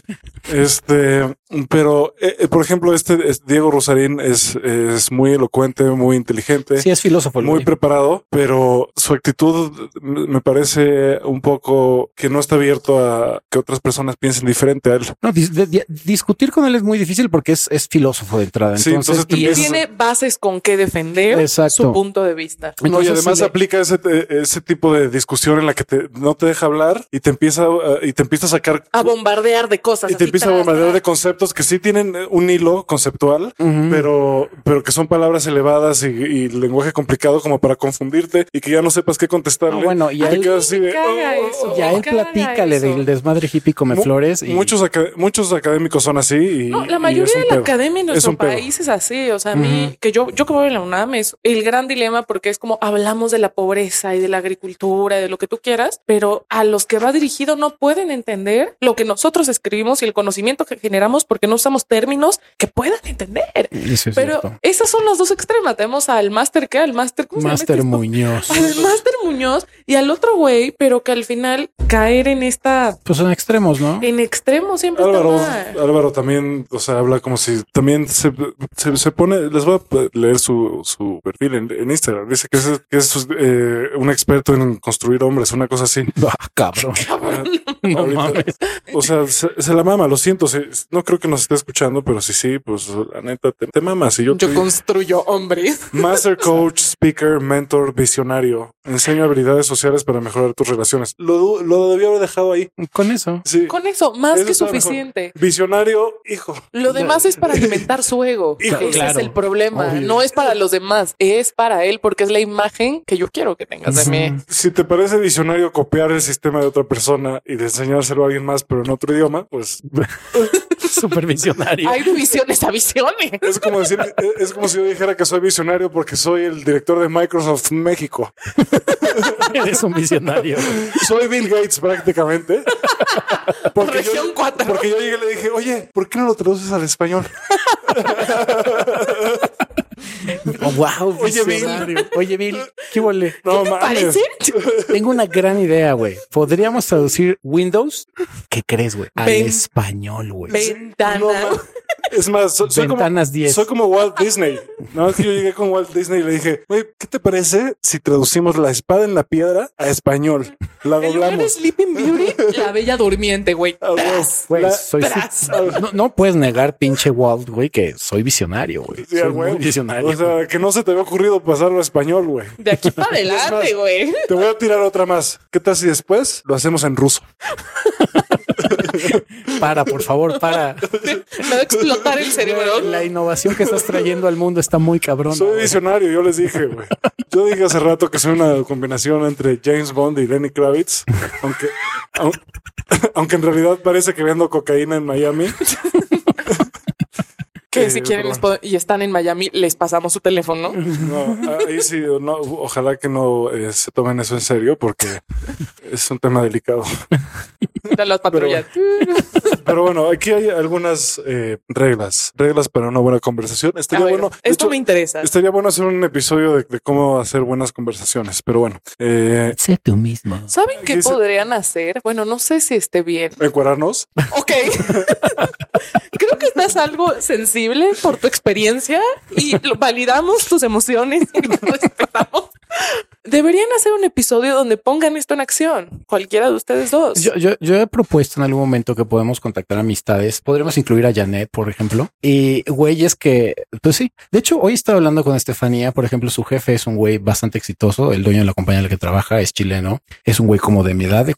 [SPEAKER 1] Este, pero eh, eh, por ejemplo, este es- Diego Rosarín es, es muy elocuente, muy inteligente,
[SPEAKER 3] Sí, es filósofo. el
[SPEAKER 1] muy
[SPEAKER 3] güey.
[SPEAKER 1] preparado, pero su actitud me me parece un poco que no está abierto a que otras personas piensen diferente a él.
[SPEAKER 3] No, dis- de- di- discutir con él es muy difícil porque es, es filósofo de entrada.
[SPEAKER 1] Sí,
[SPEAKER 3] Entonces,
[SPEAKER 1] entonces te
[SPEAKER 3] y es-
[SPEAKER 1] empiezas-
[SPEAKER 2] Tiene bases con qué defender
[SPEAKER 3] Exacto.
[SPEAKER 2] su punto de vista.
[SPEAKER 1] No, y
[SPEAKER 3] entonces,
[SPEAKER 1] además
[SPEAKER 3] sí, le-
[SPEAKER 1] aplica ese, te- ese tipo de discusión en la que te, no te deja hablar y te empieza eh, y te empieza a sacar
[SPEAKER 2] A bombardear de cosas.
[SPEAKER 1] y te
[SPEAKER 2] así,
[SPEAKER 1] empieza a
[SPEAKER 2] tras,
[SPEAKER 1] bombardear de
[SPEAKER 2] tras.
[SPEAKER 1] conceptos que sí tienen eh, un hilo conceptual,
[SPEAKER 3] Ujú.
[SPEAKER 1] pero, pero que son palabras elevadas y, y lenguaje complicado como para confundirte y que ya no sepas qué contestarle.
[SPEAKER 3] Ah, bueno, y
[SPEAKER 1] te
[SPEAKER 3] ahí-
[SPEAKER 1] quedas así de,
[SPEAKER 2] Me caga eso.
[SPEAKER 3] ya él
[SPEAKER 2] Caga
[SPEAKER 3] platícale
[SPEAKER 2] eso.
[SPEAKER 3] del desmadre hippie come
[SPEAKER 1] Mu-
[SPEAKER 3] flores. Y...
[SPEAKER 1] "Oh, Muchos, aca- muchos académicos son así. Y,
[SPEAKER 2] No,
[SPEAKER 1] y es
[SPEAKER 2] la mayoría
[SPEAKER 1] un
[SPEAKER 2] de la
[SPEAKER 1] pedo.
[SPEAKER 2] academia en
[SPEAKER 1] Es
[SPEAKER 2] nuestro
[SPEAKER 1] un pedo.
[SPEAKER 2] país es así. O sea, a mí, que yo, yo que voy en la UNAM es el gran dilema porque es como hablamos de la pobreza y de la agricultura y de lo que tú quieras, pero a los que va dirigido no pueden entender lo que nosotros escribimos y el conocimiento que generamos porque no usamos términos que puedan entender.
[SPEAKER 3] Eso es
[SPEAKER 2] Pero
[SPEAKER 3] cierto.
[SPEAKER 2] esas son las dos extremas. Tenemos al máster que al máster. ¿cómo se llama este
[SPEAKER 3] Master
[SPEAKER 2] estúpido?
[SPEAKER 3] Muñoz.
[SPEAKER 2] Al máster Muñoz y al otro güey, pero que al final caer en esta,
[SPEAKER 3] Pues son extremos, ¿no?
[SPEAKER 2] en extremo siempre está
[SPEAKER 1] Álvaro,
[SPEAKER 2] mal.
[SPEAKER 1] Álvaro también, o sea, habla como si también se, se, se pone. Les voy a leer su, su perfil en, en Instagram. Dice que es, que es eh, un experto en construir hombres, una cosa así.
[SPEAKER 3] Ah, cabrón. No
[SPEAKER 1] Ahorita-
[SPEAKER 3] mames.
[SPEAKER 1] O sea, se, se la mama, lo siento. se- no creo que nos esté escuchando, pero si sí, pues la neta te, te mamas. Y yo,
[SPEAKER 2] Yo
[SPEAKER 1] te-
[SPEAKER 2] construyo hombres.
[SPEAKER 1] Master coach, speaker, mentor, visionario. Enseña habilidades sociales para mejorar tus relaciones. Lo, du- lo debió haber dejado ahí.
[SPEAKER 3] Con eso.
[SPEAKER 1] Sí.
[SPEAKER 2] Con eso, más
[SPEAKER 1] Eso
[SPEAKER 2] que
[SPEAKER 1] está mejor.
[SPEAKER 2] suficiente.
[SPEAKER 1] Visionario, hijo.
[SPEAKER 2] Lo demás es para alimentar su ego.
[SPEAKER 1] Hijo.
[SPEAKER 2] Ese es
[SPEAKER 3] Claro.
[SPEAKER 2] el problema.
[SPEAKER 3] Obvio.
[SPEAKER 2] No es para los demás, es para él porque es la imagen que yo quiero que tengas de mí.
[SPEAKER 1] Si te parece visionario copiar el sistema de otra persona y de enseñárselo a alguien más, pero en otro idioma, pues
[SPEAKER 3] Súper visionario.
[SPEAKER 2] Hay de visiones a visiones.
[SPEAKER 1] Es como decir, es como si yo dijera que soy visionario porque soy el director de Microsoft México.
[SPEAKER 3] Eres un visionario.
[SPEAKER 1] Soy Bill Gates prácticamente. Porque yo,
[SPEAKER 2] Región 4.
[SPEAKER 1] porque yo llegué y le dije, oye, ¿por qué no lo traduces al español?
[SPEAKER 3] Oh, wow,
[SPEAKER 1] Oye, Bill.
[SPEAKER 3] visionario. Oye, Bill, ¿qué huele?
[SPEAKER 1] No mames.
[SPEAKER 2] Parece
[SPEAKER 3] Tengo una gran idea, güey. Podríamos traducir Windows. ¿Qué crees, güey? Al
[SPEAKER 2] Ven-
[SPEAKER 3] español, güey.
[SPEAKER 2] ventana.
[SPEAKER 1] No mames. es más, so- soy, como,
[SPEAKER 3] Ventanas 10.
[SPEAKER 1] soy como Walt Disney. No, es que yo llegué con Walt Disney y le dije, oye, ¿qué te parece si traducimos la espada en la piedra a español? La
[SPEAKER 2] El lugar es
[SPEAKER 1] doblamos.
[SPEAKER 2] Sleeping Beauty, la bella durmiente, güey.
[SPEAKER 1] Ah, güey.
[SPEAKER 2] Tras.
[SPEAKER 3] Güey,
[SPEAKER 1] La-
[SPEAKER 3] soy
[SPEAKER 2] tras.
[SPEAKER 3] su- no, no puedes negar, pinche Walt, güey, que soy visionario, güey.
[SPEAKER 1] Sí,
[SPEAKER 3] soy
[SPEAKER 1] güey.
[SPEAKER 3] muy visionario.
[SPEAKER 1] O sea, que no se te había ocurrido pasarlo a español, güey.
[SPEAKER 2] De aquí para adelante,
[SPEAKER 1] más,
[SPEAKER 2] güey.
[SPEAKER 1] Te voy a tirar otra más. ¿Qué tal si después lo hacemos en ruso?
[SPEAKER 3] para, por favor, para.
[SPEAKER 2] Me va a explotar el cerebro.
[SPEAKER 3] La innovación que estás trayendo al mundo está muy cabrona.
[SPEAKER 1] Soy
[SPEAKER 3] güey.
[SPEAKER 1] visionario, yo les dije, güey. Yo dije hace rato que soy una combinación entre James Bond y Lenny Kravitz, aunque, au- aunque en realidad parece que vendo cocaína en Miami.
[SPEAKER 2] Que
[SPEAKER 1] Eh,
[SPEAKER 2] si quieren
[SPEAKER 1] pero
[SPEAKER 2] les puedo- y están en Miami, les pasamos su teléfono.
[SPEAKER 1] No, ahí sí, no, ojalá que no eh, se tomen eso en serio porque es un tema delicado.
[SPEAKER 2] De las patrullas.
[SPEAKER 1] Pero bueno, aquí hay algunas eh, reglas, reglas para una buena conversación. Estaría
[SPEAKER 2] Ah, bueno,
[SPEAKER 1] bueno. de
[SPEAKER 2] esto
[SPEAKER 1] hecho,
[SPEAKER 2] me interesa.
[SPEAKER 1] Estaría bueno hacer un episodio de, de cómo hacer buenas conversaciones, pero bueno, eh,
[SPEAKER 4] Sé tú mismo.
[SPEAKER 2] ¿Saben qué
[SPEAKER 1] Dice-
[SPEAKER 2] podrían hacer? Bueno, no sé si esté bien.
[SPEAKER 1] encuadrarnos.
[SPEAKER 2] Ok. Creo que estás algo sensible por tu experiencia y lo- validamos tus emociones y lo respetamos. Deberían hacer un episodio donde pongan esto en acción. Cualquiera de ustedes dos.
[SPEAKER 3] Yo, yo, yo he propuesto en algún momento que podemos contactar amistades. Podríamos incluir a Janet, por ejemplo, y güeyes que, pues sí. De hecho, hoy estaba hablando con Estefanía, por ejemplo, su jefe es un güey bastante exitoso. El dueño de la compañía en la que trabaja es chileno. Es un güey como de mi edad, de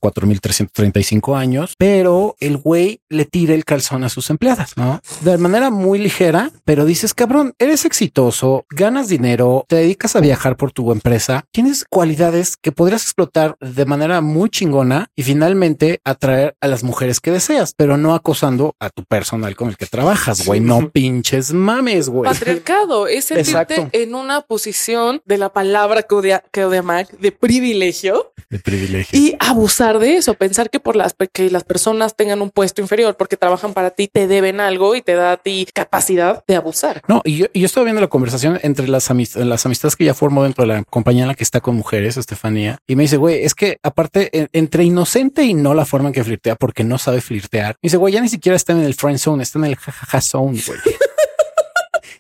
[SPEAKER 3] 4.335 años, pero el güey le tira el calzón a sus empleadas, ¿no? De manera muy ligera, pero dices, cabrón, eres exitoso, ganas dinero, te dedicas a viajar por tu empresa, tienes cualidades que podrías explotar de manera muy chingona y finalmente atraer a las mujeres que deseas, pero no acosando a tu personal con el que trabajas, güey. No pinches mames, güey.
[SPEAKER 2] Patriarcado es sentirte
[SPEAKER 3] Exacto.
[SPEAKER 2] en una posición de la palabra que odia, que odia Mac de privilegio
[SPEAKER 3] De privilegio.
[SPEAKER 2] y abusar de eso, pensar que por las que las personas tengan un puesto inferior porque trabajan para ti, te deben algo y te da a ti capacidad de abusar.
[SPEAKER 3] No, y yo, y yo estaba viendo la conversación entre las, amist- las amistades que ya formó dentro de la compañía en la que está con mujeres, Estefanía, y me dice, güey, es que aparte, en- entre inocente y no la forma en que flirtea, porque no sabe flirtear, me dice, güey, ya ni siquiera está en el friend zone, está en el jajaja zone, güey.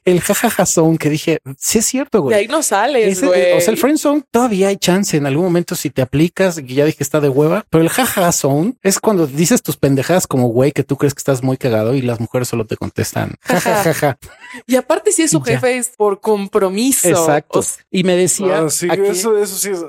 [SPEAKER 3] el jajaja zone que dije, sí es cierto,
[SPEAKER 2] De
[SPEAKER 3] güey.
[SPEAKER 2] ahí no sales,
[SPEAKER 3] Ese-
[SPEAKER 2] güey.
[SPEAKER 3] o sea, el friend zone todavía hay chance en algún momento si te aplicas, que ya dije está de hueva, pero el jajaja zone es cuando dices tus pendejadas como güey que tú crees que estás muy cagado y las mujeres solo te contestan jajajaja.
[SPEAKER 2] Y aparte, si es su
[SPEAKER 3] Ya.
[SPEAKER 2] jefe, es por compromiso.
[SPEAKER 3] Exacto.
[SPEAKER 2] O sea,
[SPEAKER 3] y me decía,
[SPEAKER 1] Ah, sí,
[SPEAKER 3] aquí-
[SPEAKER 1] eso, eso sí es.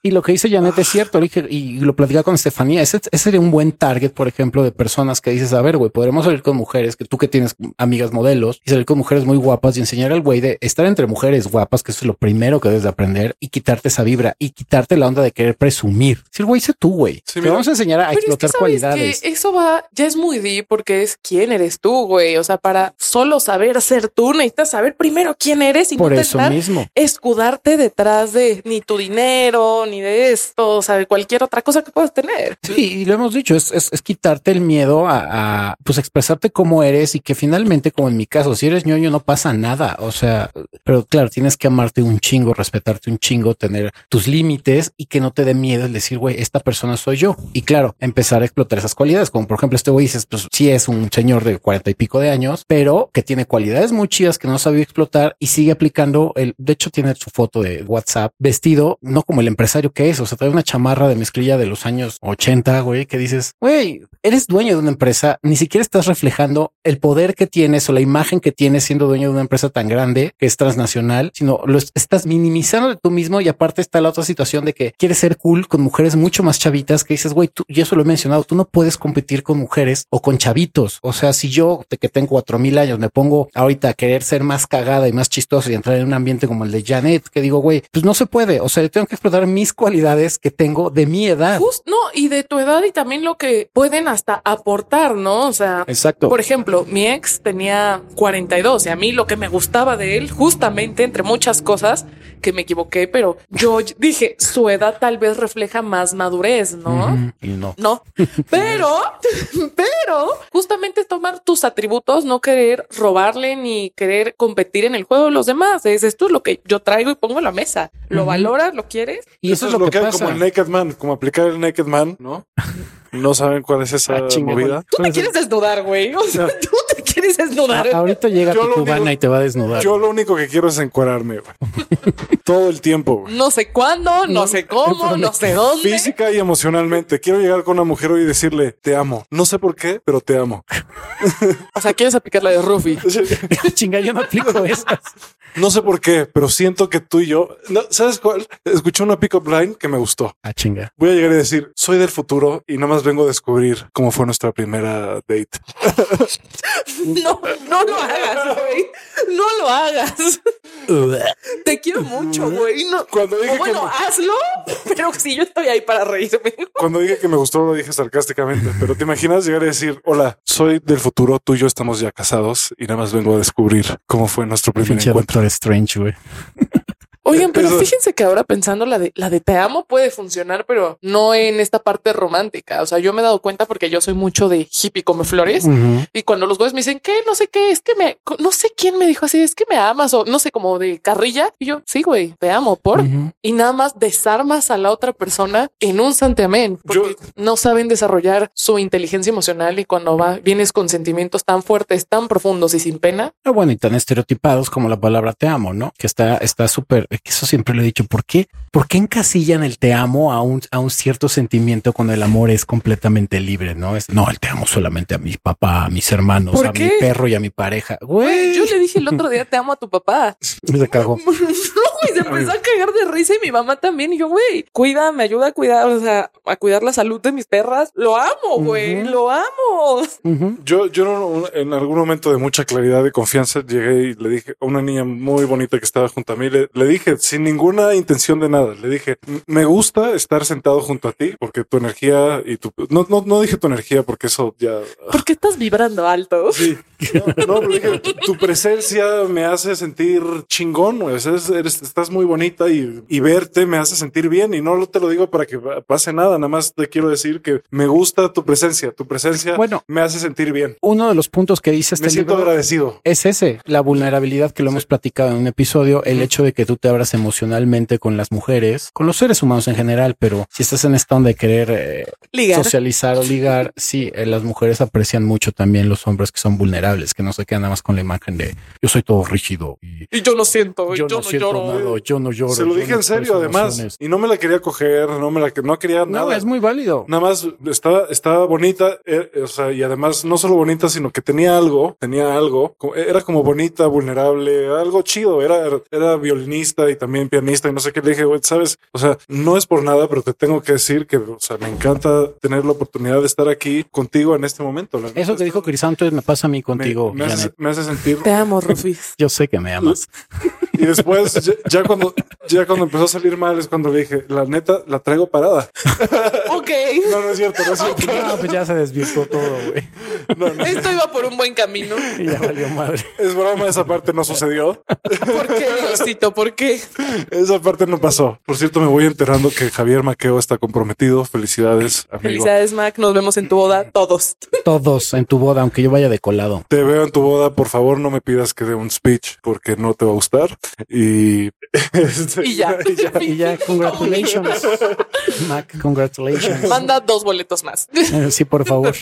[SPEAKER 3] y lo que dice Janet es cierto, le dije, y lo platicaba con Estefanía, ese, ese sería un buen target, por ejemplo, de personas que dices, a ver, güey, podremos salir con mujeres, que tú que tienes amigas modelos, y salir con mujeres muy guapas y enseñar al güey de estar entre mujeres guapas, que eso es lo primero que debes de aprender, y quitarte esa vibra, y quitarte la onda de querer presumir. Si el güey dice tú, güey,
[SPEAKER 1] Sí,
[SPEAKER 3] te
[SPEAKER 1] mira.
[SPEAKER 3] vamos a enseñar a
[SPEAKER 2] Pero es que
[SPEAKER 3] explotar
[SPEAKER 2] sabes
[SPEAKER 3] cualidades.
[SPEAKER 2] que eso va, ya es muy deep porque es quién eres tú, güey. O sea, para solo saber ser tú, necesitas saber primero quién eres y
[SPEAKER 3] Por
[SPEAKER 2] no
[SPEAKER 3] eso
[SPEAKER 2] intentar
[SPEAKER 3] mismo.
[SPEAKER 2] escudarte detrás de ni tu dinero, ni de esto, o sea, de cualquier otra cosa que puedas tener.
[SPEAKER 3] Sí, y lo hemos dicho, es, es, es quitarte el miedo a, a, pues expresarte como eres y que finalmente, como en mi caso, si eres ñoño no pasa nada. O sea, pero claro, tienes que amarte un chingo, respetarte un chingo, tener tus límites y que no te dé miedo el decir, güey, esta persona soy yo. Y claro, empezar a explotar esas cualidades, como por ejemplo este güey dices, pues sí es un señor de cuarenta y pico de años, pero que tiene cualidades muy chidas que no sabía explotar y sigue aplicando el, de hecho tiene su foto de WhatsApp vestido, no como el empresario que es, o sea, trae una chamarra de mezclilla de los años 80, güey, que dices, güey, eres dueño de una empresa, ni siquiera estás reflejando el poder que tienes o la imagen que tienes siendo dueño de una empresa tan grande que es transnacional, sino lo es- estás minimizando de tú mismo y aparte está la otra situación de que quieres ser cool con mujeres mucho más chavitas que dices, güey, tú, y eso lo he mencionado, tú no puedes competir con mujeres o con chavitos. O sea, si yo te- que tengo cuatro mil años me pongo ahorita a querer ser más cagada y más chistosa y entrar en un ambiente como el de Janet, que digo, güey, pues no se puede. O sea, yo tengo que explotar mis mis cualidades que tengo de mi edad.
[SPEAKER 2] Justo, no, y de tu edad y también lo que pueden hasta aportar, ¿no? O sea,
[SPEAKER 3] Exacto.
[SPEAKER 2] por ejemplo, mi ex tenía 42 y a mí lo que me gustaba de él, justamente entre muchas cosas que me equivoqué, pero yo dije, su edad tal vez refleja más madurez, ¿no?
[SPEAKER 3] Ujú, Y no.
[SPEAKER 2] No, pero, pero justamente tomar tus atributos, no querer robarle ni querer competir en el juego de los demás. Es esto es lo que yo traigo y pongo a la mesa. ¿Lo
[SPEAKER 3] Ujú.
[SPEAKER 2] valoras? ¿Lo quieres?
[SPEAKER 3] Y eso, es lo, que,
[SPEAKER 1] hay
[SPEAKER 3] pasa.
[SPEAKER 1] como el Naked Man, como aplicar el Naked Man, ¿no? No saben cuál es esa
[SPEAKER 3] Ah, chinga,
[SPEAKER 1] movida.
[SPEAKER 2] Tú te quieres desnudar, güey. O sea, tú te quieres desnudar.
[SPEAKER 3] A- ahorita llega
[SPEAKER 1] Yo
[SPEAKER 3] tu
[SPEAKER 1] lo
[SPEAKER 3] cubana
[SPEAKER 1] único-
[SPEAKER 3] y te va a desnudar.
[SPEAKER 1] Yo lo único que quiero es encuerarme, güey. Todo el tiempo, güey.
[SPEAKER 2] No sé cuándo, no, sé cómo, no sé dónde.
[SPEAKER 1] Física y emocionalmente. Quiero llegar con una mujer y decirle, te amo. No sé por qué, pero te amo.
[SPEAKER 2] O sea, quieres aplicar la de Rufi.
[SPEAKER 3] Chinga, yo no aplico esas.
[SPEAKER 1] No sé por qué, pero siento que tú y yo... No, ¿Sabes cuál? Escuché una pick-up line que me gustó.
[SPEAKER 3] Ah, chinga.
[SPEAKER 1] Voy a llegar y decir, soy del futuro y nada más vengo a descubrir cómo fue nuestra primera date.
[SPEAKER 2] No, no lo hagas, güey. No lo hagas. Te quiero mucho, güey. No.
[SPEAKER 1] Cuando dije,
[SPEAKER 2] O bueno,
[SPEAKER 1] que,
[SPEAKER 2] hazlo, pero si yo estoy ahí para reírme.
[SPEAKER 1] cuando dije que me gustó, lo dije sarcásticamente, pero te imaginas llegar y decir, hola, soy del futuro, tú y yo estamos ya casados y nada más vengo a descubrir cómo fue nuestro primer
[SPEAKER 3] Pinche
[SPEAKER 1] Pues encuentro.
[SPEAKER 3] Doctor Strange, güey.
[SPEAKER 2] Oigan, pero
[SPEAKER 1] Eso-
[SPEAKER 2] fíjense que ahora pensando la de la de te amo puede funcionar, pero no en esta parte romántica. O sea, yo me he dado cuenta porque yo soy mucho de hippie come flores y cuando los güeyes me dicen que no sé qué es que me no sé quién me dijo así es que me amas o no sé como de carrilla y yo sí güey te amo por
[SPEAKER 3] Ujú.
[SPEAKER 2] y nada más desarmas a la otra persona en un santiamén porque no saben desarrollar su inteligencia emocional y cuando va vienes con sentimientos tan fuertes, tan profundos y sin pena
[SPEAKER 3] Ah, bueno, y tan estereotipados como la palabra te amo, ¿no? Que está, está súper, eh, que eso siempre lo he dicho. ¿Por qué? ¿Por qué encasillan el te amo a un, a un cierto sentimiento cuando el amor es completamente libre, no? Es, no, el te amo solamente a mi papá, a mis hermanos,
[SPEAKER 2] ¿Por
[SPEAKER 3] a mi
[SPEAKER 2] qué?
[SPEAKER 3] perro y a mi pareja.
[SPEAKER 2] Güey,
[SPEAKER 3] Güey,
[SPEAKER 2] yo le dije el otro día te amo a tu papá.
[SPEAKER 3] se cagó.
[SPEAKER 2] No, güey, se empezó a cagar de risa y mi mamá también. Y yo, güey, cuida, me ayuda a cuidar, o sea, a cuidar la salud de mis perras. Lo amo, güey,
[SPEAKER 3] Ujú.
[SPEAKER 2] lo amo.
[SPEAKER 3] Ujú.
[SPEAKER 1] Yo, yo no- en algún momento de mucha claridad y confianza llegué y le dije a una niña muy bonita que estaba junto a mí, le, le dije sin ninguna intención de nada, le dije, "M- me gusta estar sentado junto a ti porque tu energía y tu... No, no, no dije tu energía porque eso ya...
[SPEAKER 2] ¿Por qué estás vibrando alto?
[SPEAKER 1] Sí, no, no, pero dije, "Tu- tu presencia me hace sentir chingón, güey. O sea, es- eres- estás muy bonita y, y verte me hace sentir bien y no lo- te lo digo para que pa- pase nada, nada más te quiero decir que me gusta tu presencia, tu presencia
[SPEAKER 3] Bueno.
[SPEAKER 1] me hace sentir bien.
[SPEAKER 3] Uno de los puntos que dice
[SPEAKER 1] Me
[SPEAKER 3] este
[SPEAKER 1] siento
[SPEAKER 3] libro
[SPEAKER 1] agradecido.
[SPEAKER 3] es ese, la vulnerabilidad que lo hemos platicado en un episodio, el hecho de que tú te abras emocionalmente con las mujeres, con los seres humanos en general, pero si estás en esta onda de querer eh,
[SPEAKER 2] Ligar.
[SPEAKER 3] socializar o ligar, sí, eh, las mujeres aprecian mucho también los hombres que son vulnerables, que no se quedan nada más con la imagen de yo soy todo rígido y
[SPEAKER 2] Y yo no siento,
[SPEAKER 3] yo, no, siento
[SPEAKER 2] lloro.
[SPEAKER 3] nada, o yo no lloro.
[SPEAKER 1] Se lo
[SPEAKER 3] yo
[SPEAKER 1] dije
[SPEAKER 3] no
[SPEAKER 1] en serio,
[SPEAKER 3] expreso
[SPEAKER 1] además,
[SPEAKER 3] emociones".
[SPEAKER 1] y no me la quería coger, no me la que no quería
[SPEAKER 3] No,
[SPEAKER 1] nada.
[SPEAKER 3] es muy válido.
[SPEAKER 1] Nada más estaba, estaba bonita, eh, o sea, y además no solo bonita, sino que tenía algo, tenía algo, co- e, era como bonita, vulnerable, algo chido, era, era violinista y también pianista y no sé qué le dije, güey, sabes, o sea, no es por nada, pero te tengo que decir que, o sea, me encanta tener la oportunidad de estar aquí contigo en este momento. La neta,
[SPEAKER 3] Eso que dijo Crisanto me pasa a mí
[SPEAKER 1] me-
[SPEAKER 3] contigo.
[SPEAKER 1] me, hace,
[SPEAKER 3] Janet.
[SPEAKER 1] me hace sentir
[SPEAKER 2] Te amo, Rufis.
[SPEAKER 3] Yo sé que me amas.
[SPEAKER 1] Y después, ya, ya cuando ya cuando empezó a salir mal, es cuando le dije, la neta, la traigo parada.
[SPEAKER 2] ok.
[SPEAKER 1] No, no es cierto, no es cierto.
[SPEAKER 3] No, pues ya se desvirtuó todo, güey.
[SPEAKER 1] No, no,
[SPEAKER 2] Esto iba por un buen camino.
[SPEAKER 3] Y Ya valió madre.
[SPEAKER 1] es broma, esa parte no sucedió.
[SPEAKER 2] ¿Por qué, Diosito? ¿Por qué?
[SPEAKER 1] Esa parte no pasó. Por cierto, me voy enterando que Javier Maqueo está comprometido. Felicidades, amigo.
[SPEAKER 2] Felicidades, Mac. Nos vemos en tu boda todos.
[SPEAKER 3] Todos en tu boda, aunque yo vaya de colado.
[SPEAKER 1] Te veo en tu boda, por favor, no me pidas que dé un speech porque no te va a gustar. Y, este,
[SPEAKER 2] Y ya.
[SPEAKER 3] Y ya, congratulations. Mac, congratulations.
[SPEAKER 2] Manda dos boletos más.
[SPEAKER 3] Eh, Sí, por favor.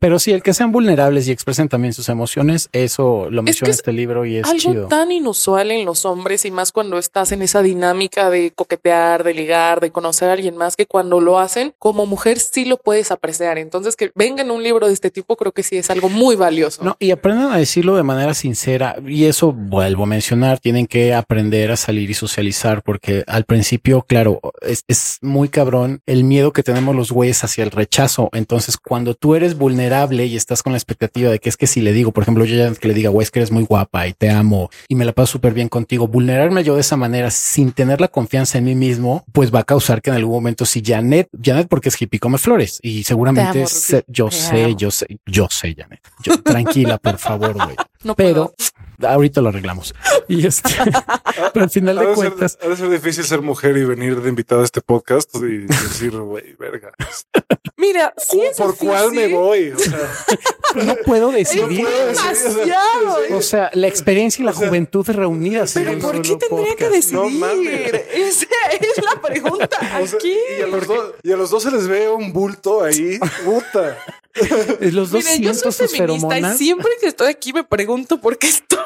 [SPEAKER 3] Pero sí, el que sean vulnerables y expresen también sus emociones, eso lo menciona
[SPEAKER 2] es
[SPEAKER 3] este libro y es
[SPEAKER 2] algo
[SPEAKER 3] chido.
[SPEAKER 2] tan inusual en los hombres y más cuando estás en esa dinámica de coquetear, de ligar, de conocer a alguien más, que cuando lo hacen como mujer sí lo puedes apreciar. Entonces que venga en un libro de este tipo creo que sí es algo muy valioso.
[SPEAKER 3] No, y aprendan a decirlo de manera sincera. Y eso vuelvo a mencionar. Tienen que aprender a salir y socializar, porque al principio, claro, es, es muy cabrón el miedo que tenemos los güeyes hacia el rechazo. Entonces, cuando tú eres vulnerable y estás con la expectativa de que es que si le digo, por ejemplo, yo ya que le diga, güey, es que eres muy guapa y te amo y me la paso súper bien contigo, digo, vulnerarme yo de esa manera sin tener la confianza en mí mismo, pues va a causar que en algún momento si Janet, Janet porque es hippie come flores y seguramente
[SPEAKER 2] Te amo,
[SPEAKER 3] se-
[SPEAKER 2] Rufy.
[SPEAKER 3] yo
[SPEAKER 2] Te
[SPEAKER 3] sé,
[SPEAKER 2] amo.
[SPEAKER 3] yo sé, yo sé, Janet. Yo- tranquila, por favor, güey.
[SPEAKER 2] No
[SPEAKER 3] Pero ahorita lo arreglamos. Y este, pero al final
[SPEAKER 1] Ha
[SPEAKER 3] de
[SPEAKER 1] de, ser,
[SPEAKER 3] cuentas,
[SPEAKER 1] ha de ser difícil ser mujer y venir de invitado a este podcast y decir, güey, verga.
[SPEAKER 2] Mira, sí es
[SPEAKER 1] ¿Por cuál me
[SPEAKER 2] difícil.
[SPEAKER 1] voy? O sea,
[SPEAKER 3] no puedo
[SPEAKER 2] Es
[SPEAKER 3] decidir.
[SPEAKER 2] demasiado.
[SPEAKER 3] O sea, la experiencia y la
[SPEAKER 1] sea,
[SPEAKER 3] juventud reunidas. en
[SPEAKER 2] Pero
[SPEAKER 3] un
[SPEAKER 2] ¿por qué
[SPEAKER 3] solo
[SPEAKER 2] tendría que
[SPEAKER 3] podcast.
[SPEAKER 2] decidir?
[SPEAKER 1] No mames.
[SPEAKER 2] Esa es la pregunta
[SPEAKER 1] o sea,
[SPEAKER 2] aquí.
[SPEAKER 1] y, a los dos, y a los dos se les ve un bulto ahí. Puta.
[SPEAKER 3] Los dos
[SPEAKER 2] Miren, yo
[SPEAKER 3] siento
[SPEAKER 2] soy feminista
[SPEAKER 3] sus
[SPEAKER 2] y
[SPEAKER 3] feromonas.
[SPEAKER 2] siempre que estoy aquí me pregunto por qué estoy.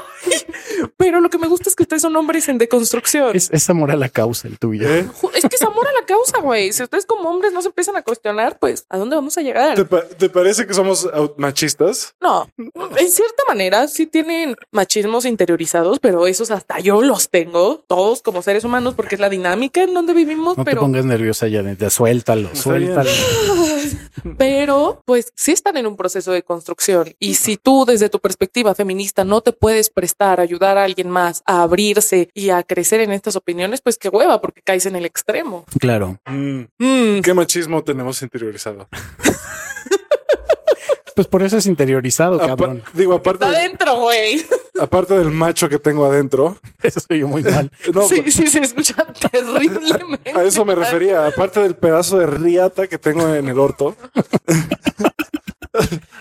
[SPEAKER 2] Pero lo que me gusta es que ustedes son hombres en deconstrucción. Es,
[SPEAKER 3] Es, es amor a la causa, el tuyo.
[SPEAKER 1] ¿Eh?
[SPEAKER 2] que es amor a la causa, güey. Si ustedes como hombres no se empiezan a cuestionar, pues, ¿a dónde vamos a llegar?
[SPEAKER 1] ¿Te, pa- te parece que somos out- machistas?
[SPEAKER 2] No, en cierta manera sí tienen machismos interiorizados, pero esos hasta yo los tengo, todos como seres humanos, porque es la dinámica en donde vivimos,
[SPEAKER 3] No te
[SPEAKER 2] pero...
[SPEAKER 3] pongas nerviosa, Janet. Ya Suéltalo,
[SPEAKER 1] Está
[SPEAKER 3] suéltalo.
[SPEAKER 2] pero pues sí están en un proceso de construcción y si tú desde tu perspectiva feminista no te puedes prestar a ayudar a alguien más a abrirse y a crecer en estas opiniones, pues qué hueva porque caes en el extremo.
[SPEAKER 3] Claro.
[SPEAKER 1] Mm,
[SPEAKER 2] Mm,
[SPEAKER 1] ¿Qué machismo tenemos interiorizado?
[SPEAKER 3] Pues por eso es interiorizado,
[SPEAKER 2] Ah,
[SPEAKER 1] Apa-
[SPEAKER 3] cabrón.
[SPEAKER 1] digo, aparte,
[SPEAKER 2] Está adentro, güey.
[SPEAKER 1] aparte del macho que tengo adentro.
[SPEAKER 3] Eso soy yo muy mal.
[SPEAKER 1] No, pues.
[SPEAKER 2] Sí, sí, se escucha terriblemente.
[SPEAKER 1] A eso me refería, aparte del pedazo de riata que tengo en el orto.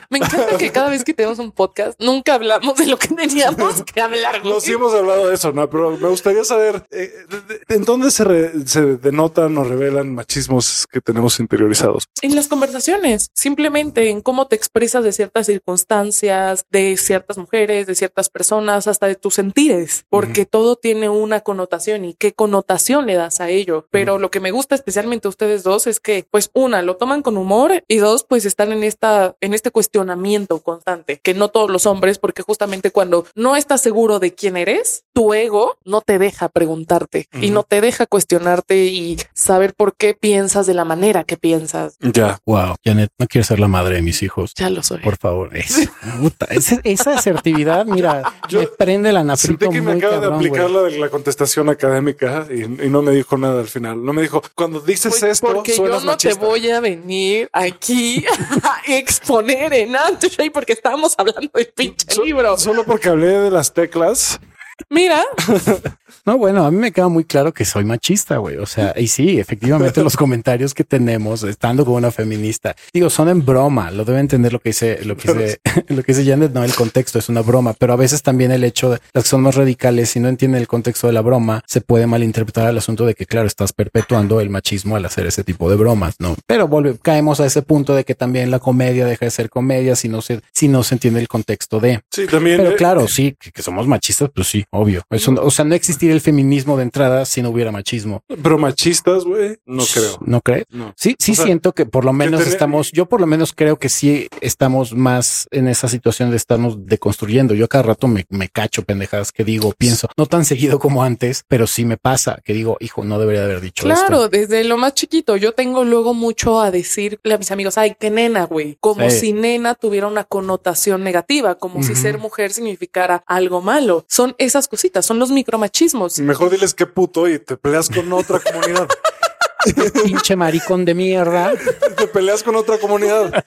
[SPEAKER 2] Me encanta que cada vez que tenemos un podcast nunca hablamos de lo que teníamos que hablar. güey.
[SPEAKER 1] No, sí hemos hablado de eso, ¿no? Pero me gustaría saber eh, de- de- en dónde se, re- se denotan o revelan machismos que tenemos interiorizados.
[SPEAKER 2] En las conversaciones, simplemente en cómo te expresas de ciertas circunstancias, de ciertas mujeres, de ciertas personas, hasta de tus sentires, porque todo tiene una connotación y qué connotación le das a ello. Pero lo que me gusta especialmente a ustedes dos es que, pues, una, lo toman con humor y dos, pues están en esta, en este cuestionamiento constante, que no todos los hombres, porque justamente cuando no estás seguro de quién eres, tu ego no te deja preguntarte y
[SPEAKER 1] Ujú.
[SPEAKER 2] no te deja cuestionarte y saber por qué piensas de la manera que piensas.
[SPEAKER 1] Ya.
[SPEAKER 3] Wow, Janet, no quiero ser la madre de mis hijos.
[SPEAKER 2] Ya lo soy.
[SPEAKER 3] Por favor, eso. Puta, esa, esa asertividad, mira,
[SPEAKER 1] Yo
[SPEAKER 3] me prende la
[SPEAKER 1] Sentí
[SPEAKER 3] nafrito
[SPEAKER 1] que me
[SPEAKER 3] muy
[SPEAKER 1] acaba de
[SPEAKER 3] cabrón,
[SPEAKER 1] aplicar
[SPEAKER 3] güey.
[SPEAKER 1] la de la contestación académica y, y no me dijo nada al final. No me dijo, cuando dices
[SPEAKER 2] Pues,
[SPEAKER 1] esto,
[SPEAKER 2] porque yo no
[SPEAKER 1] suenas machista.
[SPEAKER 2] te voy a venir aquí a exponer en Antushay porque estábamos hablando del pinche libro.
[SPEAKER 1] Solo porque hablé de las teclas.
[SPEAKER 2] Mira,
[SPEAKER 3] No, bueno, a mí me queda muy claro que soy machista, güey. O sea, y sí, efectivamente los comentarios que tenemos estando con una feminista, digo, son en broma. Lo debe entender lo que dice, lo que dice, lo que dice Janet. No, el contexto es una broma, pero a veces también el hecho de las que son más radicales, si no entienden el contexto de la broma, se puede malinterpretar el asunto de que, claro, estás perpetuando el machismo al hacer ese tipo de bromas, ¿no? Pero volve, caemos a ese punto de que también la comedia deja de ser comedia si no se, si no se entiende el contexto de.
[SPEAKER 1] Sí, también.
[SPEAKER 3] Pero
[SPEAKER 1] eh,
[SPEAKER 3] claro, sí, que, que somos machistas, pues sí, obvio. Eso no- o sea, no existiría el feminismo de entrada si no hubiera machismo.
[SPEAKER 1] Pero machistas, güey, no creo.
[SPEAKER 3] ¿No crees?
[SPEAKER 1] No.
[SPEAKER 3] Sí, sí
[SPEAKER 1] O sea,
[SPEAKER 3] siento que por lo menos
[SPEAKER 1] tener-
[SPEAKER 3] estamos, yo por lo menos creo que sí estamos más en esa situación de estarnos deconstruyendo. Yo cada rato me, me cacho pendejadas que digo, pienso, no tan seguido como antes, pero sí me pasa que digo, hijo, no debería haber dicho
[SPEAKER 2] claro,
[SPEAKER 3] esto.
[SPEAKER 2] desde lo más chiquito, yo tengo luego mucho a decirle a mis amigos, ay, qué nena, güey, como
[SPEAKER 3] Sí.
[SPEAKER 2] si nena tuviera una connotación negativa, como si
[SPEAKER 3] Ujú.
[SPEAKER 2] ser mujer significara algo malo. Son esas cositas, son los micromachismos.
[SPEAKER 1] Mejor diles qué puto y te peleas con otra comunidad.
[SPEAKER 3] Pinche maricón de mierda.
[SPEAKER 1] te peleas con otra comunidad.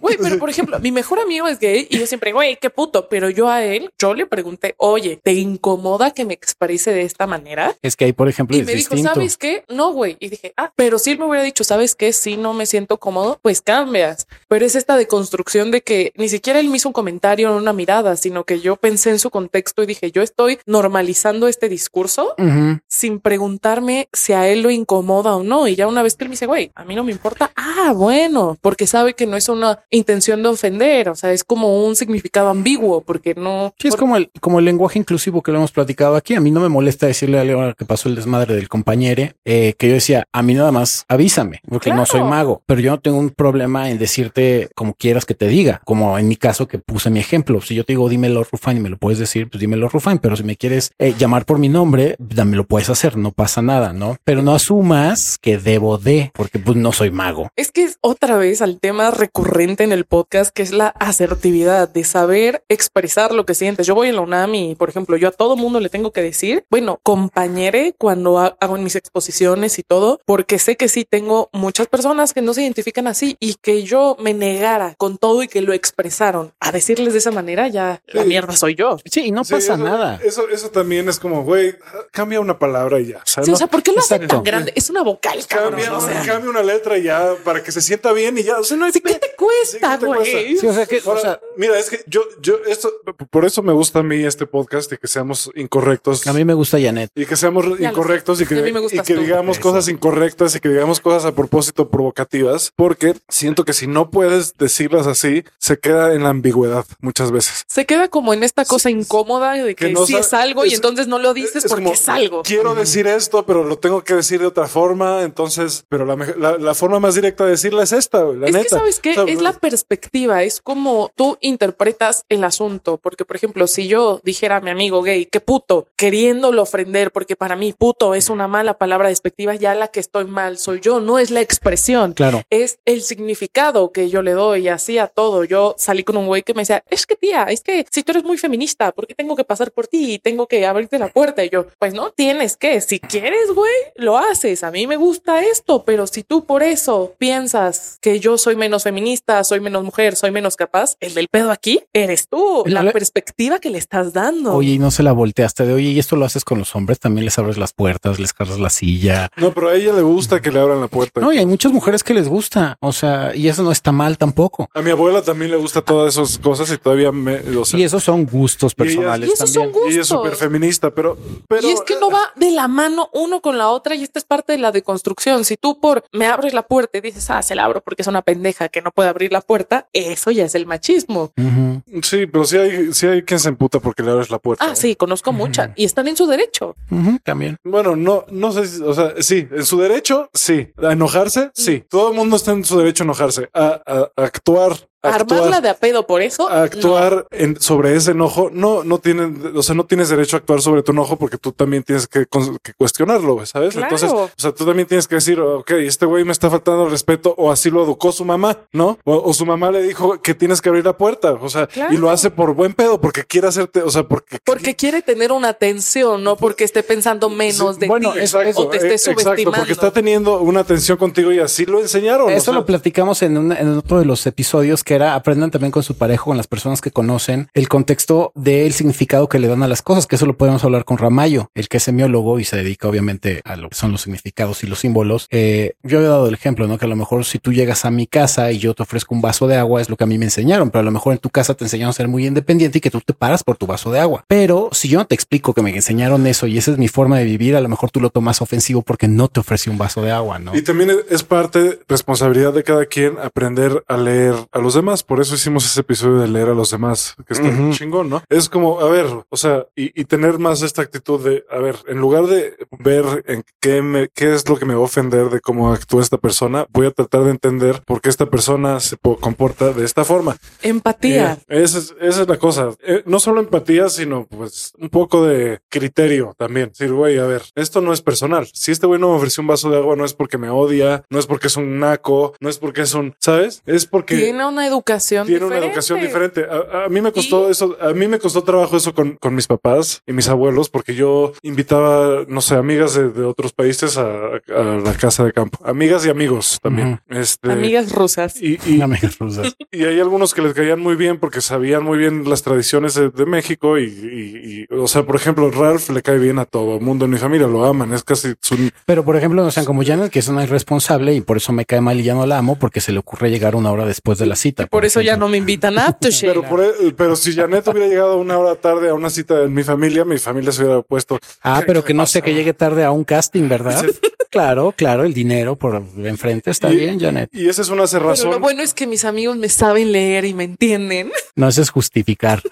[SPEAKER 2] Güey, pero por ejemplo, mi mejor amigo es gay y yo siempre, güey, qué puto. Pero yo a él, yo le pregunté, oye, ¿te incomoda que me exprese de esta manera?
[SPEAKER 3] Es que ahí, por ejemplo,
[SPEAKER 2] Y
[SPEAKER 3] es
[SPEAKER 2] me dijo,
[SPEAKER 3] distinto.
[SPEAKER 2] ¿sabes qué? No, güey. Y dije, ah, pero si él me hubiera dicho, ¿sabes qué? Si no me siento cómodo, pues cambias. Pero es esta deconstrucción de que ni siquiera él me hizo un comentario o una mirada, sino que yo pensé en su contexto y dije, yo estoy normalizando este discurso
[SPEAKER 3] Ujú.
[SPEAKER 2] sin preguntarme si a él lo incomoda o no. Y ya una vez que él me dice, güey, a mí no me importa. Ah, bueno, porque sabe que no es una intención de ofender. O sea, es como un significado ambiguo, porque no.
[SPEAKER 3] Sí, es
[SPEAKER 2] por-
[SPEAKER 3] como el, como el lenguaje inclusivo que lo hemos platicado aquí. A mí no me molesta decirle a Leo que pasó el desmadre del compañero, eh, que yo decía, a mí nada más avísame, porque no
[SPEAKER 2] Claro.
[SPEAKER 3] soy mago, pero yo no tengo un problema en decirte como quieras que te diga, como en mi caso que puse mi ejemplo. Si yo te digo, dímelo Rufán y me lo puedes decir, pues dímelo Rufán, pero si me quieres eh, llamar por mi nombre, me lo puedes hacer, no pasa nada, ¿no? Pero no más que debo de, porque pues no soy mago.
[SPEAKER 2] Es que es otra vez al tema recurrente en el podcast, que es la asertividad de saber expresar lo que sientes. Yo voy en la UNAM y, por ejemplo, yo a todo mundo le tengo que decir, bueno, compañere cuando ha- hago en mis exposiciones y todo, porque sé que sí tengo muchas personas que no se identifican así y que yo me negara con todo y que lo expresaron a decirles de esa manera, ya la mierda soy yo.
[SPEAKER 3] Sí, y no
[SPEAKER 1] Sí,
[SPEAKER 3] pasa
[SPEAKER 1] eso-
[SPEAKER 3] nada.
[SPEAKER 1] Eso, eso también es como, güey, cambia una palabra y ya. O sea,
[SPEAKER 2] Sí,
[SPEAKER 1] no-
[SPEAKER 2] o sea, ¿por qué lo hacen
[SPEAKER 3] Exacto.
[SPEAKER 2] tan grande? Es una vocal, cabrón.
[SPEAKER 1] cambia,
[SPEAKER 2] o sea.
[SPEAKER 1] una, cambia una letra y ya para que se sienta bien y ya. O sea, no hay
[SPEAKER 2] Sí, ¿qué
[SPEAKER 1] pe-
[SPEAKER 2] te cuesta,
[SPEAKER 1] Sí, ¿qué te
[SPEAKER 2] güey?
[SPEAKER 3] Sí, o sea que, o
[SPEAKER 1] Ahora,
[SPEAKER 3] sea,
[SPEAKER 1] mira, es que yo, yo, esto, por eso me gusta a mí este podcast y que seamos incorrectos.
[SPEAKER 3] a mí me gusta Janet.
[SPEAKER 1] Y que seamos
[SPEAKER 2] sé.
[SPEAKER 1] incorrectos y que,
[SPEAKER 2] Y a mí me gustas
[SPEAKER 1] y que
[SPEAKER 2] tú.
[SPEAKER 1] digamos
[SPEAKER 3] Eso.
[SPEAKER 1] cosas incorrectas y que digamos cosas a propósito provocativas, porque siento que si no puedes decirlas así, se queda en la ambigüedad muchas veces.
[SPEAKER 2] Se queda como en esta cosa incómoda de que,
[SPEAKER 1] que no
[SPEAKER 2] sí
[SPEAKER 1] sa-
[SPEAKER 2] es algo
[SPEAKER 1] es-
[SPEAKER 2] y entonces no lo dices porque
[SPEAKER 1] como,
[SPEAKER 2] es algo.
[SPEAKER 1] Quiero decir esto, pero lo tengo que decir de otra forma. Entonces, pero la, mej- la, la forma más directa de decirla es esta, güey, la
[SPEAKER 2] es
[SPEAKER 1] neta.
[SPEAKER 2] que sabes qué
[SPEAKER 1] O sea,
[SPEAKER 2] es la perspectiva, es como tú interpretas el asunto, porque por ejemplo, si yo dijera a mi amigo gay, qué puto, queriéndolo ofender, porque para mí puto es una mala palabra despectiva, ya la que estoy mal soy yo, no es la expresión.
[SPEAKER 3] Claro.
[SPEAKER 2] es el significado que yo le doy así a todo. Yo salí con un güey que me decía, es que tía, es que si tú eres muy feminista, ¿por qué tengo que pasar por ti y tengo que abrirte la puerta? Y yo, pues no, tienes que, si quieres, güey, lo haces. A mí me gusta esto, pero si tú por eso piensas que yo soy menos feminista, soy menos mujer, soy menos capaz, el del pedo aquí eres tú,
[SPEAKER 3] La
[SPEAKER 2] la,
[SPEAKER 3] ve-
[SPEAKER 2] perspectiva que le estás dando.
[SPEAKER 3] Oye, y no se la volteaste de oye, y esto lo haces con los hombres, también les abres las puertas, les cargas la silla.
[SPEAKER 1] No, pero a ella le gusta que le abran la puerta.
[SPEAKER 3] No, y hay muchas mujeres que les gusta. O sea, y eso no está mal tampoco.
[SPEAKER 1] A mi abuela también le gusta todas esas cosas y todavía me lo sé.
[SPEAKER 3] Y esos son gustos
[SPEAKER 1] Y ellas-
[SPEAKER 3] personales
[SPEAKER 2] y esos son
[SPEAKER 3] también.
[SPEAKER 2] gustos.
[SPEAKER 1] Ella es súper feminista, pero, pero
[SPEAKER 2] y es que no va de la mano uno con la otra y esta es parte de la deconstrucción. Si tú por me abres la puerta y dices, ah, se la abro porque es una pendeja que no puede abrir la puerta, eso ya es el machismo.
[SPEAKER 3] Ujú.
[SPEAKER 1] eh, Sí, pero sí hay, sí hay quien se emputa porque le abres la puerta.
[SPEAKER 2] Ah,
[SPEAKER 1] ¿eh?
[SPEAKER 2] sí, conozco muchas y están en su derecho.
[SPEAKER 3] Ujú, También.
[SPEAKER 1] Bueno, no, no sé, si- o sea, sí, en su derecho, sí. A enojarse, sí.
[SPEAKER 2] Mm.
[SPEAKER 1] Todo el mundo está en su derecho a enojarse, a, a- a actuar, a
[SPEAKER 2] Armarla
[SPEAKER 1] actuar,
[SPEAKER 2] de apedo por eso.
[SPEAKER 1] a actuar en- sobre ese enojo. No, no tienen, o sea, no tienes derecho a actuar sobre tu enojo porque tú también tienes que, cons- que cuestionarlo, güey, ¿sabes?
[SPEAKER 2] Claro.
[SPEAKER 1] Entonces, o sea, tú también tienes que decir, ok, este güey me está faltando el respeto o así lo educó su mamá, ¿no? O, o su mamá le dijo que tienes que abrir la puerta, o sea,
[SPEAKER 2] Claro.
[SPEAKER 1] y lo hace por buen pedo porque quiere hacerte, o sea, porque
[SPEAKER 2] Porque quiere tener una atención, no porque esté pensando menos de
[SPEAKER 1] bueno,
[SPEAKER 2] ti
[SPEAKER 1] exacto,
[SPEAKER 2] o te esté
[SPEAKER 1] eh,
[SPEAKER 2] subestimando.
[SPEAKER 1] Exacto, porque está teniendo una atención contigo y así lo enseñaron.
[SPEAKER 3] Eso
[SPEAKER 1] o sea,
[SPEAKER 3] lo platicamos en, una- en otro de los episodios que era aprendan también con su pareja, con las personas que conocen el contexto del significado que le dan a las cosas, que eso lo podemos hablar con Ramayo, el que es semiólogo y se dedica obviamente a lo que son los significados y los símbolos. Eh, yo he dado el ejemplo, ¿no? Que a lo mejor si tú llegas a mi casa y yo te ofrezco un vaso de agua, es lo que a mí me enseñaron, pero a lo mejor en tu casa te enseñaron a ser muy independiente y que tú te paras por tu vaso de agua. Pero si yo no te explico que me enseñaron eso y esa es mi forma de vivir, a lo mejor tú lo tomas ofensivo porque no te ofrecí un vaso de agua, ¿no?
[SPEAKER 1] Y también es- es parte, responsabilidad de cada quien aprender a leer a los demás. Por eso hicimos ese episodio de leer a los demás, que está
[SPEAKER 3] Ujú.
[SPEAKER 1] chingón, ¿no? Es como, a ver, o sea, y, y tener más esta actitud de, a ver, en lugar de ver en qué, me, qué es lo que me va a ofender de cómo actúa esta persona, voy a tratar de entender por qué esta persona se po- comporta de esta forma.
[SPEAKER 2] Empatía.
[SPEAKER 1] Eh, esa, es, esa es la cosa. Eh, no solo empatía, sino pues un poco de criterio también. Decir, güey, a ver, esto no es personal. Si este güey no me ofreció un vaso de agua, no es porque me odia, no es porque es un naco, no es porque es un, ¿sabes? Es porque
[SPEAKER 2] Tiene una educación
[SPEAKER 1] tiene
[SPEAKER 2] diferente.
[SPEAKER 1] una educación diferente. A, a mí me costó eso, a mí me costó trabajo eso con, con mis papás y mis abuelos, porque yo invitaba, no sé, amigas de, de otros países a, a la casa de campo. Amigas y amigos también. Este.
[SPEAKER 2] Amigas rusas.
[SPEAKER 1] y- y,
[SPEAKER 3] No me rusas.
[SPEAKER 1] y hay algunos que les caían muy bien porque sabían muy bien las tradiciones de, de México y, y- y, o sea, por ejemplo, Ralph le cae bien a todo el mundo en mi familia, lo aman, es casi su...
[SPEAKER 3] Pero por ejemplo, no sean como Janet, que es una irresponsable y por eso me cae mal y ya no la amo porque se le ocurre llegar una hora después de la cita.
[SPEAKER 2] Y por eso ya
[SPEAKER 3] ejemplo.
[SPEAKER 2] no me invitan a Aftershave.
[SPEAKER 1] Pero, por, e, pero si Janet hubiera llegado una hora tarde a una cita en mi familia, mi familia se hubiera puesto...
[SPEAKER 3] Ah,
[SPEAKER 1] ¿Qué-
[SPEAKER 3] pero
[SPEAKER 1] qué
[SPEAKER 3] que no
[SPEAKER 1] pasa?
[SPEAKER 3] sé que llegue tarde a un casting, ¿verdad? claro, claro, el dinero por enfrente está
[SPEAKER 1] Y-
[SPEAKER 3] bien, Janet.
[SPEAKER 1] Y esa es una
[SPEAKER 2] Pero lo
[SPEAKER 1] cerrazón.
[SPEAKER 2] bueno es que mis amigos me saben leer y me entienden.
[SPEAKER 3] No eso es justificar.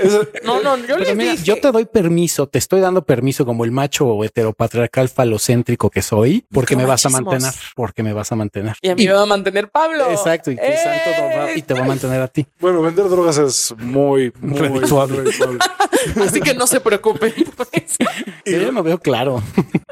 [SPEAKER 1] Esa-
[SPEAKER 2] No, no, yo
[SPEAKER 3] Pero
[SPEAKER 2] les
[SPEAKER 3] mira,
[SPEAKER 2] dije.
[SPEAKER 3] yo te doy permiso, te estoy dando permiso como el macho o heteropatriarcal falocéntrico que soy, porque me vas a
[SPEAKER 2] machismos.
[SPEAKER 3] mantener, porque me vas a mantener.
[SPEAKER 2] Y a mí me va a mantener Pablo.
[SPEAKER 3] Exacto, y, que santo don Ra- y
[SPEAKER 2] ¡Eh!
[SPEAKER 3] te va a mantener a ti.
[SPEAKER 1] bueno, vender drogas es muy, muy
[SPEAKER 3] Redituable.
[SPEAKER 2] Este.
[SPEAKER 1] redituable.
[SPEAKER 2] Así que no se preocupen. pues.
[SPEAKER 1] Y-
[SPEAKER 3] Yo ya me veo claro.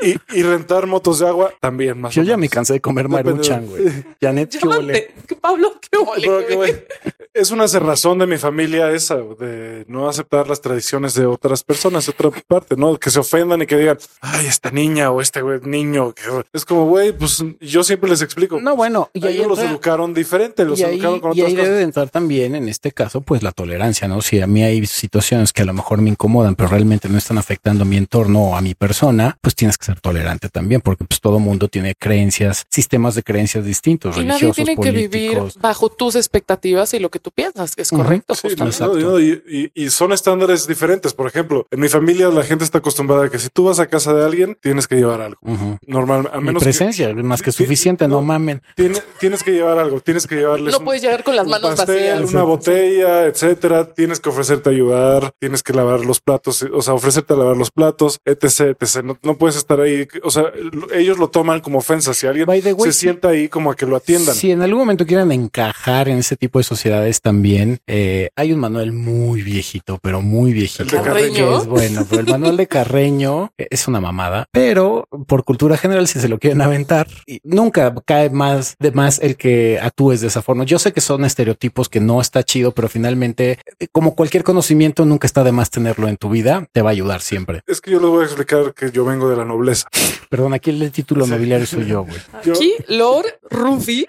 [SPEAKER 1] Y, y rentar motos de agua también más.
[SPEAKER 3] Yo
[SPEAKER 1] o
[SPEAKER 3] ya me
[SPEAKER 1] menos.
[SPEAKER 3] cansé de comer
[SPEAKER 1] Depende-
[SPEAKER 3] maruchan, güey. Janet, ¿qué huele?
[SPEAKER 2] Llámate, Pablo, qué huele,
[SPEAKER 1] Pero que,
[SPEAKER 2] güey?
[SPEAKER 1] güey, es una cerrazón de mi familia esa, de no aceptar las tradiciones de otras personas, de otra parte, ¿no? Que se ofendan y que digan, ay, esta niña o este güey, niño. que- Es como, güey, pues yo siempre les explico.
[SPEAKER 3] No, bueno, y
[SPEAKER 1] a
[SPEAKER 3] ahí
[SPEAKER 1] ellos los
[SPEAKER 3] entra-
[SPEAKER 1] educaron diferente, los
[SPEAKER 3] y ahí,
[SPEAKER 1] educaron con
[SPEAKER 3] y
[SPEAKER 1] otras
[SPEAKER 3] ahí
[SPEAKER 1] cosas.
[SPEAKER 3] debe de entrar también en este caso, pues la tolerancia, ¿no? Si a mí hay situaciones que a lo mejor me incomodan, pero realmente no están afectando a mi entorno o a mi persona, pues tienes que ser tolerante también, porque pues todo mundo tiene creencias, sistemas de creencias distintos,
[SPEAKER 2] Y nadie
[SPEAKER 3] religiosos,
[SPEAKER 2] tiene que vivir
[SPEAKER 3] políticos.
[SPEAKER 2] bajo tus expectativas y lo que tú piensas, que es
[SPEAKER 3] Ujú.
[SPEAKER 2] correcto.
[SPEAKER 1] Sí,
[SPEAKER 2] justamente.
[SPEAKER 1] no,
[SPEAKER 3] Exacto.
[SPEAKER 1] no, y, y- y son estándares diferentes. Por ejemplo, en mi familia la gente está acostumbrada a que si tú vas a casa de alguien, tienes que llevar algo.
[SPEAKER 3] Ujú.
[SPEAKER 1] Normal, a
[SPEAKER 3] Mi
[SPEAKER 1] menos que
[SPEAKER 3] presencia es más que
[SPEAKER 1] Sí, sí,
[SPEAKER 3] suficiente, no,
[SPEAKER 1] no.
[SPEAKER 3] mamen.
[SPEAKER 1] tiene- tienes que llevar algo, tienes que llevarles
[SPEAKER 2] No
[SPEAKER 1] un-
[SPEAKER 2] puedes llegar con las
[SPEAKER 1] un
[SPEAKER 2] manos
[SPEAKER 1] pastel,
[SPEAKER 2] vacías.
[SPEAKER 1] una botella, etcétera. Tienes que ofrecerte a ayudar, tienes que lavar los platos, o sea, ofrecerte a lavar los platos, etc. etc. No, no puedes estar ahí. O sea, lo- ellos lo toman como ofensa. Si alguien
[SPEAKER 3] By the way,
[SPEAKER 1] se sienta ahí como a que lo atiendan.
[SPEAKER 3] Si en algún momento quieren encajar en ese tipo de sociedades también, eh, hay un manual muy viejito, pero muy viejito.
[SPEAKER 1] El de
[SPEAKER 2] Carreño.
[SPEAKER 3] que Es bueno, pero el manual de Carreño es una mamada, pero por cultura general, si se lo quieren aventar, y nunca cae más de más el que actúes de esa forma. Yo sé que son estereotipos que no está chido, pero finalmente, eh, como cualquier conocimiento, nunca está de más tenerlo en tu vida. Te va a ayudar siempre.
[SPEAKER 1] Es que yo les voy a explicar que yo vengo de la nobleza.
[SPEAKER 3] Perdón, aquí el título nobiliario soy yo, güey.
[SPEAKER 1] Yo-
[SPEAKER 2] Aquí, Lord Rufi,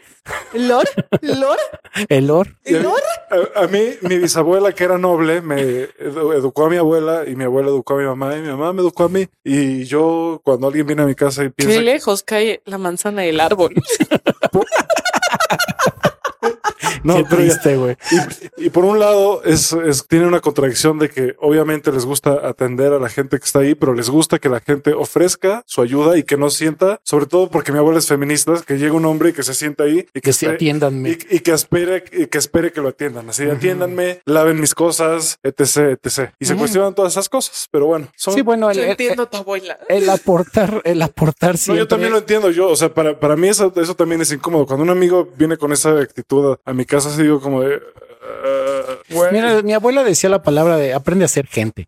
[SPEAKER 2] Lord, Lord,
[SPEAKER 3] El or
[SPEAKER 1] Y a, mí,
[SPEAKER 2] Lord.
[SPEAKER 1] a- a mí, mi bisabuela, que era noble, me edu- educó a mi abuela y mi abuela educó a mi mamá y mi mamá me educó a mí. Y yo, cuando alguien viene a mi casa y
[SPEAKER 2] Qué
[SPEAKER 1] piensa que
[SPEAKER 2] lejos cae la manzana del árbol.
[SPEAKER 1] no,
[SPEAKER 3] qué
[SPEAKER 1] pero ya-
[SPEAKER 3] triste, güey.
[SPEAKER 1] y, y por un lado, es, es- tiene una contradicción de que obviamente les gusta atender a la gente que está ahí, pero les gusta que la gente ofrezca su ayuda y que no sienta, sobre todo porque mi abuela es feminista, que llega un hombre y que se sienta ahí y que,
[SPEAKER 3] Que sí
[SPEAKER 1] esté-
[SPEAKER 3] atiéndanme.
[SPEAKER 1] Y, y que espere y que espere que lo atiendan. Así atiéndanme, laven mis cosas, etc, etc. Y se cuestionan todas esas cosas. Pero bueno, son-
[SPEAKER 3] Sí, bueno, el,
[SPEAKER 2] Yo
[SPEAKER 3] el-
[SPEAKER 2] entiendo a tu abuela.
[SPEAKER 3] el aportar, el aportar
[SPEAKER 1] No,
[SPEAKER 3] siempre.
[SPEAKER 1] yo también lo entiendo yo. O sea, para, para mí eso, eso también es incómodo. Cuando un amigo viene con esa actitud a, a mi casa, sí digo como de. "Ah, güey".
[SPEAKER 3] Mira, mi abuela decía la palabra de aprende a ser gente,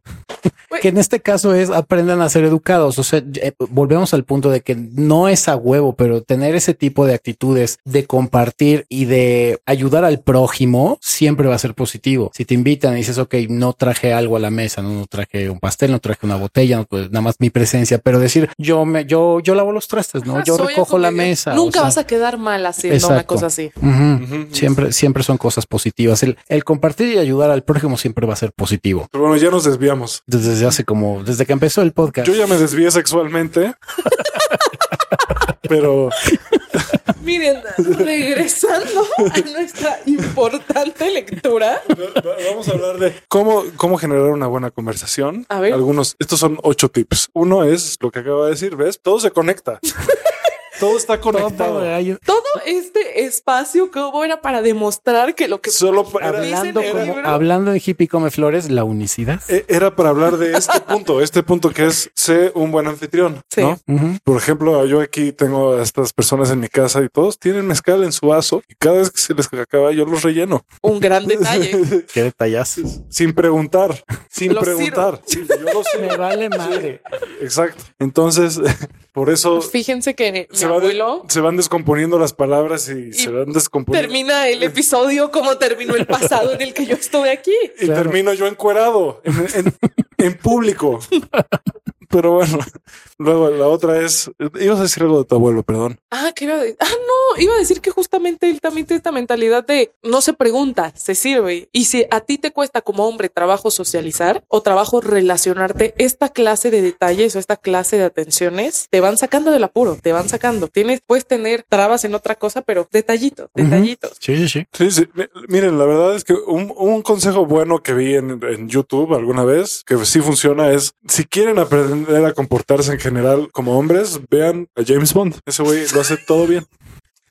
[SPEAKER 2] Güey.
[SPEAKER 3] que en este caso es aprendan a ser educados. O sea, eh, volvemos al punto de que no es a huevo, pero tener ese tipo de actitudes de compartir y de ayudar al prójimo siempre va a ser positivo. Si te invitan y dices, ok, no traje algo a la mesa, no, no traje un pastel, no traje una botella, no, pues, nada más mi presencia, pero decir yo me, yo, yo lavo los trastes, no,
[SPEAKER 2] Ah,
[SPEAKER 3] yo
[SPEAKER 2] soy
[SPEAKER 3] recojo la
[SPEAKER 2] acomodada.
[SPEAKER 3] mesa. o
[SPEAKER 2] Nunca
[SPEAKER 3] sea.
[SPEAKER 2] vas a quedar mal haciendo una
[SPEAKER 3] Exacto.
[SPEAKER 2] cosa así.
[SPEAKER 3] Ujú.
[SPEAKER 1] Ujú.
[SPEAKER 3] Siempre, siempre son cosas positivas. El, el compartir y ayudar al prójimo siempre va a ser positivo.
[SPEAKER 1] Pero bueno, ya nos desviamos.
[SPEAKER 3] Desde hace como, desde que empezó el podcast.
[SPEAKER 1] Yo ya me desvié sexualmente. pero
[SPEAKER 2] Miren, regresando a nuestra importante lectura.
[SPEAKER 1] va- va- vamos a hablar de cómo, cómo generar una buena conversación.
[SPEAKER 2] A ver.
[SPEAKER 1] Algunos, estos son ocho tips. Uno es lo que acaba de decir, ¿ves? Todo se conecta. Todo está conectado.
[SPEAKER 3] Ay,
[SPEAKER 2] Todo este espacio que hubo era para demostrar que lo que
[SPEAKER 1] Solo para- era-
[SPEAKER 2] Hablando
[SPEAKER 3] Hablando,
[SPEAKER 2] Dicen el
[SPEAKER 3] como-
[SPEAKER 2] libro.
[SPEAKER 3] hablando de hippie come flores, la unicidad.
[SPEAKER 1] e- era para hablar de este punto, este punto que es sé un buen anfitrión,
[SPEAKER 2] Sí.
[SPEAKER 1] ¿no?
[SPEAKER 3] Ujú.
[SPEAKER 1] Por ejemplo, yo aquí tengo a estas personas en mi casa y todos tienen mezcal en su vaso y cada vez que se les acaba yo los relleno
[SPEAKER 2] un gran detalle.
[SPEAKER 3] Qué detallazo.
[SPEAKER 1] sin preguntar, sin
[SPEAKER 2] Los
[SPEAKER 1] preguntar. Yo los sirvo.
[SPEAKER 3] Me vale madre.
[SPEAKER 1] Exacto. Entonces, por eso
[SPEAKER 2] Fíjense que mi
[SPEAKER 1] se, va de-
[SPEAKER 2] Pues abuelo
[SPEAKER 1] se van descomponiendo las palabras y, se van descomponiendo.
[SPEAKER 2] termina el episodio como terminó el pasado en el que yo estuve aquí.
[SPEAKER 1] y
[SPEAKER 3] Claro.
[SPEAKER 1] termino yo encuerado en, en- en público. Pero bueno, luego la otra es, ibas a decir algo de tu abuelo, perdón.
[SPEAKER 2] Ah, que iba a decir. Ah, no, iba a decir que justamente él también tiene esta mentalidad de no se pregunta, se sirve. Y si a ti te cuesta como hombre trabajo socializar o trabajo relacionarte, esta clase de detalles o esta clase de atenciones te van sacando del apuro, te van sacando. Tienes, puedes tener trabas en otra cosa, pero detallitos, detallitos.
[SPEAKER 3] Sí, sí, sí.
[SPEAKER 1] Sí, sí. Mi- Miren, la verdad es que un, un consejo bueno que vi en, en YouTube alguna vez, que sí funciona, es si quieren aprender a comportarse en general como hombres, vean a James Bond. Ese güey lo hace todo bien.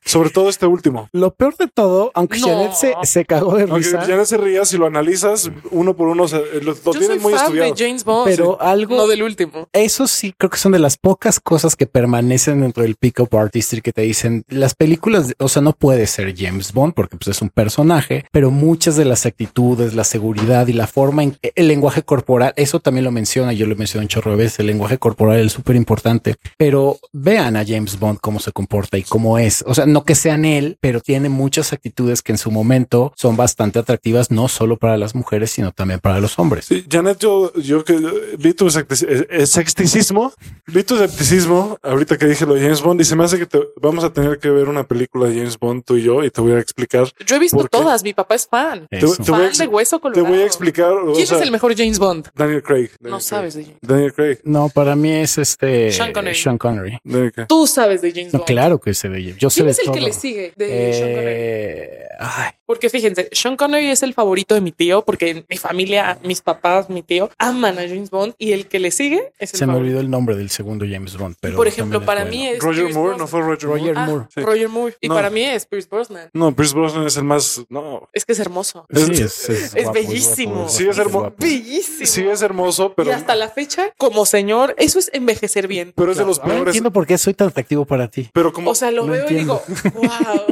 [SPEAKER 1] Sobre todo este último.
[SPEAKER 3] Lo peor de todo, aunque
[SPEAKER 2] No.
[SPEAKER 3] Janet se, se cagó de
[SPEAKER 1] Aunque
[SPEAKER 3] risa,
[SPEAKER 1] ya no se ría, si lo analizas uno por uno, se- lo, lo
[SPEAKER 2] Yo soy
[SPEAKER 1] tienen muy
[SPEAKER 2] fan
[SPEAKER 1] estudiado.
[SPEAKER 2] de James Bond,
[SPEAKER 3] pero algo
[SPEAKER 2] no del último.
[SPEAKER 3] Eso sí, creo que son de las pocas cosas que permanecen dentro del pick-up artistry que te dicen las películas. O sea, no puede ser James Bond porque pues, es un personaje, pero muchas de las actitudes, la seguridad y la forma en que el lenguaje corporal, eso también lo menciona. Yo lo menciono en chorro de veces. El lenguaje corporal es súper importante, pero vean a James Bond cómo se comporta y cómo es. O sea, no que sean él, pero tiene muchas actitudes que en su momento son bastante atractivas, no solo para las mujeres, sino también para los hombres.
[SPEAKER 1] Sí, Janet, yo, yo que vi tu esceptic- eh, eh, escepticismo, vi tu escepticismo ahorita que dije lo de James Bond y se me hace que te, vamos a tener que ver una película de James Bond tú y yo y te voy a explicar.
[SPEAKER 2] Yo he visto
[SPEAKER 1] ¿Por qué?
[SPEAKER 2] todas. Mi papá es fan.
[SPEAKER 1] Te,
[SPEAKER 3] Eso.
[SPEAKER 1] te voy, a,
[SPEAKER 2] Fan
[SPEAKER 1] ex-
[SPEAKER 2] de hueso
[SPEAKER 1] te
[SPEAKER 2] colorado.
[SPEAKER 1] voy a explicar. o
[SPEAKER 2] ¿Quién
[SPEAKER 1] sea,
[SPEAKER 2] es el mejor James Bond?
[SPEAKER 1] Daniel Craig. Daniel
[SPEAKER 2] No
[SPEAKER 1] Craig.
[SPEAKER 2] sabes de James Bond.
[SPEAKER 1] Daniel Craig.
[SPEAKER 3] No, para mí es este
[SPEAKER 2] Sean Connery.
[SPEAKER 3] Sean Connery.
[SPEAKER 1] Daniel Craig.
[SPEAKER 2] Tú sabes de James
[SPEAKER 3] No,
[SPEAKER 2] Bond.
[SPEAKER 3] claro que sé de James. Yo sé
[SPEAKER 2] ¿Quién
[SPEAKER 3] de
[SPEAKER 2] es el
[SPEAKER 3] todo.
[SPEAKER 2] que le sigue de Sean Connery?
[SPEAKER 3] Eh, ay,
[SPEAKER 2] Porque fíjense, Sean Connery es el favorito de mi tío, porque mi familia, mis papás, mi tío, aman a James Bond y el que le sigue es el
[SPEAKER 3] se me
[SPEAKER 2] favorito.
[SPEAKER 3] olvidó el nombre del segundo James Bond, pero
[SPEAKER 2] Por ejemplo, para mí
[SPEAKER 3] también
[SPEAKER 2] es
[SPEAKER 1] Roger
[SPEAKER 2] Pierce
[SPEAKER 1] Moore,
[SPEAKER 2] Brosnan.
[SPEAKER 1] no fue Roger, Moore.
[SPEAKER 3] Roger
[SPEAKER 2] Ah,
[SPEAKER 3] Moore.
[SPEAKER 1] Sí.
[SPEAKER 2] Roger Moore. Y
[SPEAKER 1] No.
[SPEAKER 2] para mí es Pierce Brosnan.
[SPEAKER 1] No, Pierce Brosnan es el más. No.
[SPEAKER 2] Es que es hermoso.
[SPEAKER 3] es bueno.
[SPEAKER 1] es-
[SPEAKER 3] Sí, es,
[SPEAKER 2] es
[SPEAKER 3] guapo,
[SPEAKER 2] bellísimo.
[SPEAKER 3] guapo,
[SPEAKER 1] Sí, es hermoso.
[SPEAKER 3] guapo.
[SPEAKER 2] Bellísimo.
[SPEAKER 1] Sí, es hermoso, pero.
[SPEAKER 2] y hasta la fecha, como señor, eso es envejecer bien.
[SPEAKER 1] Pero es de los
[SPEAKER 3] Ahora
[SPEAKER 1] peores.
[SPEAKER 3] Ah, entiendo por qué soy tan atractivo para ti.
[SPEAKER 1] Pero como,
[SPEAKER 2] O sea, lo
[SPEAKER 3] No
[SPEAKER 2] veo
[SPEAKER 3] entiendo.
[SPEAKER 2] y digo, wow.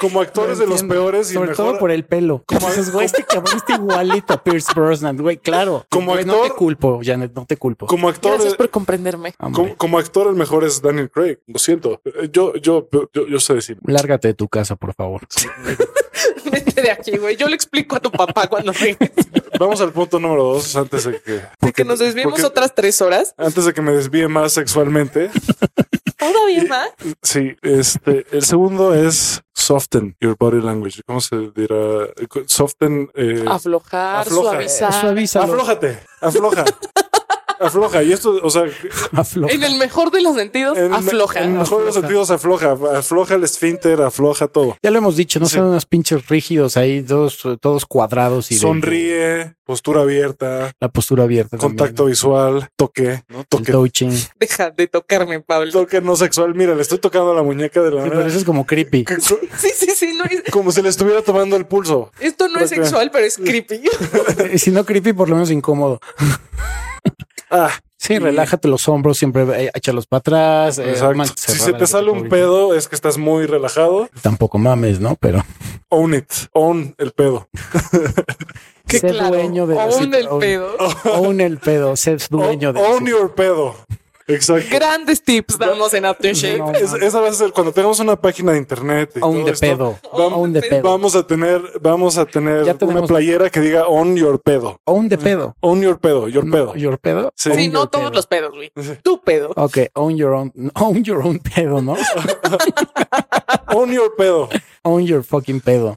[SPEAKER 1] como actores
[SPEAKER 3] Lo
[SPEAKER 1] de los
[SPEAKER 3] entiendo.
[SPEAKER 1] peores y
[SPEAKER 3] Sobre
[SPEAKER 1] mejor.
[SPEAKER 3] todo por el pelo. Como dices, güey, este cabrón está igualito a Pierce Brosnan, güey, claro.
[SPEAKER 1] Como
[SPEAKER 3] Güey, no
[SPEAKER 1] actor-
[SPEAKER 3] te culpo, Janet, no te culpo.
[SPEAKER 1] Como actor.
[SPEAKER 2] Gracias por comprenderme.
[SPEAKER 3] Hombre,
[SPEAKER 1] Como, como actor, el mejor es Daniel Craig. Lo siento. Eh, Yo, yo, yo, yo sé decir.
[SPEAKER 3] Lárgate de tu casa, por favor.
[SPEAKER 2] Vete de aquí, güey. Yo le explico a tu papá cuando venga.
[SPEAKER 1] Vamos al punto número dos antes de que,
[SPEAKER 2] Así que nos desviemos
[SPEAKER 1] porque-
[SPEAKER 2] otras tres horas.
[SPEAKER 1] antes de que me desvíe más sexualmente.
[SPEAKER 2] Todavía más.
[SPEAKER 1] Sí, este, el segundo es soften your body language. ¿Cómo se dirá? Soften. eh,
[SPEAKER 2] Aflojar,
[SPEAKER 1] Afloja.
[SPEAKER 2] suavizar.
[SPEAKER 3] Suavízalo.
[SPEAKER 1] aflójate, afloja, afloja. Y esto, o sea,
[SPEAKER 3] Afloja.
[SPEAKER 2] En el mejor de los sentidos,
[SPEAKER 1] en,
[SPEAKER 2] afloja.
[SPEAKER 1] en mejor de los
[SPEAKER 3] Afloja.
[SPEAKER 1] sentidos afloja, afloja el esfínter, afloja todo.
[SPEAKER 3] Ya lo hemos dicho, no
[SPEAKER 1] Sí.
[SPEAKER 3] son unos pinches rígidos ahí, todos, todos cuadrados y de-
[SPEAKER 1] Sonríe, postura abierta,
[SPEAKER 3] la postura abierta.
[SPEAKER 1] contacto
[SPEAKER 3] también,
[SPEAKER 1] visual, toque, ¿no?
[SPEAKER 3] ¿no? El
[SPEAKER 1] toque
[SPEAKER 3] touching. Sí,
[SPEAKER 2] Deja de tocarme, Pablo.
[SPEAKER 1] toque no sexual. Mira, le estoy tocando la muñeca de la
[SPEAKER 3] pero
[SPEAKER 1] manera
[SPEAKER 3] eso es como creepy.
[SPEAKER 1] que- co-
[SPEAKER 2] Sí, sí, sí. No es-
[SPEAKER 1] como si le estuviera tomando el pulso.
[SPEAKER 2] esto no es
[SPEAKER 1] Porque-
[SPEAKER 2] sexual, pero es creepy.
[SPEAKER 3] si no creepy, por lo menos incómodo.
[SPEAKER 1] Ah,
[SPEAKER 3] Sí, relájate los hombros, siempre eh, échalos para atrás. eh,
[SPEAKER 1] exacto.
[SPEAKER 3] mancha
[SPEAKER 1] Si
[SPEAKER 3] cerrada,
[SPEAKER 1] se
[SPEAKER 3] lo
[SPEAKER 1] te
[SPEAKER 3] que
[SPEAKER 1] sale
[SPEAKER 3] tú
[SPEAKER 1] un
[SPEAKER 3] ahorita.
[SPEAKER 1] pedo, es que estás muy relajado.
[SPEAKER 3] Tampoco mames, ¿no? Pero
[SPEAKER 1] Own it, own el pedo.
[SPEAKER 2] Qué
[SPEAKER 3] sé
[SPEAKER 2] claro.
[SPEAKER 3] dueño de la
[SPEAKER 2] Aún
[SPEAKER 3] situ-
[SPEAKER 2] el
[SPEAKER 3] own-
[SPEAKER 2] pedo.
[SPEAKER 3] Own el pedo, sé dueño de la
[SPEAKER 1] own your pedo. Exacto.
[SPEAKER 2] Grandes tips damos en Aftershave.
[SPEAKER 3] No,
[SPEAKER 1] Es- esa va a ser cuando tengamos una página de internet. y
[SPEAKER 3] Own
[SPEAKER 1] todo
[SPEAKER 3] de
[SPEAKER 1] esto,
[SPEAKER 3] pedo.
[SPEAKER 1] vam-
[SPEAKER 3] Own de pedo.
[SPEAKER 1] Vamos a tener, vamos a
[SPEAKER 3] Ya
[SPEAKER 1] tener
[SPEAKER 3] tenemos-
[SPEAKER 1] una playera que diga own your pedo.
[SPEAKER 3] Own de pedo.
[SPEAKER 1] Own your pedo, your pedo.
[SPEAKER 3] Your pedo.
[SPEAKER 1] Sí.
[SPEAKER 2] Sí,
[SPEAKER 3] Own
[SPEAKER 2] no
[SPEAKER 3] your
[SPEAKER 2] todos
[SPEAKER 3] pedo.
[SPEAKER 2] los pedos, güey. Tu pedo.
[SPEAKER 3] Ok, own your own, own your own pedo, ¿no?
[SPEAKER 1] Own your pedo.
[SPEAKER 3] Own your fucking pedo.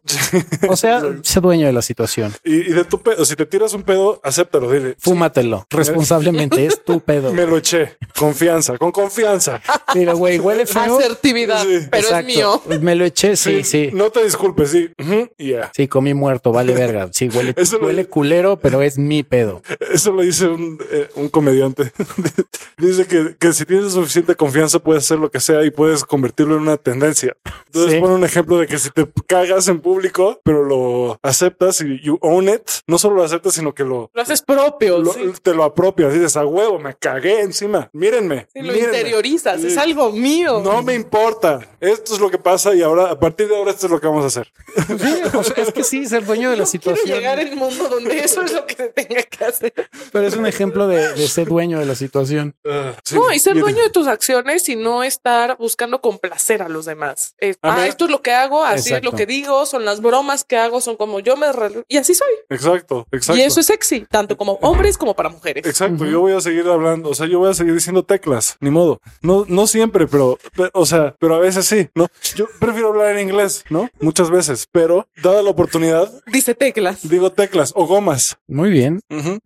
[SPEAKER 3] O sea, sé dueño de la situación.
[SPEAKER 1] Y, y de tu pedo, si te tiras un pedo, acéptalo, dile.
[SPEAKER 3] Fúmatelo responsablemente, es tu pedo.
[SPEAKER 1] Me lo eché. Confianza, con confianza.
[SPEAKER 3] Mira, güey, huele feo.
[SPEAKER 2] Asertividad,
[SPEAKER 1] Sí,
[SPEAKER 2] pero
[SPEAKER 3] Exacto.
[SPEAKER 2] es mío.
[SPEAKER 3] Me lo eché, sí, sí. Sí,
[SPEAKER 1] No te disculpes, sí. Ujú, yeah.
[SPEAKER 3] comí muerto, vale verga. Sí, huele,
[SPEAKER 1] Eso lo-
[SPEAKER 3] huele culero, pero es mi pedo.
[SPEAKER 1] Eso lo dice un, eh, un comediante. dice que, que si tienes suficiente confianza puedes hacer lo que sea y puedes convertirlo en una tendencia. Entonces
[SPEAKER 3] Sí.
[SPEAKER 1] pone un ejemplo de que si te cagas en público, pero lo aceptas y you own it, no solo lo aceptas, sino que lo,
[SPEAKER 2] Lo haces propio.
[SPEAKER 1] lo-
[SPEAKER 2] sí.
[SPEAKER 1] te lo apropias. Dices, a huevo, me cagué encima. Mírenme.
[SPEAKER 2] Sí, lo
[SPEAKER 1] mírenme".
[SPEAKER 2] interiorizas.
[SPEAKER 1] Sí.
[SPEAKER 2] Es algo mío.
[SPEAKER 1] No me importa. Esto es lo que pasa y ahora, a partir de ahora, esto es lo que vamos a hacer.
[SPEAKER 3] Pues Sí, o sea, es que sí, ser dueño de la
[SPEAKER 2] Quiero
[SPEAKER 3] situación.
[SPEAKER 2] llegar al mundo donde eso es lo que se tenga que hacer.
[SPEAKER 3] Pero es un ejemplo de, de ser dueño de la situación.
[SPEAKER 1] Sí.
[SPEAKER 2] Ah. No, y ser dueño de tus acciones y no estar buscando complacer a los demás. Es,
[SPEAKER 1] A
[SPEAKER 2] ah,
[SPEAKER 1] ver.
[SPEAKER 2] esto es lo que hago, así
[SPEAKER 3] Exacto.
[SPEAKER 2] es lo que digo, son las bromas que hago, son como yo me... re- Y así soy.
[SPEAKER 1] Exacto, exacto.
[SPEAKER 2] Y eso es sexy, tanto como hombres como para mujeres.
[SPEAKER 1] Exacto, yo voy a seguir hablando, o sea, yo voy a seguir diciendo teclas, ni modo. No, no siempre, pero, pe- o sea, pero a veces sí, ¿no? Yo prefiero hablar en inglés, ¿no? Muchas veces, pero dada la oportunidad,
[SPEAKER 2] Dice teclas.
[SPEAKER 1] digo teclas o gomas.
[SPEAKER 3] Muy bien.
[SPEAKER 2] ¿Cuál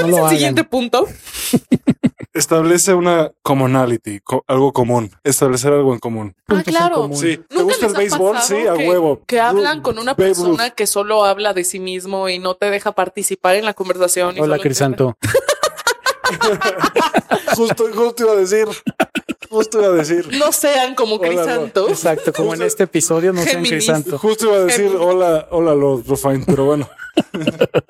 [SPEAKER 2] es
[SPEAKER 3] No lo
[SPEAKER 2] el
[SPEAKER 3] hagan.
[SPEAKER 2] siguiente punto?
[SPEAKER 1] Establece una commonality, co- algo común, establecer algo en común.
[SPEAKER 2] Ah, claro.
[SPEAKER 1] Sí, ¿te
[SPEAKER 2] ¿Nunca
[SPEAKER 1] gusta
[SPEAKER 2] les
[SPEAKER 1] el
[SPEAKER 2] ha
[SPEAKER 1] béisbol?
[SPEAKER 2] pasado
[SPEAKER 1] Sí, a
[SPEAKER 2] que-
[SPEAKER 1] huevo.
[SPEAKER 2] Que hablan con una
[SPEAKER 1] Babe
[SPEAKER 2] persona
[SPEAKER 1] Ruth.
[SPEAKER 2] que solo habla de sí mismo y no te deja participar en la conversación. y solo
[SPEAKER 3] Hola,
[SPEAKER 2] intenta-
[SPEAKER 3] Crisanto.
[SPEAKER 1] Justo, justo iba a decir. Justo iba a decir.
[SPEAKER 2] No sean como
[SPEAKER 1] Hola,
[SPEAKER 2] Crisanto.
[SPEAKER 3] Exacto, como en este episodio, no sean
[SPEAKER 2] Géminis.
[SPEAKER 3] crisanto.
[SPEAKER 1] Justo iba a decir hola, hola Lord Profine, pero bueno.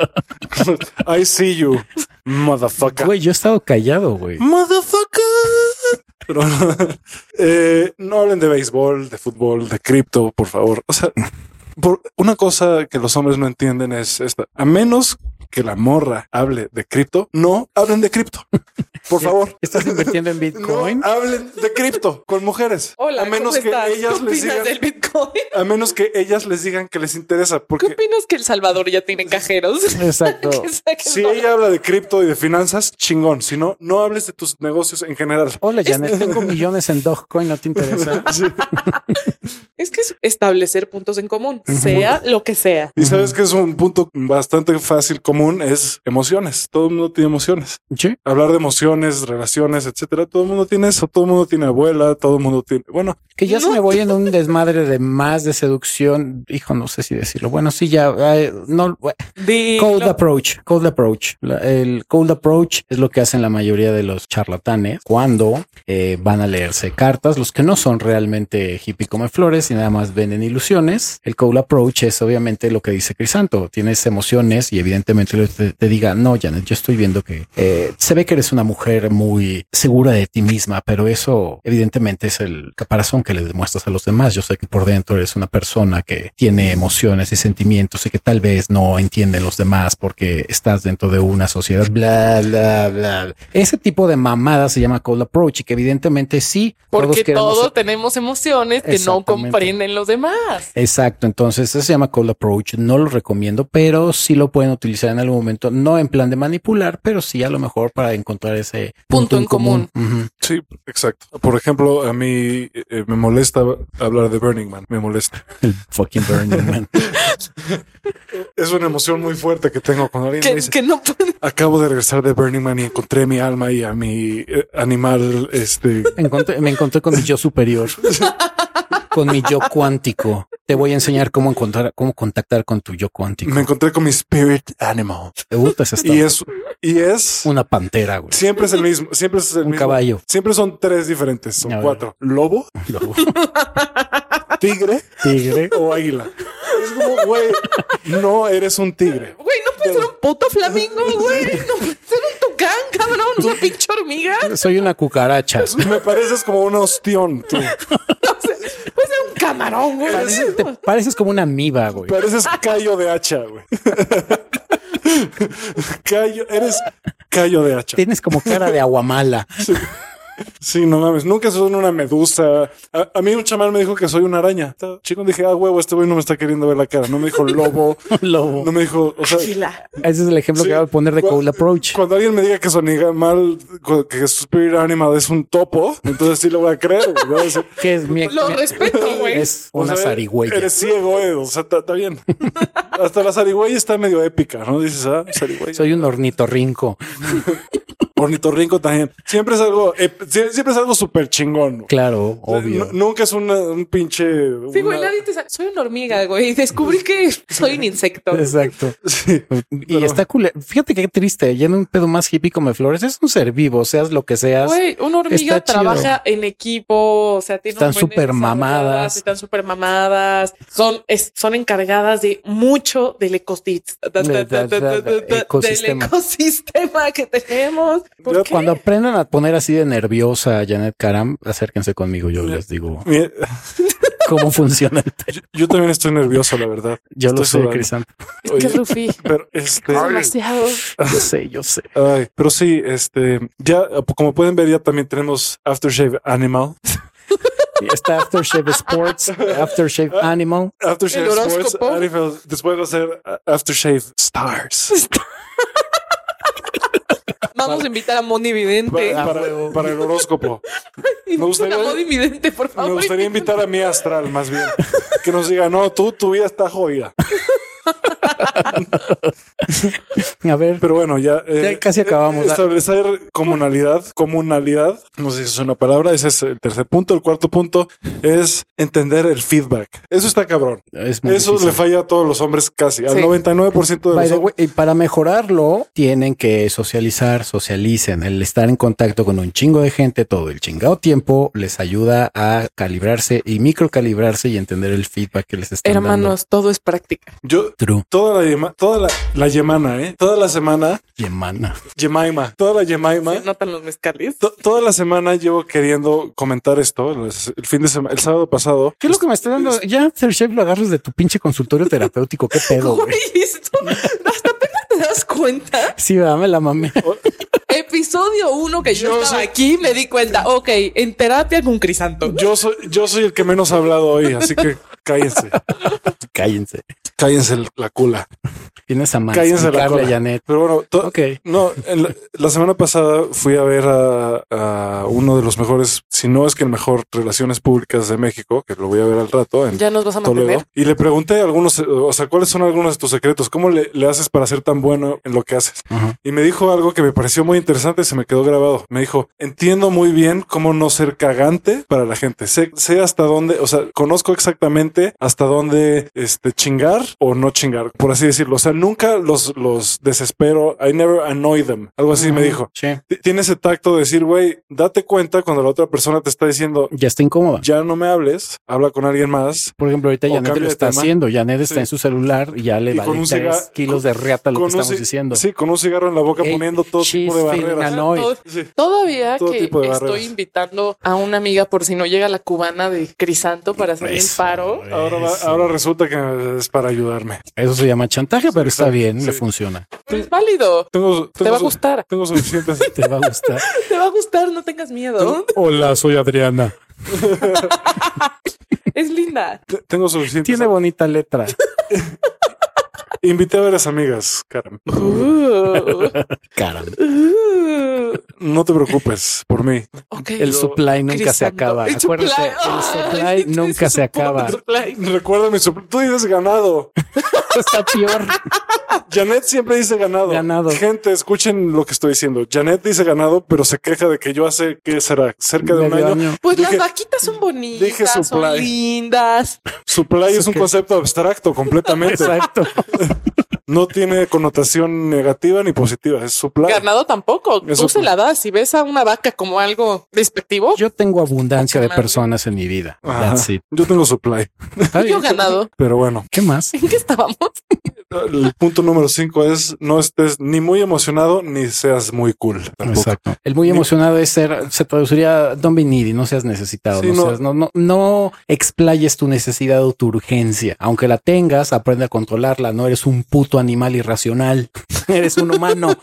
[SPEAKER 1] I see you, motherfucker.
[SPEAKER 3] Güey, yo he estado callado, güey.
[SPEAKER 1] Motherfucker. Pero, eh, no hablen de béisbol, de fútbol, de cripto, por favor. O sea, por una cosa que los hombres no entienden es esta. A menos que la morra hable de cripto, no hablen de cripto. Por favor.
[SPEAKER 3] ¿Estás invirtiendo en Bitcoin?
[SPEAKER 2] Ah,
[SPEAKER 1] No hablen de cripto con mujeres.
[SPEAKER 2] Hola,
[SPEAKER 1] a menos
[SPEAKER 2] ¿cómo
[SPEAKER 1] que
[SPEAKER 2] estás?
[SPEAKER 1] ellas
[SPEAKER 2] ¿Qué
[SPEAKER 1] les
[SPEAKER 2] opinas
[SPEAKER 1] digan,
[SPEAKER 2] del Bitcoin?
[SPEAKER 1] a menos que ellas les digan que les interesa,
[SPEAKER 2] ¿Qué
[SPEAKER 1] porque
[SPEAKER 2] opinas que El Salvador ya tiene cajeros?
[SPEAKER 3] Exacto.
[SPEAKER 2] Que saquen
[SPEAKER 1] si
[SPEAKER 2] dólares.
[SPEAKER 1] ella habla de cripto y de finanzas, chingón. Si no, no hables de tus negocios en general.
[SPEAKER 3] Hola, Janet, tengo millones en Dogecoin, ¿no te interesa?
[SPEAKER 2] Es que es establecer puntos en común, sea lo que sea.
[SPEAKER 1] Y sabes que es un punto bastante fácil, común, es emociones. Todo el mundo tiene emociones.
[SPEAKER 3] Sí.
[SPEAKER 1] Hablar de emociones, relaciones, etcétera. Todo el mundo tiene eso. Todo el mundo tiene abuela. Todo el mundo tiene. Bueno,
[SPEAKER 3] Que ya se
[SPEAKER 2] No.
[SPEAKER 3] me voy en un desmadre de más de seducción. Hijo, no sé si decirlo. Bueno, sí, ya. eh, no,
[SPEAKER 2] Dilo.
[SPEAKER 3] Cold approach, cold approach. La- el cold approach es lo que hacen la mayoría de los charlatanes cuando eh, van a leerse cartas, los que no son realmente hippie come flores y nada más venden ilusiones. El cold approach es obviamente lo que dice Crisanto. Tienes emociones y evidentemente lo que te, te diga, no, Janet, yo estoy viendo que eh, se ve que eres una mujer muy segura de ti misma, pero eso evidentemente es el caparazón que le demuestras a los demás. Yo sé que por dentro eres una persona que tiene emociones y sentimientos y que tal vez no entienden los demás porque estás dentro de una sociedad, bla, bla, bla. bla. Ese tipo de mamada se llama cold approach y que evidentemente sí.
[SPEAKER 2] Porque todos,
[SPEAKER 3] queremos-
[SPEAKER 2] tenemos emociones que no
[SPEAKER 3] Exactamente.
[SPEAKER 2] comprenden los demás.
[SPEAKER 3] Exacto, entonces eso se llama cold approach, no lo recomiendo, pero sí lo pueden utilizar en algún momento, no en plan de manipular, pero sí a lo mejor para encontrar ese
[SPEAKER 2] Punto en común.
[SPEAKER 3] Ujú.
[SPEAKER 1] sí, exacto. Por ejemplo, a mí eh, me molesta hablar de Burning Man. Me molesta.
[SPEAKER 3] El fucking Burning Man.
[SPEAKER 1] Es una emoción muy fuerte que tengo cuando alguien me
[SPEAKER 2] Que,
[SPEAKER 1] dice,
[SPEAKER 2] que no pueden.
[SPEAKER 1] acabo de regresar de Burning Man y encontré mi alma y a mi eh, animal, este,
[SPEAKER 3] Encontré- me encontré con mi yo superior, con mi yo cuántico. Te voy a enseñar cómo encontrar, cómo contactar con tu yo cuántico.
[SPEAKER 1] me encontré con mi spirit animal.
[SPEAKER 3] Me gusta ese estado.
[SPEAKER 1] Y es, y es,
[SPEAKER 3] una pantera, güey.
[SPEAKER 1] siempre es el mismo, siempre es el
[SPEAKER 3] Un
[SPEAKER 1] mismo.
[SPEAKER 3] caballo.
[SPEAKER 1] Siempre son tres diferentes, son
[SPEAKER 3] A ver.
[SPEAKER 1] cuatro. Lobo,
[SPEAKER 3] Lobo,
[SPEAKER 1] tigre
[SPEAKER 3] tigre.
[SPEAKER 1] o águila. Es como, güey, no eres un tigre.
[SPEAKER 2] Güey, no puede ser un puto flamingo, güey. No puede ser un tucán, cabrón. Una pinche hormiga.
[SPEAKER 3] Soy una cucaracha.
[SPEAKER 1] Me pareces como un ostión, tú.
[SPEAKER 2] Puede ser un camarón, güey.
[SPEAKER 3] Pareces, te pareces como una amiba, güey.
[SPEAKER 1] Pareces callo de hacha, güey. Callo, eres callo de hacha.
[SPEAKER 3] Tienes como cara de aguamala.
[SPEAKER 1] Sí, no mames. Nunca son una medusa. A, a mí un chamán me dijo que soy una araña. Estaba Chico, dije, ah, huevo, este güey no me está queriendo ver la cara. No me dijo lobo.
[SPEAKER 3] Lobo.
[SPEAKER 1] No me dijo, o sea,
[SPEAKER 2] Águila.
[SPEAKER 3] Ese es el ejemplo
[SPEAKER 1] Sí.
[SPEAKER 3] que voy a poner de
[SPEAKER 1] Cu-
[SPEAKER 3] cold approach.
[SPEAKER 1] Cuando alguien me diga que su animal, que su spirit animal es un topo, entonces sí lo voy a creer. güey. Voy a decir,
[SPEAKER 3] Que es mi,
[SPEAKER 2] Lo
[SPEAKER 3] mi-
[SPEAKER 2] respeto, güey.
[SPEAKER 3] es una
[SPEAKER 1] o sea,
[SPEAKER 3] zarigüeya.
[SPEAKER 1] Eres ciego, eh, o sea, está está bien. Hasta la zarigüeya está medio épica, ¿no? Dices, ah, zarigüeya.
[SPEAKER 3] Soy un ornitorrinco.
[SPEAKER 1] Ornitorrinco también. Siempre es algo, eh, sie- siempre es algo súper chingón. güey.
[SPEAKER 3] Claro,
[SPEAKER 1] O sea,
[SPEAKER 3] obvio.
[SPEAKER 1] nu- Nunca es una- un pinche.
[SPEAKER 2] Sí, güey,
[SPEAKER 1] una-
[SPEAKER 2] nadie te sabe. Soy una hormiga, güey. y Descubrí que soy un insecto.
[SPEAKER 3] Exacto.
[SPEAKER 1] Sí.
[SPEAKER 3] Y está cool. Fíjate qué triste. Ya en un pedo más hippie como flores es un ser vivo, seas lo que seas.
[SPEAKER 2] Güey, una hormiga
[SPEAKER 3] está chido.
[SPEAKER 2] trabaja en equipo, o sea, tiene
[SPEAKER 3] Están
[SPEAKER 2] un buen de
[SPEAKER 3] súper mamadas.
[SPEAKER 2] desarrolladas, Están súper mamadas, son, es- son encargadas de mucho del ecosistema,
[SPEAKER 3] De- de- de-
[SPEAKER 2] del
[SPEAKER 3] ecosistema.
[SPEAKER 2] ecosistema que tenemos. ¿Por
[SPEAKER 1] Yo
[SPEAKER 2] qué?
[SPEAKER 3] Cuando aprendan a poner así de nerviosa a Janet Karam, acérquense conmigo. Yo les digo
[SPEAKER 1] Mira,
[SPEAKER 3] cómo funciona. el te-
[SPEAKER 1] yo, yo también estoy nervioso, la verdad.
[SPEAKER 3] Yo lo
[SPEAKER 1] Estoy
[SPEAKER 3] sé,
[SPEAKER 1] sudando.
[SPEAKER 3] Crisanto.
[SPEAKER 2] Es
[SPEAKER 1] Oye,
[SPEAKER 2] que Rufi,
[SPEAKER 1] pero este.
[SPEAKER 2] demasiado.
[SPEAKER 3] Yo sé, yo sé.
[SPEAKER 1] Ay, pero sí, este, ya, como pueden ver, ya también tenemos Aftershave Animal.
[SPEAKER 3] Está Aftershave Sports, Aftershave Animal.
[SPEAKER 1] Aftershave
[SPEAKER 2] El
[SPEAKER 1] Sports
[SPEAKER 2] horóscopo.
[SPEAKER 1] Animal. Después va a ser uh, Aftershave Stars.
[SPEAKER 2] Este, Vamos a invitar a Moni Vidente.
[SPEAKER 1] Para, para- para el horóscopo.
[SPEAKER 2] Me
[SPEAKER 1] gustaría-
[SPEAKER 2] A Moni Vidente, por favor.
[SPEAKER 1] Me gustaría invitar a mi astral, más bien. Que nos diga, no, tú, tu vida está jodida.
[SPEAKER 3] A ver,
[SPEAKER 1] Pero bueno, ya, eh,
[SPEAKER 3] Ya casi acabamos.
[SPEAKER 1] Establecer comunalidad, comunalidad, no sé si es una palabra, ese es el tercer punto. El cuarto punto es entender el feedback. Eso está cabrón.
[SPEAKER 3] es muy
[SPEAKER 1] Eso
[SPEAKER 3] difícil.
[SPEAKER 1] le falla a todos los hombres casi, al
[SPEAKER 2] Sí.
[SPEAKER 1] 99% de
[SPEAKER 3] By
[SPEAKER 1] los
[SPEAKER 3] the
[SPEAKER 1] hombres.
[SPEAKER 3] way, y para mejorarlo, tienen que socializar, socialicen. El estar en contacto con un chingo de gente todo el chingado tiempo les ayuda a calibrarse y microcalibrarse y entender el feedback que les están dando.
[SPEAKER 2] Hermanos, todo es práctica.
[SPEAKER 1] Yo
[SPEAKER 3] True.
[SPEAKER 1] toda la yema- toda la, la yemana, eh, toda la semana,
[SPEAKER 3] Yemana.
[SPEAKER 1] Yemaima, toda la Yemaima.
[SPEAKER 2] Se notan los mezcales.
[SPEAKER 1] to- Toda la semana llevo queriendo comentar esto. los- El fin de semana, el sábado pasado,
[SPEAKER 3] ¿Qué es lo que me está dando? Ya, Sergey, lo agarras de tu pinche consultorio terapéutico. ¿Qué pedo, güey?
[SPEAKER 2] Güey, esto hasta apenas te das cuenta.
[SPEAKER 3] Sí, ¿verdad? me la mamé.
[SPEAKER 2] Episodio 1 que yo,
[SPEAKER 1] Yo
[SPEAKER 2] estaba
[SPEAKER 1] soy-
[SPEAKER 2] aquí me di cuenta. Ok, en terapia con Crisanto.
[SPEAKER 1] yo soy, yo soy el que menos ha hablado hoy, así que cállense,
[SPEAKER 3] Cállense.
[SPEAKER 1] cállense la cula.
[SPEAKER 3] Tienes a más.
[SPEAKER 1] Cállense la
[SPEAKER 3] Carla
[SPEAKER 1] cola.
[SPEAKER 3] Janet.
[SPEAKER 1] Pero bueno, to-
[SPEAKER 3] Ok.
[SPEAKER 1] No, en la, la semana pasada fui a ver a, a uno de los mejores, si no es que el mejor, Relaciones Públicas de México, que lo voy a ver al rato en
[SPEAKER 2] Ya nos vas a
[SPEAKER 1] Toledo.
[SPEAKER 2] mantener.
[SPEAKER 1] Y le pregunté algunos, eh, o sea, ¿cuáles son algunos de tus secretos? ¿Cómo le, le haces para ser tan bueno en lo que haces?
[SPEAKER 3] Ajá.
[SPEAKER 1] Y me dijo algo que me pareció muy interesante, se me quedó grabado. Me dijo, entiendo muy bien cómo no ser cagante para la gente. Sé, sé hasta dónde, o sea, conozco exactamente hasta dónde este, chingar o no chingar, por así decirlo. O sea, nunca los, los desespero. I never annoy them. Algo así me dijo.
[SPEAKER 3] Che,
[SPEAKER 1] T- Tiene ese tacto de decir, güey, date cuenta cuando la otra persona te está diciendo,
[SPEAKER 3] ya está incómoda.
[SPEAKER 1] ya no me hables, habla con alguien más.
[SPEAKER 3] Por ejemplo, ahorita
[SPEAKER 1] O
[SPEAKER 3] Janet
[SPEAKER 1] cambio
[SPEAKER 3] lo
[SPEAKER 1] de
[SPEAKER 3] está
[SPEAKER 1] tema.
[SPEAKER 3] haciendo. Janet está
[SPEAKER 1] Sí.
[SPEAKER 3] en su celular y ya le
[SPEAKER 1] Y
[SPEAKER 3] vale
[SPEAKER 1] con un
[SPEAKER 3] tres
[SPEAKER 1] cigarro-
[SPEAKER 3] kilos de reata lo
[SPEAKER 1] con
[SPEAKER 3] que
[SPEAKER 1] un
[SPEAKER 3] estamos
[SPEAKER 1] ci-
[SPEAKER 3] diciendo.
[SPEAKER 1] Sí, con un cigarro en la boca
[SPEAKER 3] Ey,
[SPEAKER 1] poniendo todo
[SPEAKER 3] she's
[SPEAKER 1] tipo de barreras.
[SPEAKER 3] feeling annoyed.
[SPEAKER 2] Todo-
[SPEAKER 1] Sí.
[SPEAKER 2] Todavía
[SPEAKER 1] Todo
[SPEAKER 2] que
[SPEAKER 1] tipo de
[SPEAKER 2] estoy
[SPEAKER 1] barreras.
[SPEAKER 2] invitando a una amiga por si no llega la cubana de Crisanto para hacer el
[SPEAKER 3] Eso,
[SPEAKER 2] paro.
[SPEAKER 1] Ahora, va-
[SPEAKER 3] eso.
[SPEAKER 1] ahora resulta que es para ayudarme.
[SPEAKER 3] Eso se llama chantaje, pero está
[SPEAKER 1] exacto,
[SPEAKER 3] bien, le
[SPEAKER 1] sí.
[SPEAKER 3] funciona.
[SPEAKER 2] Pero es válido.
[SPEAKER 1] Tengo,
[SPEAKER 2] Te va a
[SPEAKER 1] tengo-
[SPEAKER 2] gustar.
[SPEAKER 1] Tengo suficientes.
[SPEAKER 3] Te va a gustar.
[SPEAKER 2] Te va a gustar, no tengas miedo.
[SPEAKER 3] Hola, soy Adriana.
[SPEAKER 2] Es linda.
[SPEAKER 1] te- tengo suficientes.
[SPEAKER 3] Tiene bonita letra.
[SPEAKER 1] Invité a varias amigas, Karen.
[SPEAKER 2] Uh,
[SPEAKER 3] Caramba.
[SPEAKER 2] uh.
[SPEAKER 1] No te preocupes por mí.
[SPEAKER 2] Ok.
[SPEAKER 3] El supply nunca se
[SPEAKER 2] Crisanto.
[SPEAKER 3] acaba.
[SPEAKER 2] El
[SPEAKER 3] Acuérdese,
[SPEAKER 2] supply.
[SPEAKER 3] el
[SPEAKER 2] Ay,
[SPEAKER 3] supply
[SPEAKER 2] sí,
[SPEAKER 3] nunca se acaba.
[SPEAKER 2] supply.
[SPEAKER 1] Recuerda mi sopl- Tú dices ganado.
[SPEAKER 3] Está peor.
[SPEAKER 1] Janet siempre dice ganado.
[SPEAKER 3] Ganado.
[SPEAKER 1] Gente, escuchen lo que estoy diciendo. Janet dice ganado, pero se queja de que yo hace que será cerca de un
[SPEAKER 3] Medio
[SPEAKER 1] año.
[SPEAKER 3] año.
[SPEAKER 2] Pues
[SPEAKER 1] Dije-
[SPEAKER 2] las vaquitas son bonitas,
[SPEAKER 1] dije
[SPEAKER 2] son
[SPEAKER 1] supply.
[SPEAKER 2] lindas.
[SPEAKER 1] Supply es un concepto abstracto completamente.
[SPEAKER 3] Exacto.
[SPEAKER 1] no tiene connotación negativa ni positiva. Es supply.
[SPEAKER 2] Ganado tampoco.
[SPEAKER 1] Eso-
[SPEAKER 2] Tú se la das. Si ves a una vaca como algo despectivo,
[SPEAKER 3] pues. Yo tengo abundancia de personas en mi vida.
[SPEAKER 1] Ajá.
[SPEAKER 3] That's it.
[SPEAKER 1] Yo tengo supply,
[SPEAKER 3] Está
[SPEAKER 2] yo
[SPEAKER 3] bien.
[SPEAKER 2] ganado.
[SPEAKER 1] pero bueno.
[SPEAKER 3] ¿Qué más?
[SPEAKER 2] ¿En qué estábamos?
[SPEAKER 1] El punto número cinco es no estés ni muy emocionado ni seas muy cool. Tampoco.
[SPEAKER 3] Exacto. El muy emocionado es ser, se traduciría don't be needy, no seas necesitado,
[SPEAKER 1] Sí,
[SPEAKER 3] no,
[SPEAKER 1] no.
[SPEAKER 3] seas- no, no, no explayes tu necesidad o tu urgencia. Aunque la tengas, aprende a controlarla. No eres un puto animal irracional. eres un humano.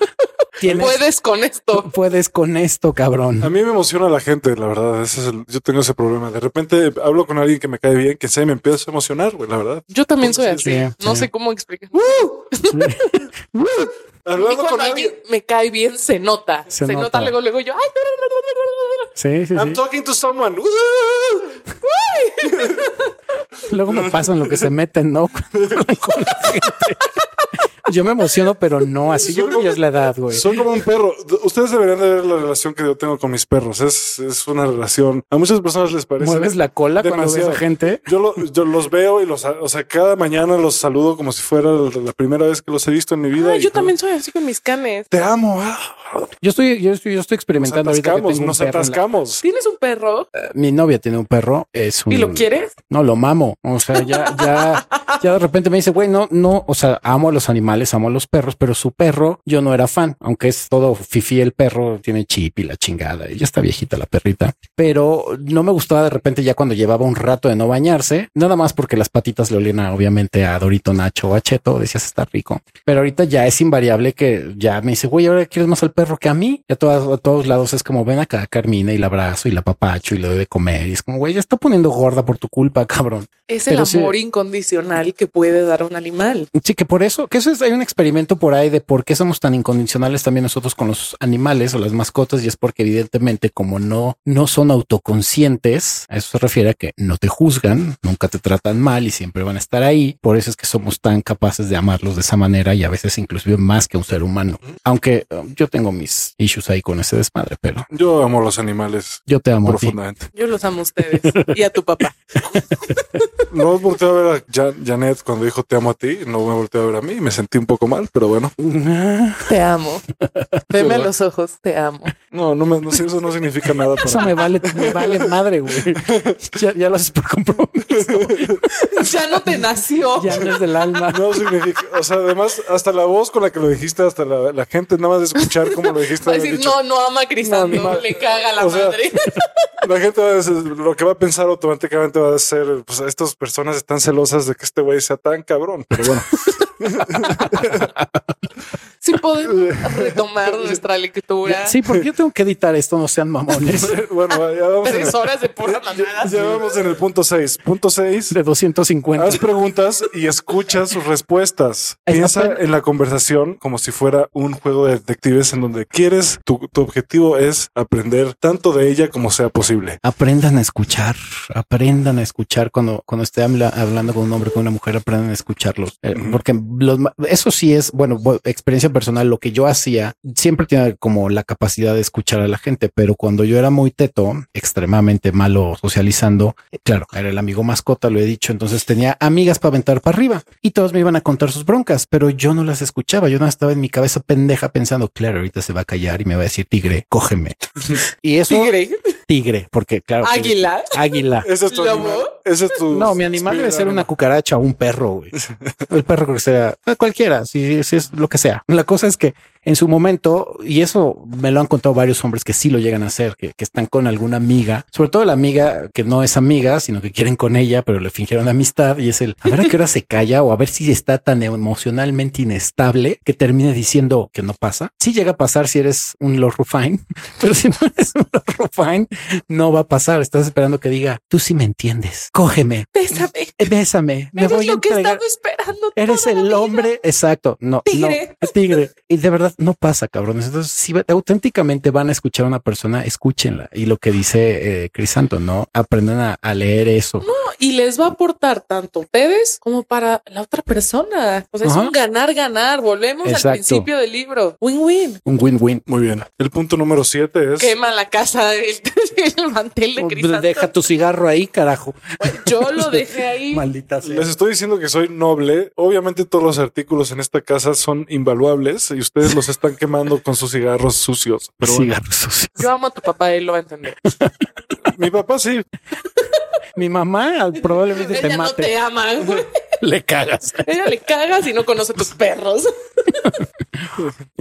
[SPEAKER 3] Tienes, puedes.
[SPEAKER 2] Puedes con esto.
[SPEAKER 3] con esto,
[SPEAKER 1] A
[SPEAKER 3] cabrón.
[SPEAKER 1] mí me emociona la gente, la verdad. Ese es el- yo tengo ese problema. De repente hablo con alguien que me cae bien, que sé, y me empiezo a emocionar, güey, la verdad.
[SPEAKER 2] Yo también soy
[SPEAKER 3] Sí,
[SPEAKER 2] así.
[SPEAKER 3] Pues sí. Uh,
[SPEAKER 2] No sé cómo explicar. Y
[SPEAKER 1] Hablando
[SPEAKER 2] cuando
[SPEAKER 1] con
[SPEAKER 2] alguien
[SPEAKER 1] alguien.
[SPEAKER 2] me cae bien, se nota.
[SPEAKER 3] Se
[SPEAKER 2] Se, nota.
[SPEAKER 3] nota.
[SPEAKER 2] luego, luego yo. Ay,
[SPEAKER 3] Sí, sí,
[SPEAKER 1] I'm
[SPEAKER 3] sí.
[SPEAKER 1] talking to someone.
[SPEAKER 3] Luego me pasan lo que se meten, ¿no? Con- con la gente. Yo me emociono, pero no así. Yo creo que ya es la edad, güey.
[SPEAKER 1] Soy como un perro. Ustedes deberían de ver la relación que yo tengo con mis perros. Es, es una relación. A muchas personas les parece.
[SPEAKER 3] Mueves la cola cuando ves a
[SPEAKER 1] ¿eh? demasiado.
[SPEAKER 3] gente.
[SPEAKER 1] Yo, lo- yo los veo y los, o sea, cada mañana los saludo como si fuera la primera vez que los he visto en mi vida.
[SPEAKER 2] ah,
[SPEAKER 1] y-
[SPEAKER 2] yo también soy así con mis canes.
[SPEAKER 1] Te amo. ah.
[SPEAKER 3] Yo estoy, yo estoy, yo
[SPEAKER 1] Nos
[SPEAKER 3] estoy experimentando ahorita que
[SPEAKER 1] atascamos,
[SPEAKER 3] tengo un
[SPEAKER 1] nos
[SPEAKER 3] perro en la-
[SPEAKER 1] atascamos.
[SPEAKER 2] ¿Tienes un perro
[SPEAKER 3] mi novia tiene un perro, es un
[SPEAKER 2] y lo quieres?
[SPEAKER 3] no lo mamo. O sea, ya, ya, ya de repente me dice, güey, no, no, o sea, amo a los animales, amo a los perros, pero su perro, yo no era fan, aunque es todo fifi el perro, tiene chip y la chingada, y ya está viejita la perrita, pero no me gustaba de repente ya cuando llevaba un rato de no bañarse, nada más porque las patitas le olían a, obviamente a Dorito Nacho o a Cheto, decías está rico, pero ahorita ya es invariable que ya me dice, güey, ahora quieres más al perro que a mí. Y a, todas- a todos lados es como ven acá, Carmina, y la abrazo y la papacho y le doy de comer. Y es como, güey, ya está poniendo gorda por tu culpa, cabrón.
[SPEAKER 2] Es el
[SPEAKER 3] Pero sí.
[SPEAKER 2] amor incondicional que puede dar un animal.
[SPEAKER 3] Sí, que por eso, que eso es, hay un experimento por ahí de por qué somos tan incondicionales también nosotros con los animales o las mascotas y es porque evidentemente como no, no son autoconscientes, a eso se refiere a que no te juzgan, nunca te tratan mal y siempre van a estar ahí. Por eso es que somos tan capaces de amarlos de esa manera y a veces inclusive más que un ser humano. Aunque um, yo tengo mis issues ahí con ese desmadre, pero
[SPEAKER 1] Yo amo los animales
[SPEAKER 3] yo te amo a ti.
[SPEAKER 1] profundamente.
[SPEAKER 2] Yo los amo a ustedes y a tu papá.
[SPEAKER 1] No volteé a ver a Jan- Janet cuando dijo te amo a ti. No me volteó a ver a mí. Me sentí un poco mal, pero bueno.
[SPEAKER 2] Te amo. Veme a los ojos. Te amo.
[SPEAKER 1] No, no, me, no sé, eso no significa nada para
[SPEAKER 3] Eso me vale, me vale madre, güey. Ya, ya lo haces por compromiso.
[SPEAKER 2] Ya no te nació.
[SPEAKER 3] Ya no es del alma.
[SPEAKER 1] No significa, o sea, además, hasta la voz con la que lo dijiste, hasta la, la gente, nada más de escuchar cómo lo dijiste.
[SPEAKER 2] Va a
[SPEAKER 1] haber
[SPEAKER 2] decir,
[SPEAKER 1] dicho,
[SPEAKER 2] no, no ama a Crisando,
[SPEAKER 1] No, no.
[SPEAKER 2] le caga la
[SPEAKER 1] O sea,
[SPEAKER 2] madre.
[SPEAKER 1] La gente va a decir- lo que va a pensar automáticamente va a ser, pues estas personas están celosas de que este güey sea tan cabrón, pero bueno.
[SPEAKER 2] Si podemos retomar nuestra lectura.
[SPEAKER 3] Sí, porque yo tengo que editar esto, no sean mamones.
[SPEAKER 1] bueno, ya vamos, en el,
[SPEAKER 2] Tres horas de pura
[SPEAKER 1] ya-
[SPEAKER 2] mamada.
[SPEAKER 1] ya vamos en el punto 6. Punto 6.
[SPEAKER 3] De 250.
[SPEAKER 1] Haz preguntas y escucha sus respuestas.
[SPEAKER 3] Ahí
[SPEAKER 1] Piensa
[SPEAKER 3] está.
[SPEAKER 1] en la conversación como si fuera un juego de detectives en donde quieres, tu, tu objetivo es aprender tanto de ella como sea posible.
[SPEAKER 3] Aprendan a escuchar, aprendan a escuchar cuando, cuando esté habla- hablando con un hombre, con una mujer, aprendan a escucharlos. Eh,
[SPEAKER 1] Ujú.
[SPEAKER 3] Porque los ma- eso sí es, bueno, bu- experiencia personal, lo que yo hacía, siempre tenía como la capacidad de escuchar a la gente, pero cuando yo era muy teto, extremadamente malo socializando, eh, claro, era el amigo mascota, lo he dicho, entonces tenía amigas para aventar para arriba y todos me iban a contar sus broncas, pero yo no las escuchaba, yo no estaba en mi cabeza pendeja pensando, claro, ahorita se va a callar y me va a decir, tigre, cógeme. y eso...
[SPEAKER 2] Tigre,
[SPEAKER 3] Tigre, porque claro. que-
[SPEAKER 2] águila,
[SPEAKER 3] Águila.
[SPEAKER 1] Ese es tu
[SPEAKER 2] ¿Lobo?
[SPEAKER 1] animal. Ese es tu
[SPEAKER 3] No, mi animal debe ser
[SPEAKER 1] spirit
[SPEAKER 3] una cucaracha o un perro, güey. El perro que sea eh, cualquiera, si, si es lo que sea. La cosa es que en su momento, y eso me lo han contado varios hombres que sí lo llegan a hacer, que, que están con alguna amiga, sobre todo la amiga que no es amiga, sino que quieren con ella, pero le fingieron amistad y es el a ver a qué hora se calla o a ver si está tan emocionalmente inestable que termine diciendo que no pasa. Sí llega a pasar si eres un Lord Rufine, pero si no eres un Lord Rufine, no va a pasar. Estás esperando que diga tú sí me entiendes, cógeme,
[SPEAKER 2] bésame.
[SPEAKER 3] eh, bésame, me
[SPEAKER 2] Eso
[SPEAKER 3] voy
[SPEAKER 2] es
[SPEAKER 3] a
[SPEAKER 2] lo que he
[SPEAKER 3] entregar.
[SPEAKER 2] estado esperando.
[SPEAKER 3] Eres
[SPEAKER 2] toda la
[SPEAKER 3] el
[SPEAKER 2] vida.
[SPEAKER 3] hombre exacto. No,
[SPEAKER 2] Tigre.
[SPEAKER 3] no, tigre. Y de verdad no pasa, cabrones. Entonces, si va- auténticamente van a escuchar a una persona, escúchenla. Y lo que dice eh, Crisanto, no aprendan a, a leer eso.
[SPEAKER 2] Y les va a aportar tanto a ustedes como para la otra persona. O sea, es
[SPEAKER 3] Ajá.
[SPEAKER 2] un ganar, ganar. Volvemos
[SPEAKER 3] Exacto.
[SPEAKER 2] al principio del libro. Win-win.
[SPEAKER 3] Un win-win.
[SPEAKER 1] Muy bien. El punto número 7 es
[SPEAKER 2] Quema la casa, el, el mantel de cristal.
[SPEAKER 3] Oh, Deja tu cigarro ahí, carajo.
[SPEAKER 2] Yo lo dejé ahí.
[SPEAKER 3] Maldita sea.
[SPEAKER 1] Les estoy diciendo que soy noble. Obviamente todos los artículos en esta casa son invaluables y ustedes los están quemando con sus cigarros sucios. Pero bueno,
[SPEAKER 3] Cigarro sucio.
[SPEAKER 2] Yo amo a tu papá, él lo va a entender.
[SPEAKER 1] mi papá sí.
[SPEAKER 3] Mi mamá probablemente
[SPEAKER 2] Ella
[SPEAKER 3] te
[SPEAKER 2] no
[SPEAKER 3] mate.
[SPEAKER 2] te ama. güey.
[SPEAKER 3] Le cagas.
[SPEAKER 2] Ella le cagas y no conoce a tus perros.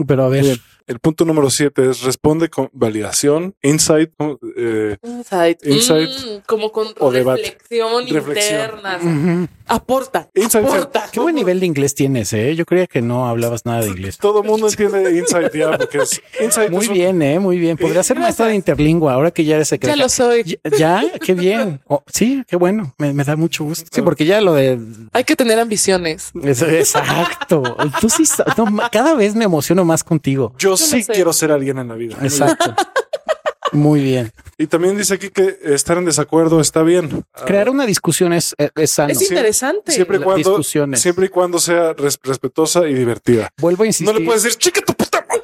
[SPEAKER 3] Pero a ver,
[SPEAKER 1] El punto número 7 es responde con validación, insight, ¿no? Eh,
[SPEAKER 2] Insight.
[SPEAKER 1] Insight.
[SPEAKER 2] Mm, como con
[SPEAKER 1] O debate.
[SPEAKER 2] reflexión,
[SPEAKER 1] Reflexión.
[SPEAKER 2] interna.
[SPEAKER 3] ujú.
[SPEAKER 2] Aporta.
[SPEAKER 1] Insight.
[SPEAKER 2] Aporta.
[SPEAKER 3] qué buen nivel de inglés tienes. eh? Yo creía que no hablabas nada de inglés.
[SPEAKER 1] Todo el mundo entiende insight ya porque es insight.
[SPEAKER 3] Muy
[SPEAKER 1] es un-
[SPEAKER 3] bien, eh, muy bien. Podría ser maestra de interlingua ahora que ya eres
[SPEAKER 2] Ya
[SPEAKER 3] secretaria.
[SPEAKER 2] lo soy.
[SPEAKER 3] Ya, ya, qué bien. Oh, sí, qué bueno. Me, me da mucho gusto. Sí, porque ya lo de.
[SPEAKER 2] Hay que tener ambiciones.
[SPEAKER 3] es- exacto. Tú sí, sa- no, ma- cada vez me emociono más contigo.
[SPEAKER 1] Yo
[SPEAKER 2] lo
[SPEAKER 1] sí
[SPEAKER 2] sé.
[SPEAKER 1] quiero ser alguien en la vida.
[SPEAKER 3] Exacto. Muy bien.
[SPEAKER 1] Y también dice aquí que estar en desacuerdo está bien.
[SPEAKER 3] Crear una discusión es, es- es sano.
[SPEAKER 2] Es interesante.
[SPEAKER 1] Siempre y
[SPEAKER 3] Las
[SPEAKER 1] cuando,
[SPEAKER 3] discusiones.
[SPEAKER 1] siempre y cuando sea res- respetuosa y divertida.
[SPEAKER 3] Vuelvo a insistir.
[SPEAKER 1] No le puedes decir, chica tu puta. madre".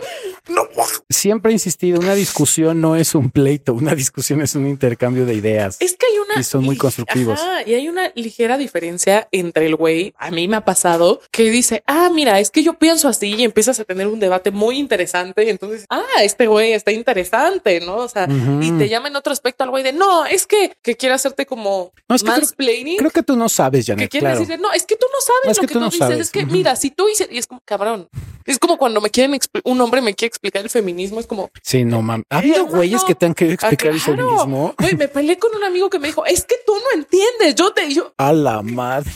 [SPEAKER 1] No,
[SPEAKER 3] Siempre he insistido. Una discusión no es un pleito. Una discusión es un intercambio de ideas.
[SPEAKER 2] Es que hay una.
[SPEAKER 3] Y son muy
[SPEAKER 2] lig-
[SPEAKER 3] constructivos.
[SPEAKER 2] Ajá, y hay una ligera diferencia entre el güey, a mí me ha pasado, que dice, ah, mira, es que yo pienso así y empiezas a tener un debate muy interesante. Y entonces, ah, este güey está interesante, ¿no? O sea,
[SPEAKER 3] Ujú.
[SPEAKER 2] y te llama en otro aspecto al güey de, no, es que, que quiere hacerte como
[SPEAKER 3] No, es que creo-
[SPEAKER 2] mansplaining.
[SPEAKER 3] Creo que tú no sabes,
[SPEAKER 2] que
[SPEAKER 3] Janet.
[SPEAKER 2] quiere
[SPEAKER 3] Claro.
[SPEAKER 2] decirte, no, es que tú no sabes
[SPEAKER 3] No, es
[SPEAKER 2] lo
[SPEAKER 3] que
[SPEAKER 2] que,
[SPEAKER 3] tú
[SPEAKER 2] tú,
[SPEAKER 3] no
[SPEAKER 2] dices.
[SPEAKER 3] sabes.
[SPEAKER 2] Es que,
[SPEAKER 3] Ujú.
[SPEAKER 2] mira, si tú dices, y es como, cabrón. Es como cuando me quieren, expli- un hombre me quiere explicar el feminismo, es como,
[SPEAKER 3] Sí, no mames. Ha habido
[SPEAKER 2] hermano,
[SPEAKER 3] güeyes que te han querido
[SPEAKER 2] Eh, ah,
[SPEAKER 3] explicar el
[SPEAKER 2] claro.
[SPEAKER 3] feminismo.
[SPEAKER 2] Güey, me peleé con un amigo que me dijo, es que tú no entiendes, yo te, yo,
[SPEAKER 3] A la madre.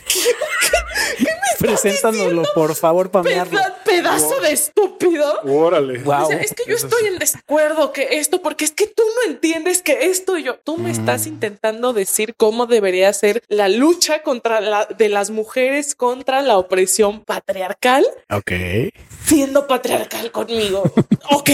[SPEAKER 5] Preséntanoslo, por favor, para mearlo.
[SPEAKER 2] Peda- pedazo de estúpido.
[SPEAKER 1] Órale.
[SPEAKER 5] Guau.
[SPEAKER 2] O sea, es que yo estoy en desacuerdo que esto, porque es que tú no entiendes que esto y yo, tú
[SPEAKER 3] Mm.
[SPEAKER 2] me estás intentando decir cómo debería ser la lucha contra la de las mujeres contra la opresión patriarcal,
[SPEAKER 3] Ok.
[SPEAKER 2] siendo patriarcal conmigo. ok.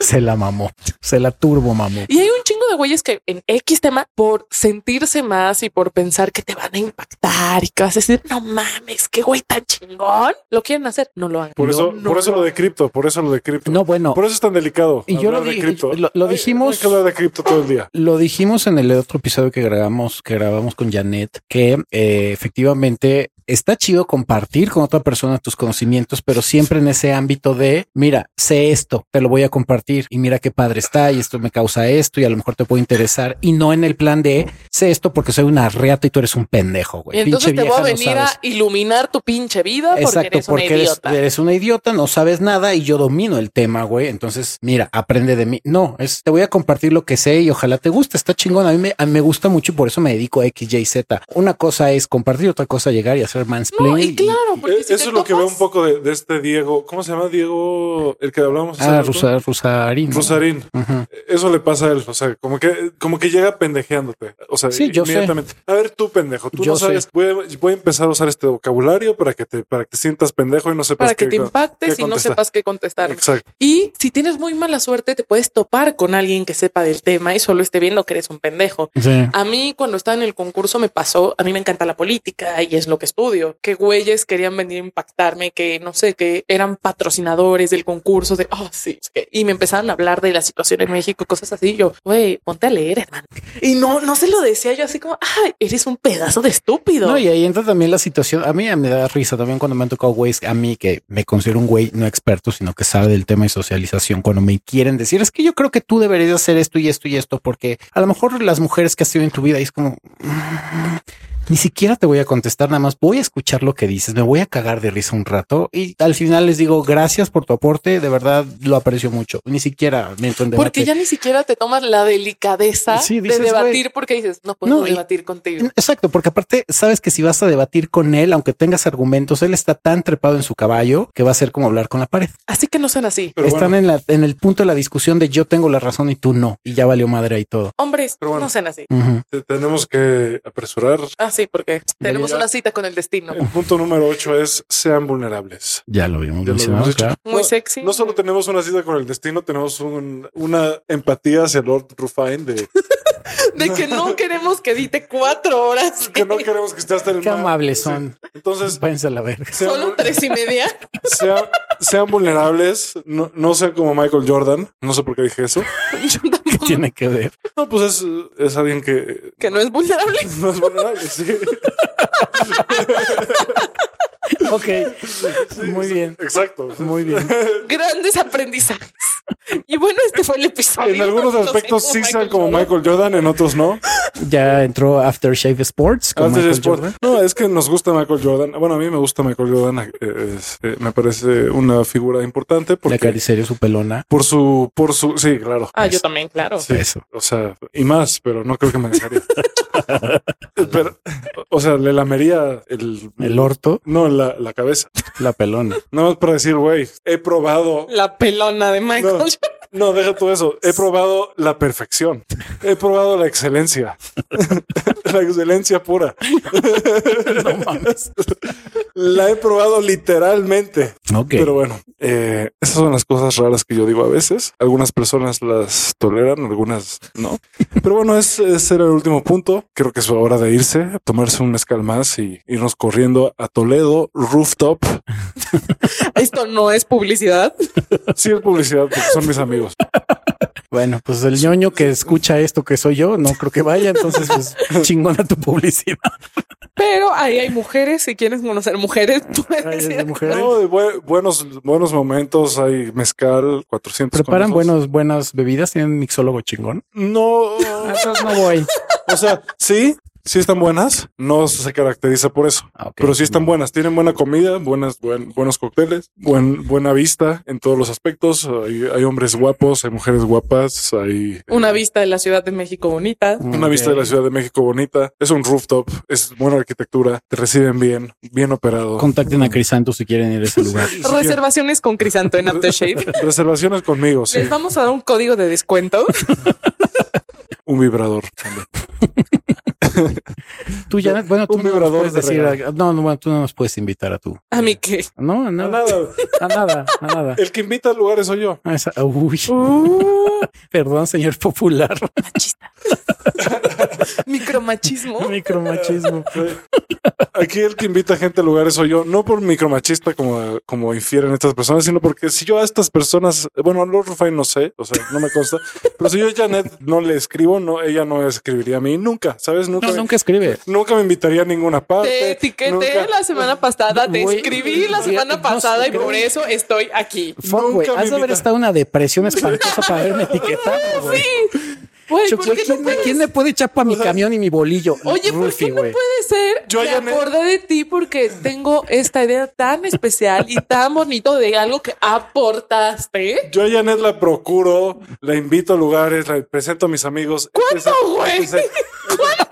[SPEAKER 3] Se la mamó. Se la turbo mamó.
[SPEAKER 2] Y hay un chingo de güeyes que en X tema, por sentirse más y por pensar que te van a impactar y que vas a decir, no mames, qué güey tan chingón, lo quieren hacer, no lo hagan.
[SPEAKER 1] Por
[SPEAKER 2] No,
[SPEAKER 1] eso,
[SPEAKER 2] no
[SPEAKER 1] por eso lo de
[SPEAKER 2] hagan.
[SPEAKER 1] cripto, por eso lo de cripto.
[SPEAKER 3] No, bueno,
[SPEAKER 1] Por eso es tan delicado.
[SPEAKER 3] Y yo lo
[SPEAKER 1] hablar de
[SPEAKER 3] di-
[SPEAKER 1] cripto.
[SPEAKER 3] lo- lo
[SPEAKER 1] Hay-
[SPEAKER 3] dijimos-
[SPEAKER 1] Hay que hablar de cripto todo el día.
[SPEAKER 3] lo dijimos en el otro episodio que grabamos, que grabamos con Janet, que eh, efectivamente está chido compartir con otra persona tus conocimientos, pero siempre en ese ámbito de mira, sé esto, te lo voy a compartir y mira qué padre está y esto me causa esto y a lo mejor te puede interesar y no en el plan de sé esto porque soy una reata y tú eres un pendejo,
[SPEAKER 2] Y
[SPEAKER 3] güey.
[SPEAKER 2] entonces
[SPEAKER 3] Pinche
[SPEAKER 2] te voy a
[SPEAKER 3] vieja, no
[SPEAKER 2] venir
[SPEAKER 3] sabes.
[SPEAKER 2] a iluminar tu pinche vida porque
[SPEAKER 3] Exacto,
[SPEAKER 2] eres
[SPEAKER 3] porque
[SPEAKER 2] una
[SPEAKER 3] eres,
[SPEAKER 2] idiota.
[SPEAKER 3] eres una idiota, no sabes nada y yo domino el tema, güey. Entonces, mira, aprende de mí. No, es te voy a compartir lo que sé y ojalá te guste. Está chingón. A mí me, a mí me gusta mucho y por eso me dedico a X, Y, Z. Una cosa es compartir, otra cosa llegar y hacer mansplaining.
[SPEAKER 2] No, y claro, porque
[SPEAKER 1] Eh,
[SPEAKER 2] si
[SPEAKER 1] eso
[SPEAKER 2] te
[SPEAKER 1] es lo que veo
[SPEAKER 2] topas-
[SPEAKER 1] un poco de, de este Diego. ¿Cómo se llama Diego? El que hablábamos. hace
[SPEAKER 3] Ah,
[SPEAKER 1] rato?
[SPEAKER 3] Rusa- Rusarín. ¿no?
[SPEAKER 1] Rosarín.
[SPEAKER 3] Ujú.
[SPEAKER 1] Eso le pasa a él, o sea, como que, como que llega pendejeándote. O sea,
[SPEAKER 3] Sí, yo sé.
[SPEAKER 1] inmediatamente. A ver, tú pendejo, tú
[SPEAKER 3] Yo
[SPEAKER 1] no sabes. Voy a, voy a empezar a usar este vocabulario para que te, para que te sientas pendejo y no sepas
[SPEAKER 2] para que
[SPEAKER 1] qué-
[SPEAKER 2] te impactes
[SPEAKER 1] pues, qué
[SPEAKER 2] y no
[SPEAKER 1] contestar.
[SPEAKER 2] sepas qué contestar.
[SPEAKER 1] Exacto.
[SPEAKER 2] Y si tienes muy mala suerte, te puedes topar con alguien que sepa del tema y solo esté viendo que eres un pendejo.
[SPEAKER 3] Sí.
[SPEAKER 2] A mí cuando estaba en el concurso me pasó, a mí me encanta la política y es lo que estudio, que güeyes querían venir a impactarme, que no sé, que eran patrocinadores del concurso de, oh sí, es que-". y me empezaron a hablar de la situación en México, cosas así, yo, güey, ponte a leer, hermano. Y no, no se lo decía yo así como, ay, eres un pedazo de estúpido.
[SPEAKER 3] No, y ahí entra también la situación. A mí me da risa también cuando me han tocado güeyes, a mí que me considero un güey no experto, sino que sabe del tema de socialización. Cuando me quieren decir, es que yo creo que tú deberías hacer esto y esto y esto, porque a lo mejor las mujeres que has tenido en tu vida y es como "Mm, ni siquiera te voy a contestar, nada más voy a escuchar lo que dices, me voy a cagar de risa un rato y al final les digo gracias por tu aporte. De verdad lo aprecio mucho. Ni siquiera me entro en
[SPEAKER 2] Porque
[SPEAKER 3] debate.
[SPEAKER 2] ya ni siquiera te tomas la delicadeza
[SPEAKER 3] Sí,
[SPEAKER 2] de
[SPEAKER 3] dices,
[SPEAKER 2] debatir porque dices, no puedo
[SPEAKER 3] No, y-
[SPEAKER 2] debatir contigo.
[SPEAKER 3] Exacto, porque aparte sabes que si vas a debatir con él, aunque tengas argumentos, él está tan trepado en su caballo que va a ser como hablar con la pared.
[SPEAKER 2] Así que no sean así.
[SPEAKER 1] Pero
[SPEAKER 3] Están
[SPEAKER 1] bueno,
[SPEAKER 3] en, la, en el punto de la discusión de yo tengo la razón y tú no, y ya valió madre y todo.
[SPEAKER 2] Hombres,
[SPEAKER 1] Pero bueno.
[SPEAKER 2] no sean así.
[SPEAKER 3] Ujú.
[SPEAKER 1] te- tenemos que apresurar.
[SPEAKER 2] Ah, sí, porque tenemos
[SPEAKER 1] ya.
[SPEAKER 2] una cita con el destino.
[SPEAKER 3] Eh,
[SPEAKER 1] El punto número ocho es sean vulnerables.
[SPEAKER 3] Ya lo vimos,
[SPEAKER 1] Ya lo
[SPEAKER 3] mencionado,
[SPEAKER 1] hemos hecho.
[SPEAKER 3] claro.
[SPEAKER 2] Muy
[SPEAKER 1] No,
[SPEAKER 2] sexy.
[SPEAKER 1] No solo tenemos una cita con el destino, tenemos un- una empatía hacia Lord Rufine de
[SPEAKER 2] De que no queremos que edite cuatro horas.
[SPEAKER 1] que no queremos que esté hasta el
[SPEAKER 3] Qué
[SPEAKER 1] mar.
[SPEAKER 3] amables
[SPEAKER 1] Sí.
[SPEAKER 3] son.
[SPEAKER 1] Entonces,
[SPEAKER 3] Váyanse a la verga.
[SPEAKER 1] sean
[SPEAKER 2] Solo
[SPEAKER 1] vul-
[SPEAKER 2] tres y media.
[SPEAKER 1] sea- sean vulnerables, no, no sean como Michael Jordan. No sé por qué dije eso.
[SPEAKER 3] ¿Qué tiene que ver?
[SPEAKER 1] No, pues es, es alguien que
[SPEAKER 2] Que no es vulnerable.
[SPEAKER 1] no es vulnerable. Sí,
[SPEAKER 3] Ok, muy bien.
[SPEAKER 1] exacto.
[SPEAKER 3] Muy bien.
[SPEAKER 2] Grandes aprendizajes. Y bueno, este fue el episodio.
[SPEAKER 1] En algunos
[SPEAKER 2] No sé
[SPEAKER 1] aspectos
[SPEAKER 2] cómo
[SPEAKER 1] sí
[SPEAKER 2] Michael
[SPEAKER 1] sean como
[SPEAKER 2] Jordan.
[SPEAKER 1] Michael Jordan, en otros no.
[SPEAKER 3] Ya entró Aftershave Sports. con
[SPEAKER 1] Antes
[SPEAKER 3] Michael
[SPEAKER 1] es por-
[SPEAKER 3] Jordan.
[SPEAKER 1] No, es que nos gusta Michael Jordan. Bueno, a mí me gusta Michael Jordan. eh, es, eh, me parece una figura importante
[SPEAKER 3] Le
[SPEAKER 1] porque
[SPEAKER 3] acariciaría su pelona.
[SPEAKER 1] por su, por su, sí, claro.
[SPEAKER 2] Ah, yo también, claro.
[SPEAKER 1] Sí.
[SPEAKER 3] Eso.
[SPEAKER 1] O sea, y más, pero no creo que me dejaría. pero, o sea, le lamería el,
[SPEAKER 3] El orto,
[SPEAKER 1] no, la, la cabeza.
[SPEAKER 3] la pelona.
[SPEAKER 1] Nada más para decir, güey, he probado.
[SPEAKER 2] La pelona de Michael.
[SPEAKER 1] No.
[SPEAKER 2] Jordan.
[SPEAKER 1] No, deja todo eso. He probado la perfección. He probado la excelencia. la excelencia pura.
[SPEAKER 3] No mames.
[SPEAKER 1] La he probado literalmente.
[SPEAKER 3] Ok.
[SPEAKER 1] Pero bueno, eh, esas son las cosas raras que yo digo a veces. Algunas personas las toleran, algunas no. Pero bueno, es- ese era el último punto. Creo que es hora de irse, a tomarse un mezcal más y irnos corriendo a Toledo Rooftop.
[SPEAKER 2] Esto no es publicidad.
[SPEAKER 1] Sí, es publicidad, porque son mis amigos.
[SPEAKER 3] Bueno, pues el ñoño que escucha esto que soy yo, no creo que vaya, entonces pues chingona tu publicidad.
[SPEAKER 2] Pero ahí hay mujeres. Si quieres conocer mujeres, puedes ir.
[SPEAKER 1] No, de bue- buenos, buenos momentos. Hay mezcal, 400.
[SPEAKER 3] Preparan
[SPEAKER 1] conejos.
[SPEAKER 3] buenos, buenas bebidas, tienen mixólogo chingón.
[SPEAKER 1] Ah, No,
[SPEAKER 3] Entonces no voy.
[SPEAKER 1] o sea, sí, si están buenas, no se caracteriza por eso.
[SPEAKER 3] Ah, ok.
[SPEAKER 1] Pero sí están buenas, tienen buena comida, buenas, buen- buenos cócteles, buen, buena vista en todos los aspectos. Hay, hay hombres guapos, hay mujeres guapas, hay eh,
[SPEAKER 2] Una vista de la Ciudad de México bonita.
[SPEAKER 1] una vista de la Ciudad de México bonita. Es un rooftop, es buena arquitectura, te reciben bien, bien operado.
[SPEAKER 3] Contacten a Crisanto si quieren ir a ese lugar.
[SPEAKER 1] Sí, sí,
[SPEAKER 2] Reservaciones con Crisanto en Aftershave.
[SPEAKER 1] Reservaciones conmigo, sí.
[SPEAKER 2] Les vamos a dar un código de descuento.
[SPEAKER 1] Un vibrador también.
[SPEAKER 3] Tú ya, bueno, tú
[SPEAKER 1] Un
[SPEAKER 3] no nos
[SPEAKER 1] vibrador
[SPEAKER 3] puedes
[SPEAKER 1] de
[SPEAKER 3] decir, a- no, no, bueno, tú no nos puedes invitar a tú.
[SPEAKER 2] A mí que
[SPEAKER 3] No, a
[SPEAKER 1] No,
[SPEAKER 3] nada,
[SPEAKER 1] nada.
[SPEAKER 3] a nada, a nada.
[SPEAKER 1] El que invita al lugar soy yo.
[SPEAKER 3] A esa- uy,
[SPEAKER 1] Uh.
[SPEAKER 3] perdón, señor popular,
[SPEAKER 2] micromachismo.
[SPEAKER 3] micromachismo.
[SPEAKER 1] Aquí el que invita gente a lugares soy yo, no por micromachista como, como infieren estas personas, sino porque si yo a estas personas, bueno, a Lord Rufai no sé, o sea, no me consta, pero si yo a Janet no le escribo, no, ella no me escribiría a mí nunca, ¿sabes? Nunca,
[SPEAKER 3] No,
[SPEAKER 1] me,
[SPEAKER 3] nunca escribe.
[SPEAKER 1] nunca me invitaría a ninguna parte.
[SPEAKER 2] Te etiqueté
[SPEAKER 1] nunca-
[SPEAKER 2] la semana pasada, te
[SPEAKER 3] Güey,
[SPEAKER 2] escribí la
[SPEAKER 3] no,
[SPEAKER 2] semana
[SPEAKER 3] no,
[SPEAKER 2] pasada y
[SPEAKER 3] no.
[SPEAKER 2] por eso estoy aquí.
[SPEAKER 3] Fuck,
[SPEAKER 1] Nunca
[SPEAKER 3] güey,
[SPEAKER 1] me
[SPEAKER 3] has de haber
[SPEAKER 1] invita.
[SPEAKER 3] estado en una depresión espantosa para haberme etiquetado, güey.
[SPEAKER 2] Güey,
[SPEAKER 3] Yo,
[SPEAKER 2] ¿por
[SPEAKER 3] güey,
[SPEAKER 2] qué no
[SPEAKER 3] ¿quién, me-
[SPEAKER 2] puedes?
[SPEAKER 3] quién me puede echar para mi camión y mi bolillo?
[SPEAKER 2] Oye, ¿por
[SPEAKER 3] Rufi,
[SPEAKER 2] qué no
[SPEAKER 3] güey.
[SPEAKER 2] puede ser?
[SPEAKER 1] Yo
[SPEAKER 2] Yo
[SPEAKER 1] ya me-
[SPEAKER 2] me acordé de ti porque tengo esta idea tan especial y tan bonito de algo que aportaste.
[SPEAKER 1] Yo a Janet la procuro, la invito a lugares, la presento a mis amigos.
[SPEAKER 2] ¿Cuándo, güey?
[SPEAKER 1] Ese-
[SPEAKER 2] ¿Cuándo?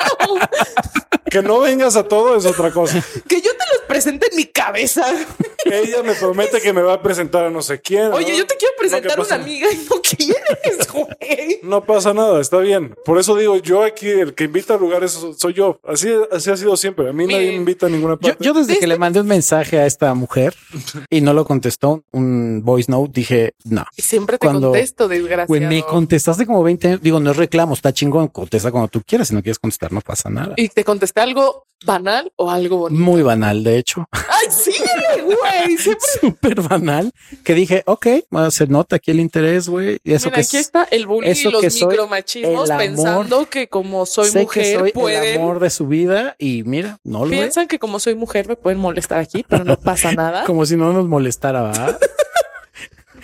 [SPEAKER 1] Que no vengas a todo es otra cosa.
[SPEAKER 2] Que yo te los presente en mi cabeza.
[SPEAKER 1] Ella me promete que me va a presentar a no sé quién.
[SPEAKER 2] Oye,
[SPEAKER 1] ¿no?
[SPEAKER 2] yo te quiero
[SPEAKER 1] Lo que
[SPEAKER 2] presentar a
[SPEAKER 1] pasa-
[SPEAKER 2] una amiga y no quieres, güey.
[SPEAKER 1] No pasa nada, está bien. Por eso digo, yo aquí el que invita a lugares so- soy yo. Así, así ha sido siempre. A mí nadie me
[SPEAKER 2] Miren,
[SPEAKER 1] invita a ninguna
[SPEAKER 3] Yo,
[SPEAKER 1] parte.
[SPEAKER 3] yo desde que le mandé un mensaje a esta mujer y no lo contestó, un voice note, dije, no.
[SPEAKER 2] Siempre te
[SPEAKER 3] Cuando-
[SPEAKER 2] contesto,
[SPEAKER 3] Güey, me
[SPEAKER 2] desgraciado.
[SPEAKER 3] contestaste como 20 años. Digo, no es reclamo, está chingón. Contesta cuando tú quieras. Si no quieres contestar, no pasa nada.
[SPEAKER 2] Y te contesté algo banal o algo bonito.
[SPEAKER 3] Muy banal, de hecho.
[SPEAKER 2] Ay, sí, güey. Siempre.
[SPEAKER 3] Súper banal. Que dije, ok, bueno, se nota aquí el interés, güey. Y eso
[SPEAKER 2] Mira,
[SPEAKER 3] que
[SPEAKER 2] aquí
[SPEAKER 3] es-
[SPEAKER 2] está el bullying y
[SPEAKER 3] eso
[SPEAKER 2] los
[SPEAKER 3] que soy
[SPEAKER 2] micromachismos
[SPEAKER 3] el amor.
[SPEAKER 2] pensando que como soy
[SPEAKER 3] sé que
[SPEAKER 2] mujer
[SPEAKER 3] soy el
[SPEAKER 2] pueden
[SPEAKER 3] amor de su vida. Y mira, no lo es.
[SPEAKER 2] Piensan que como soy mujer me pueden molestar aquí, pero no pasa nada.
[SPEAKER 3] Como si no nos molestara, ¿verdad?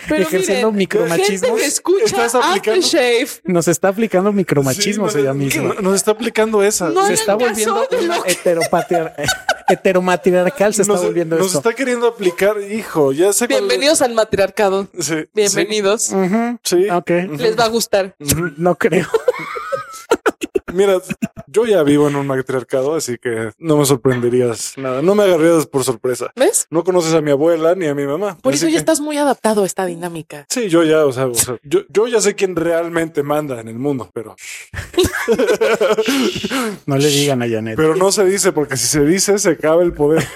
[SPEAKER 2] pero
[SPEAKER 3] Ejerciendo
[SPEAKER 2] miren,
[SPEAKER 3] micromachismos.
[SPEAKER 2] gente que escucha
[SPEAKER 1] ¿Estás aplicando?
[SPEAKER 2] Aftershave
[SPEAKER 3] Nos está aplicando micromachismo
[SPEAKER 1] machismos
[SPEAKER 3] ella misma.
[SPEAKER 1] Nos está aplicando esa.
[SPEAKER 2] No, hagan
[SPEAKER 3] se está
[SPEAKER 2] caso
[SPEAKER 3] volviendo
[SPEAKER 2] de lo
[SPEAKER 3] una
[SPEAKER 2] que-
[SPEAKER 3] heteropatriar- eh, heteromatriarcal. Se está
[SPEAKER 1] nos,
[SPEAKER 3] volviendo
[SPEAKER 1] nos
[SPEAKER 3] esto.
[SPEAKER 1] está queriendo aplicar, hijo. Ya sé cuál-
[SPEAKER 2] Bienvenidos al matriarcado.
[SPEAKER 1] Sí, sí,
[SPEAKER 2] Bienvenidos.
[SPEAKER 3] Ujú,
[SPEAKER 1] Sí.
[SPEAKER 3] Ok,
[SPEAKER 2] Les va a gustar.
[SPEAKER 3] no creo.
[SPEAKER 1] Mira, yo ya vivo en un matriarcado, así que no me sorprenderías nada. No me agarrarías por sorpresa.
[SPEAKER 2] ¿Ves?
[SPEAKER 1] No conoces a mi abuela ni a mi mamá.
[SPEAKER 2] Por
[SPEAKER 1] así
[SPEAKER 2] eso ya
[SPEAKER 1] Pues que-
[SPEAKER 2] estás muy adaptado a esta dinámica.
[SPEAKER 1] Sí, yo ya, o sea, o sea, yo, yo ya sé quién realmente manda en el mundo, pero
[SPEAKER 3] No le digan a Janet.
[SPEAKER 1] Pero no se dice, porque si se dice, se acaba el poder.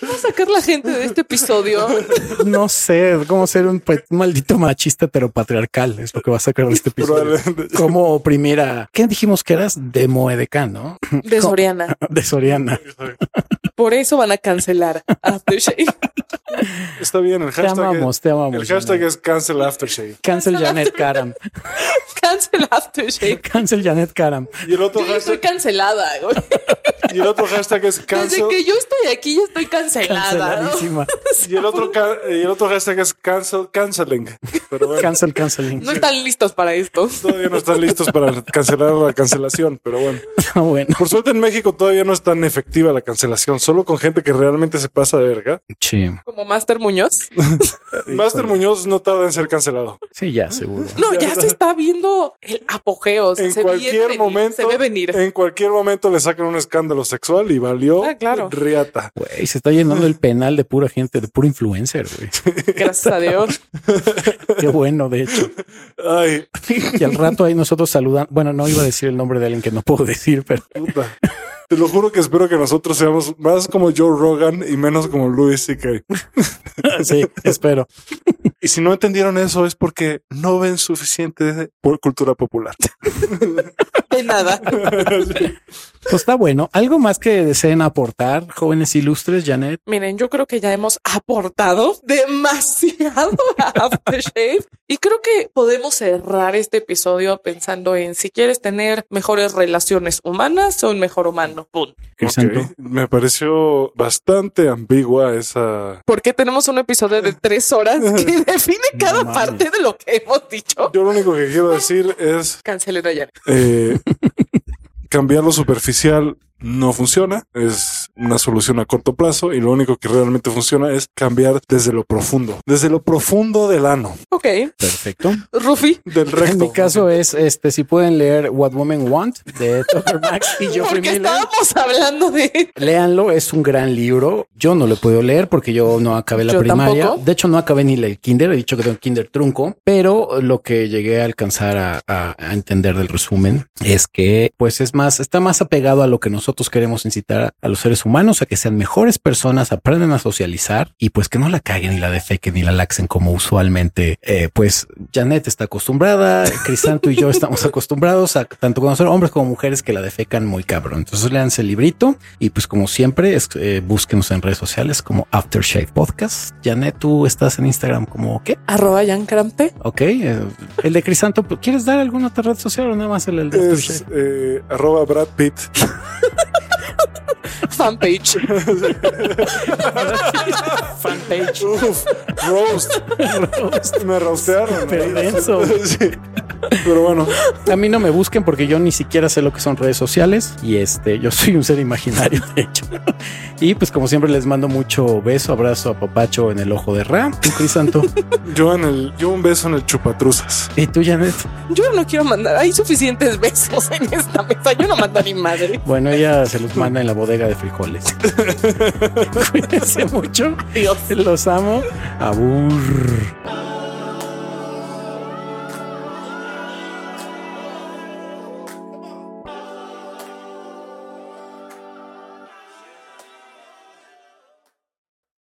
[SPEAKER 2] Vamos a sacar la gente de este episodio.
[SPEAKER 3] No sé cómo ser un, pe- un maldito machista heteropatriarcal. Es lo que va a sacar de este episodio.
[SPEAKER 1] Probablemente.
[SPEAKER 3] Cómo oprimir a... ¿Qué dijimos que eras? De Moedecán, ¿no?
[SPEAKER 2] De Soriana.
[SPEAKER 3] De Soriana.
[SPEAKER 2] Por eso van a cancelar Aftershave.
[SPEAKER 1] Está bien, el
[SPEAKER 3] Te
[SPEAKER 1] hashtag.
[SPEAKER 3] amamos, te amamos.
[SPEAKER 1] El hashtag
[SPEAKER 3] Janet.
[SPEAKER 1] es cancel aftershave.
[SPEAKER 3] Cancel Janet Karam.
[SPEAKER 2] Cancel Aftershave.
[SPEAKER 3] Cancel Janet Karam.
[SPEAKER 1] Y el otro
[SPEAKER 2] Yo ya estoy
[SPEAKER 1] hashtag,
[SPEAKER 2] cancelada. güey.
[SPEAKER 1] y el otro hashtag es
[SPEAKER 2] Desde
[SPEAKER 1] cancel.
[SPEAKER 2] que yo estoy aquí ya estoy cancelada. ¿no?
[SPEAKER 3] Canceladísima.
[SPEAKER 1] Y el otro, ca- y el otro hashtag es cancel canceling. Pero bueno,
[SPEAKER 3] Cancel, canceling.
[SPEAKER 2] No están listos para esto.
[SPEAKER 1] todavía no están listos para cancelar la cancelación. Pero bueno,
[SPEAKER 3] No, Ah, bueno.
[SPEAKER 1] por suerte en México todavía no es tan efectiva la cancelación, solo con gente que realmente se pasa de verga.
[SPEAKER 3] Sí.
[SPEAKER 2] Como Master Muñoz.
[SPEAKER 1] Master Muñoz no tarda en ser cancelado.
[SPEAKER 3] Sí, ya, seguro.
[SPEAKER 2] No, ya se está viendo el apogeo. o sea,
[SPEAKER 1] En
[SPEAKER 2] se viene
[SPEAKER 1] cualquier
[SPEAKER 2] venir,
[SPEAKER 1] momento,
[SPEAKER 2] Se ve venir.
[SPEAKER 1] en cualquier momento le sacan un escándalo sexual y valió
[SPEAKER 2] Ah, claro.
[SPEAKER 1] riata.
[SPEAKER 3] Güey, se está llenando el penal de pura gente, de puro influencer, güey.
[SPEAKER 2] Gracias a Dios.
[SPEAKER 3] Qué bueno, de hecho.
[SPEAKER 1] Ay,
[SPEAKER 3] Y al rato ahí nosotros saludando. Bueno, no iba a decir el nombre de alguien que no puedo decir, pero
[SPEAKER 1] Puta. Te lo juro que espero que nosotros seamos más como Joe Rogan y menos como Louis C.K.
[SPEAKER 3] sí, espero.
[SPEAKER 1] Y si no entendieron eso es porque no ven suficiente por cultura popular.
[SPEAKER 2] De nada.
[SPEAKER 3] Pues está bueno. ¿Algo más que deseen aportar, jóvenes ilustres, Janet?
[SPEAKER 2] Miren, yo creo que ya hemos aportado demasiado a Aftershave y creo que podemos cerrar este episodio pensando en si quieres tener mejores relaciones humanas o un mejor humano. Punto.
[SPEAKER 3] Crisanto.
[SPEAKER 1] Ok. Me pareció bastante ambigua esa.
[SPEAKER 2] ¿Por qué tenemos un episodio de tres horas que define cada
[SPEAKER 3] mames.
[SPEAKER 2] parte de lo que hemos dicho?
[SPEAKER 1] Yo lo único que quiero decir es
[SPEAKER 2] Cancelen a Janet.
[SPEAKER 1] eh, cambiar lo superficial no funciona. Es una solución a corto plazo y lo único que realmente funciona es cambiar desde lo profundo, desde lo profundo del ano,
[SPEAKER 2] Ok.
[SPEAKER 3] Perfecto.
[SPEAKER 2] Rufi,
[SPEAKER 1] del recto.
[SPEAKER 3] En mi caso es este, si pueden leer What Women Want de Tucker Max y Geoffrey
[SPEAKER 2] porque
[SPEAKER 3] Miller.
[SPEAKER 2] estábamos hablando de
[SPEAKER 3] Léanlo, es un gran libro. Yo no lo he podido leer porque yo no acabé la
[SPEAKER 2] Yo
[SPEAKER 3] primaria.
[SPEAKER 2] tampoco.
[SPEAKER 3] De hecho, no acabé ni el kinder. He dicho que tengo un kinder trunco, pero lo que llegué a alcanzar a, a- a entender del resumen es que, pues, es más, está más apegado a lo que nosotros queremos incitar a los seres humanos a que sean mejores personas, aprendan a socializar y, pues, que no la caguen y la defequen y la laxen como usualmente, eh, pues, Janet está acostumbrada, Crisanto y yo estamos acostumbrados a tanto conocer hombres como mujeres que la defecan muy cabrón. Entonces leanse el librito y pues como siempre es, eh, búsquenos en redes sociales como Aftershave Podcast. Janet, tú estás en Instagram como qué?
[SPEAKER 2] arroba Jan Crampe.
[SPEAKER 3] Ok. eh, el de Crisanto, pues, ¿quieres dar alguna otra red social o nada más el, el de
[SPEAKER 1] Es
[SPEAKER 3] Aftershave?
[SPEAKER 1] eh, arroba Brad Pitt.
[SPEAKER 2] fanpage.
[SPEAKER 3] Fanpage.
[SPEAKER 1] Uf, roast. Me rostearon.
[SPEAKER 3] Pero denso.
[SPEAKER 1] Sí. Pero bueno,
[SPEAKER 3] A mí no me busquen porque yo ni siquiera sé lo que son redes sociales y este, yo soy un ser imaginario, de hecho. Y pues como siempre les mando mucho beso, abrazo a Papacho en el ojo de Ra, tu Crisanto
[SPEAKER 1] yo en el, yo un beso en el chupatruzas.
[SPEAKER 3] y tú Janet.
[SPEAKER 2] Yo no quiero mandar, hay suficientes besos en esta mesa. Yo no mando a mi madre.
[SPEAKER 3] Bueno, ella se los manda en la bodega de frijoles. Cuídense mucho.
[SPEAKER 2] Dios.
[SPEAKER 3] Los amo. Abur.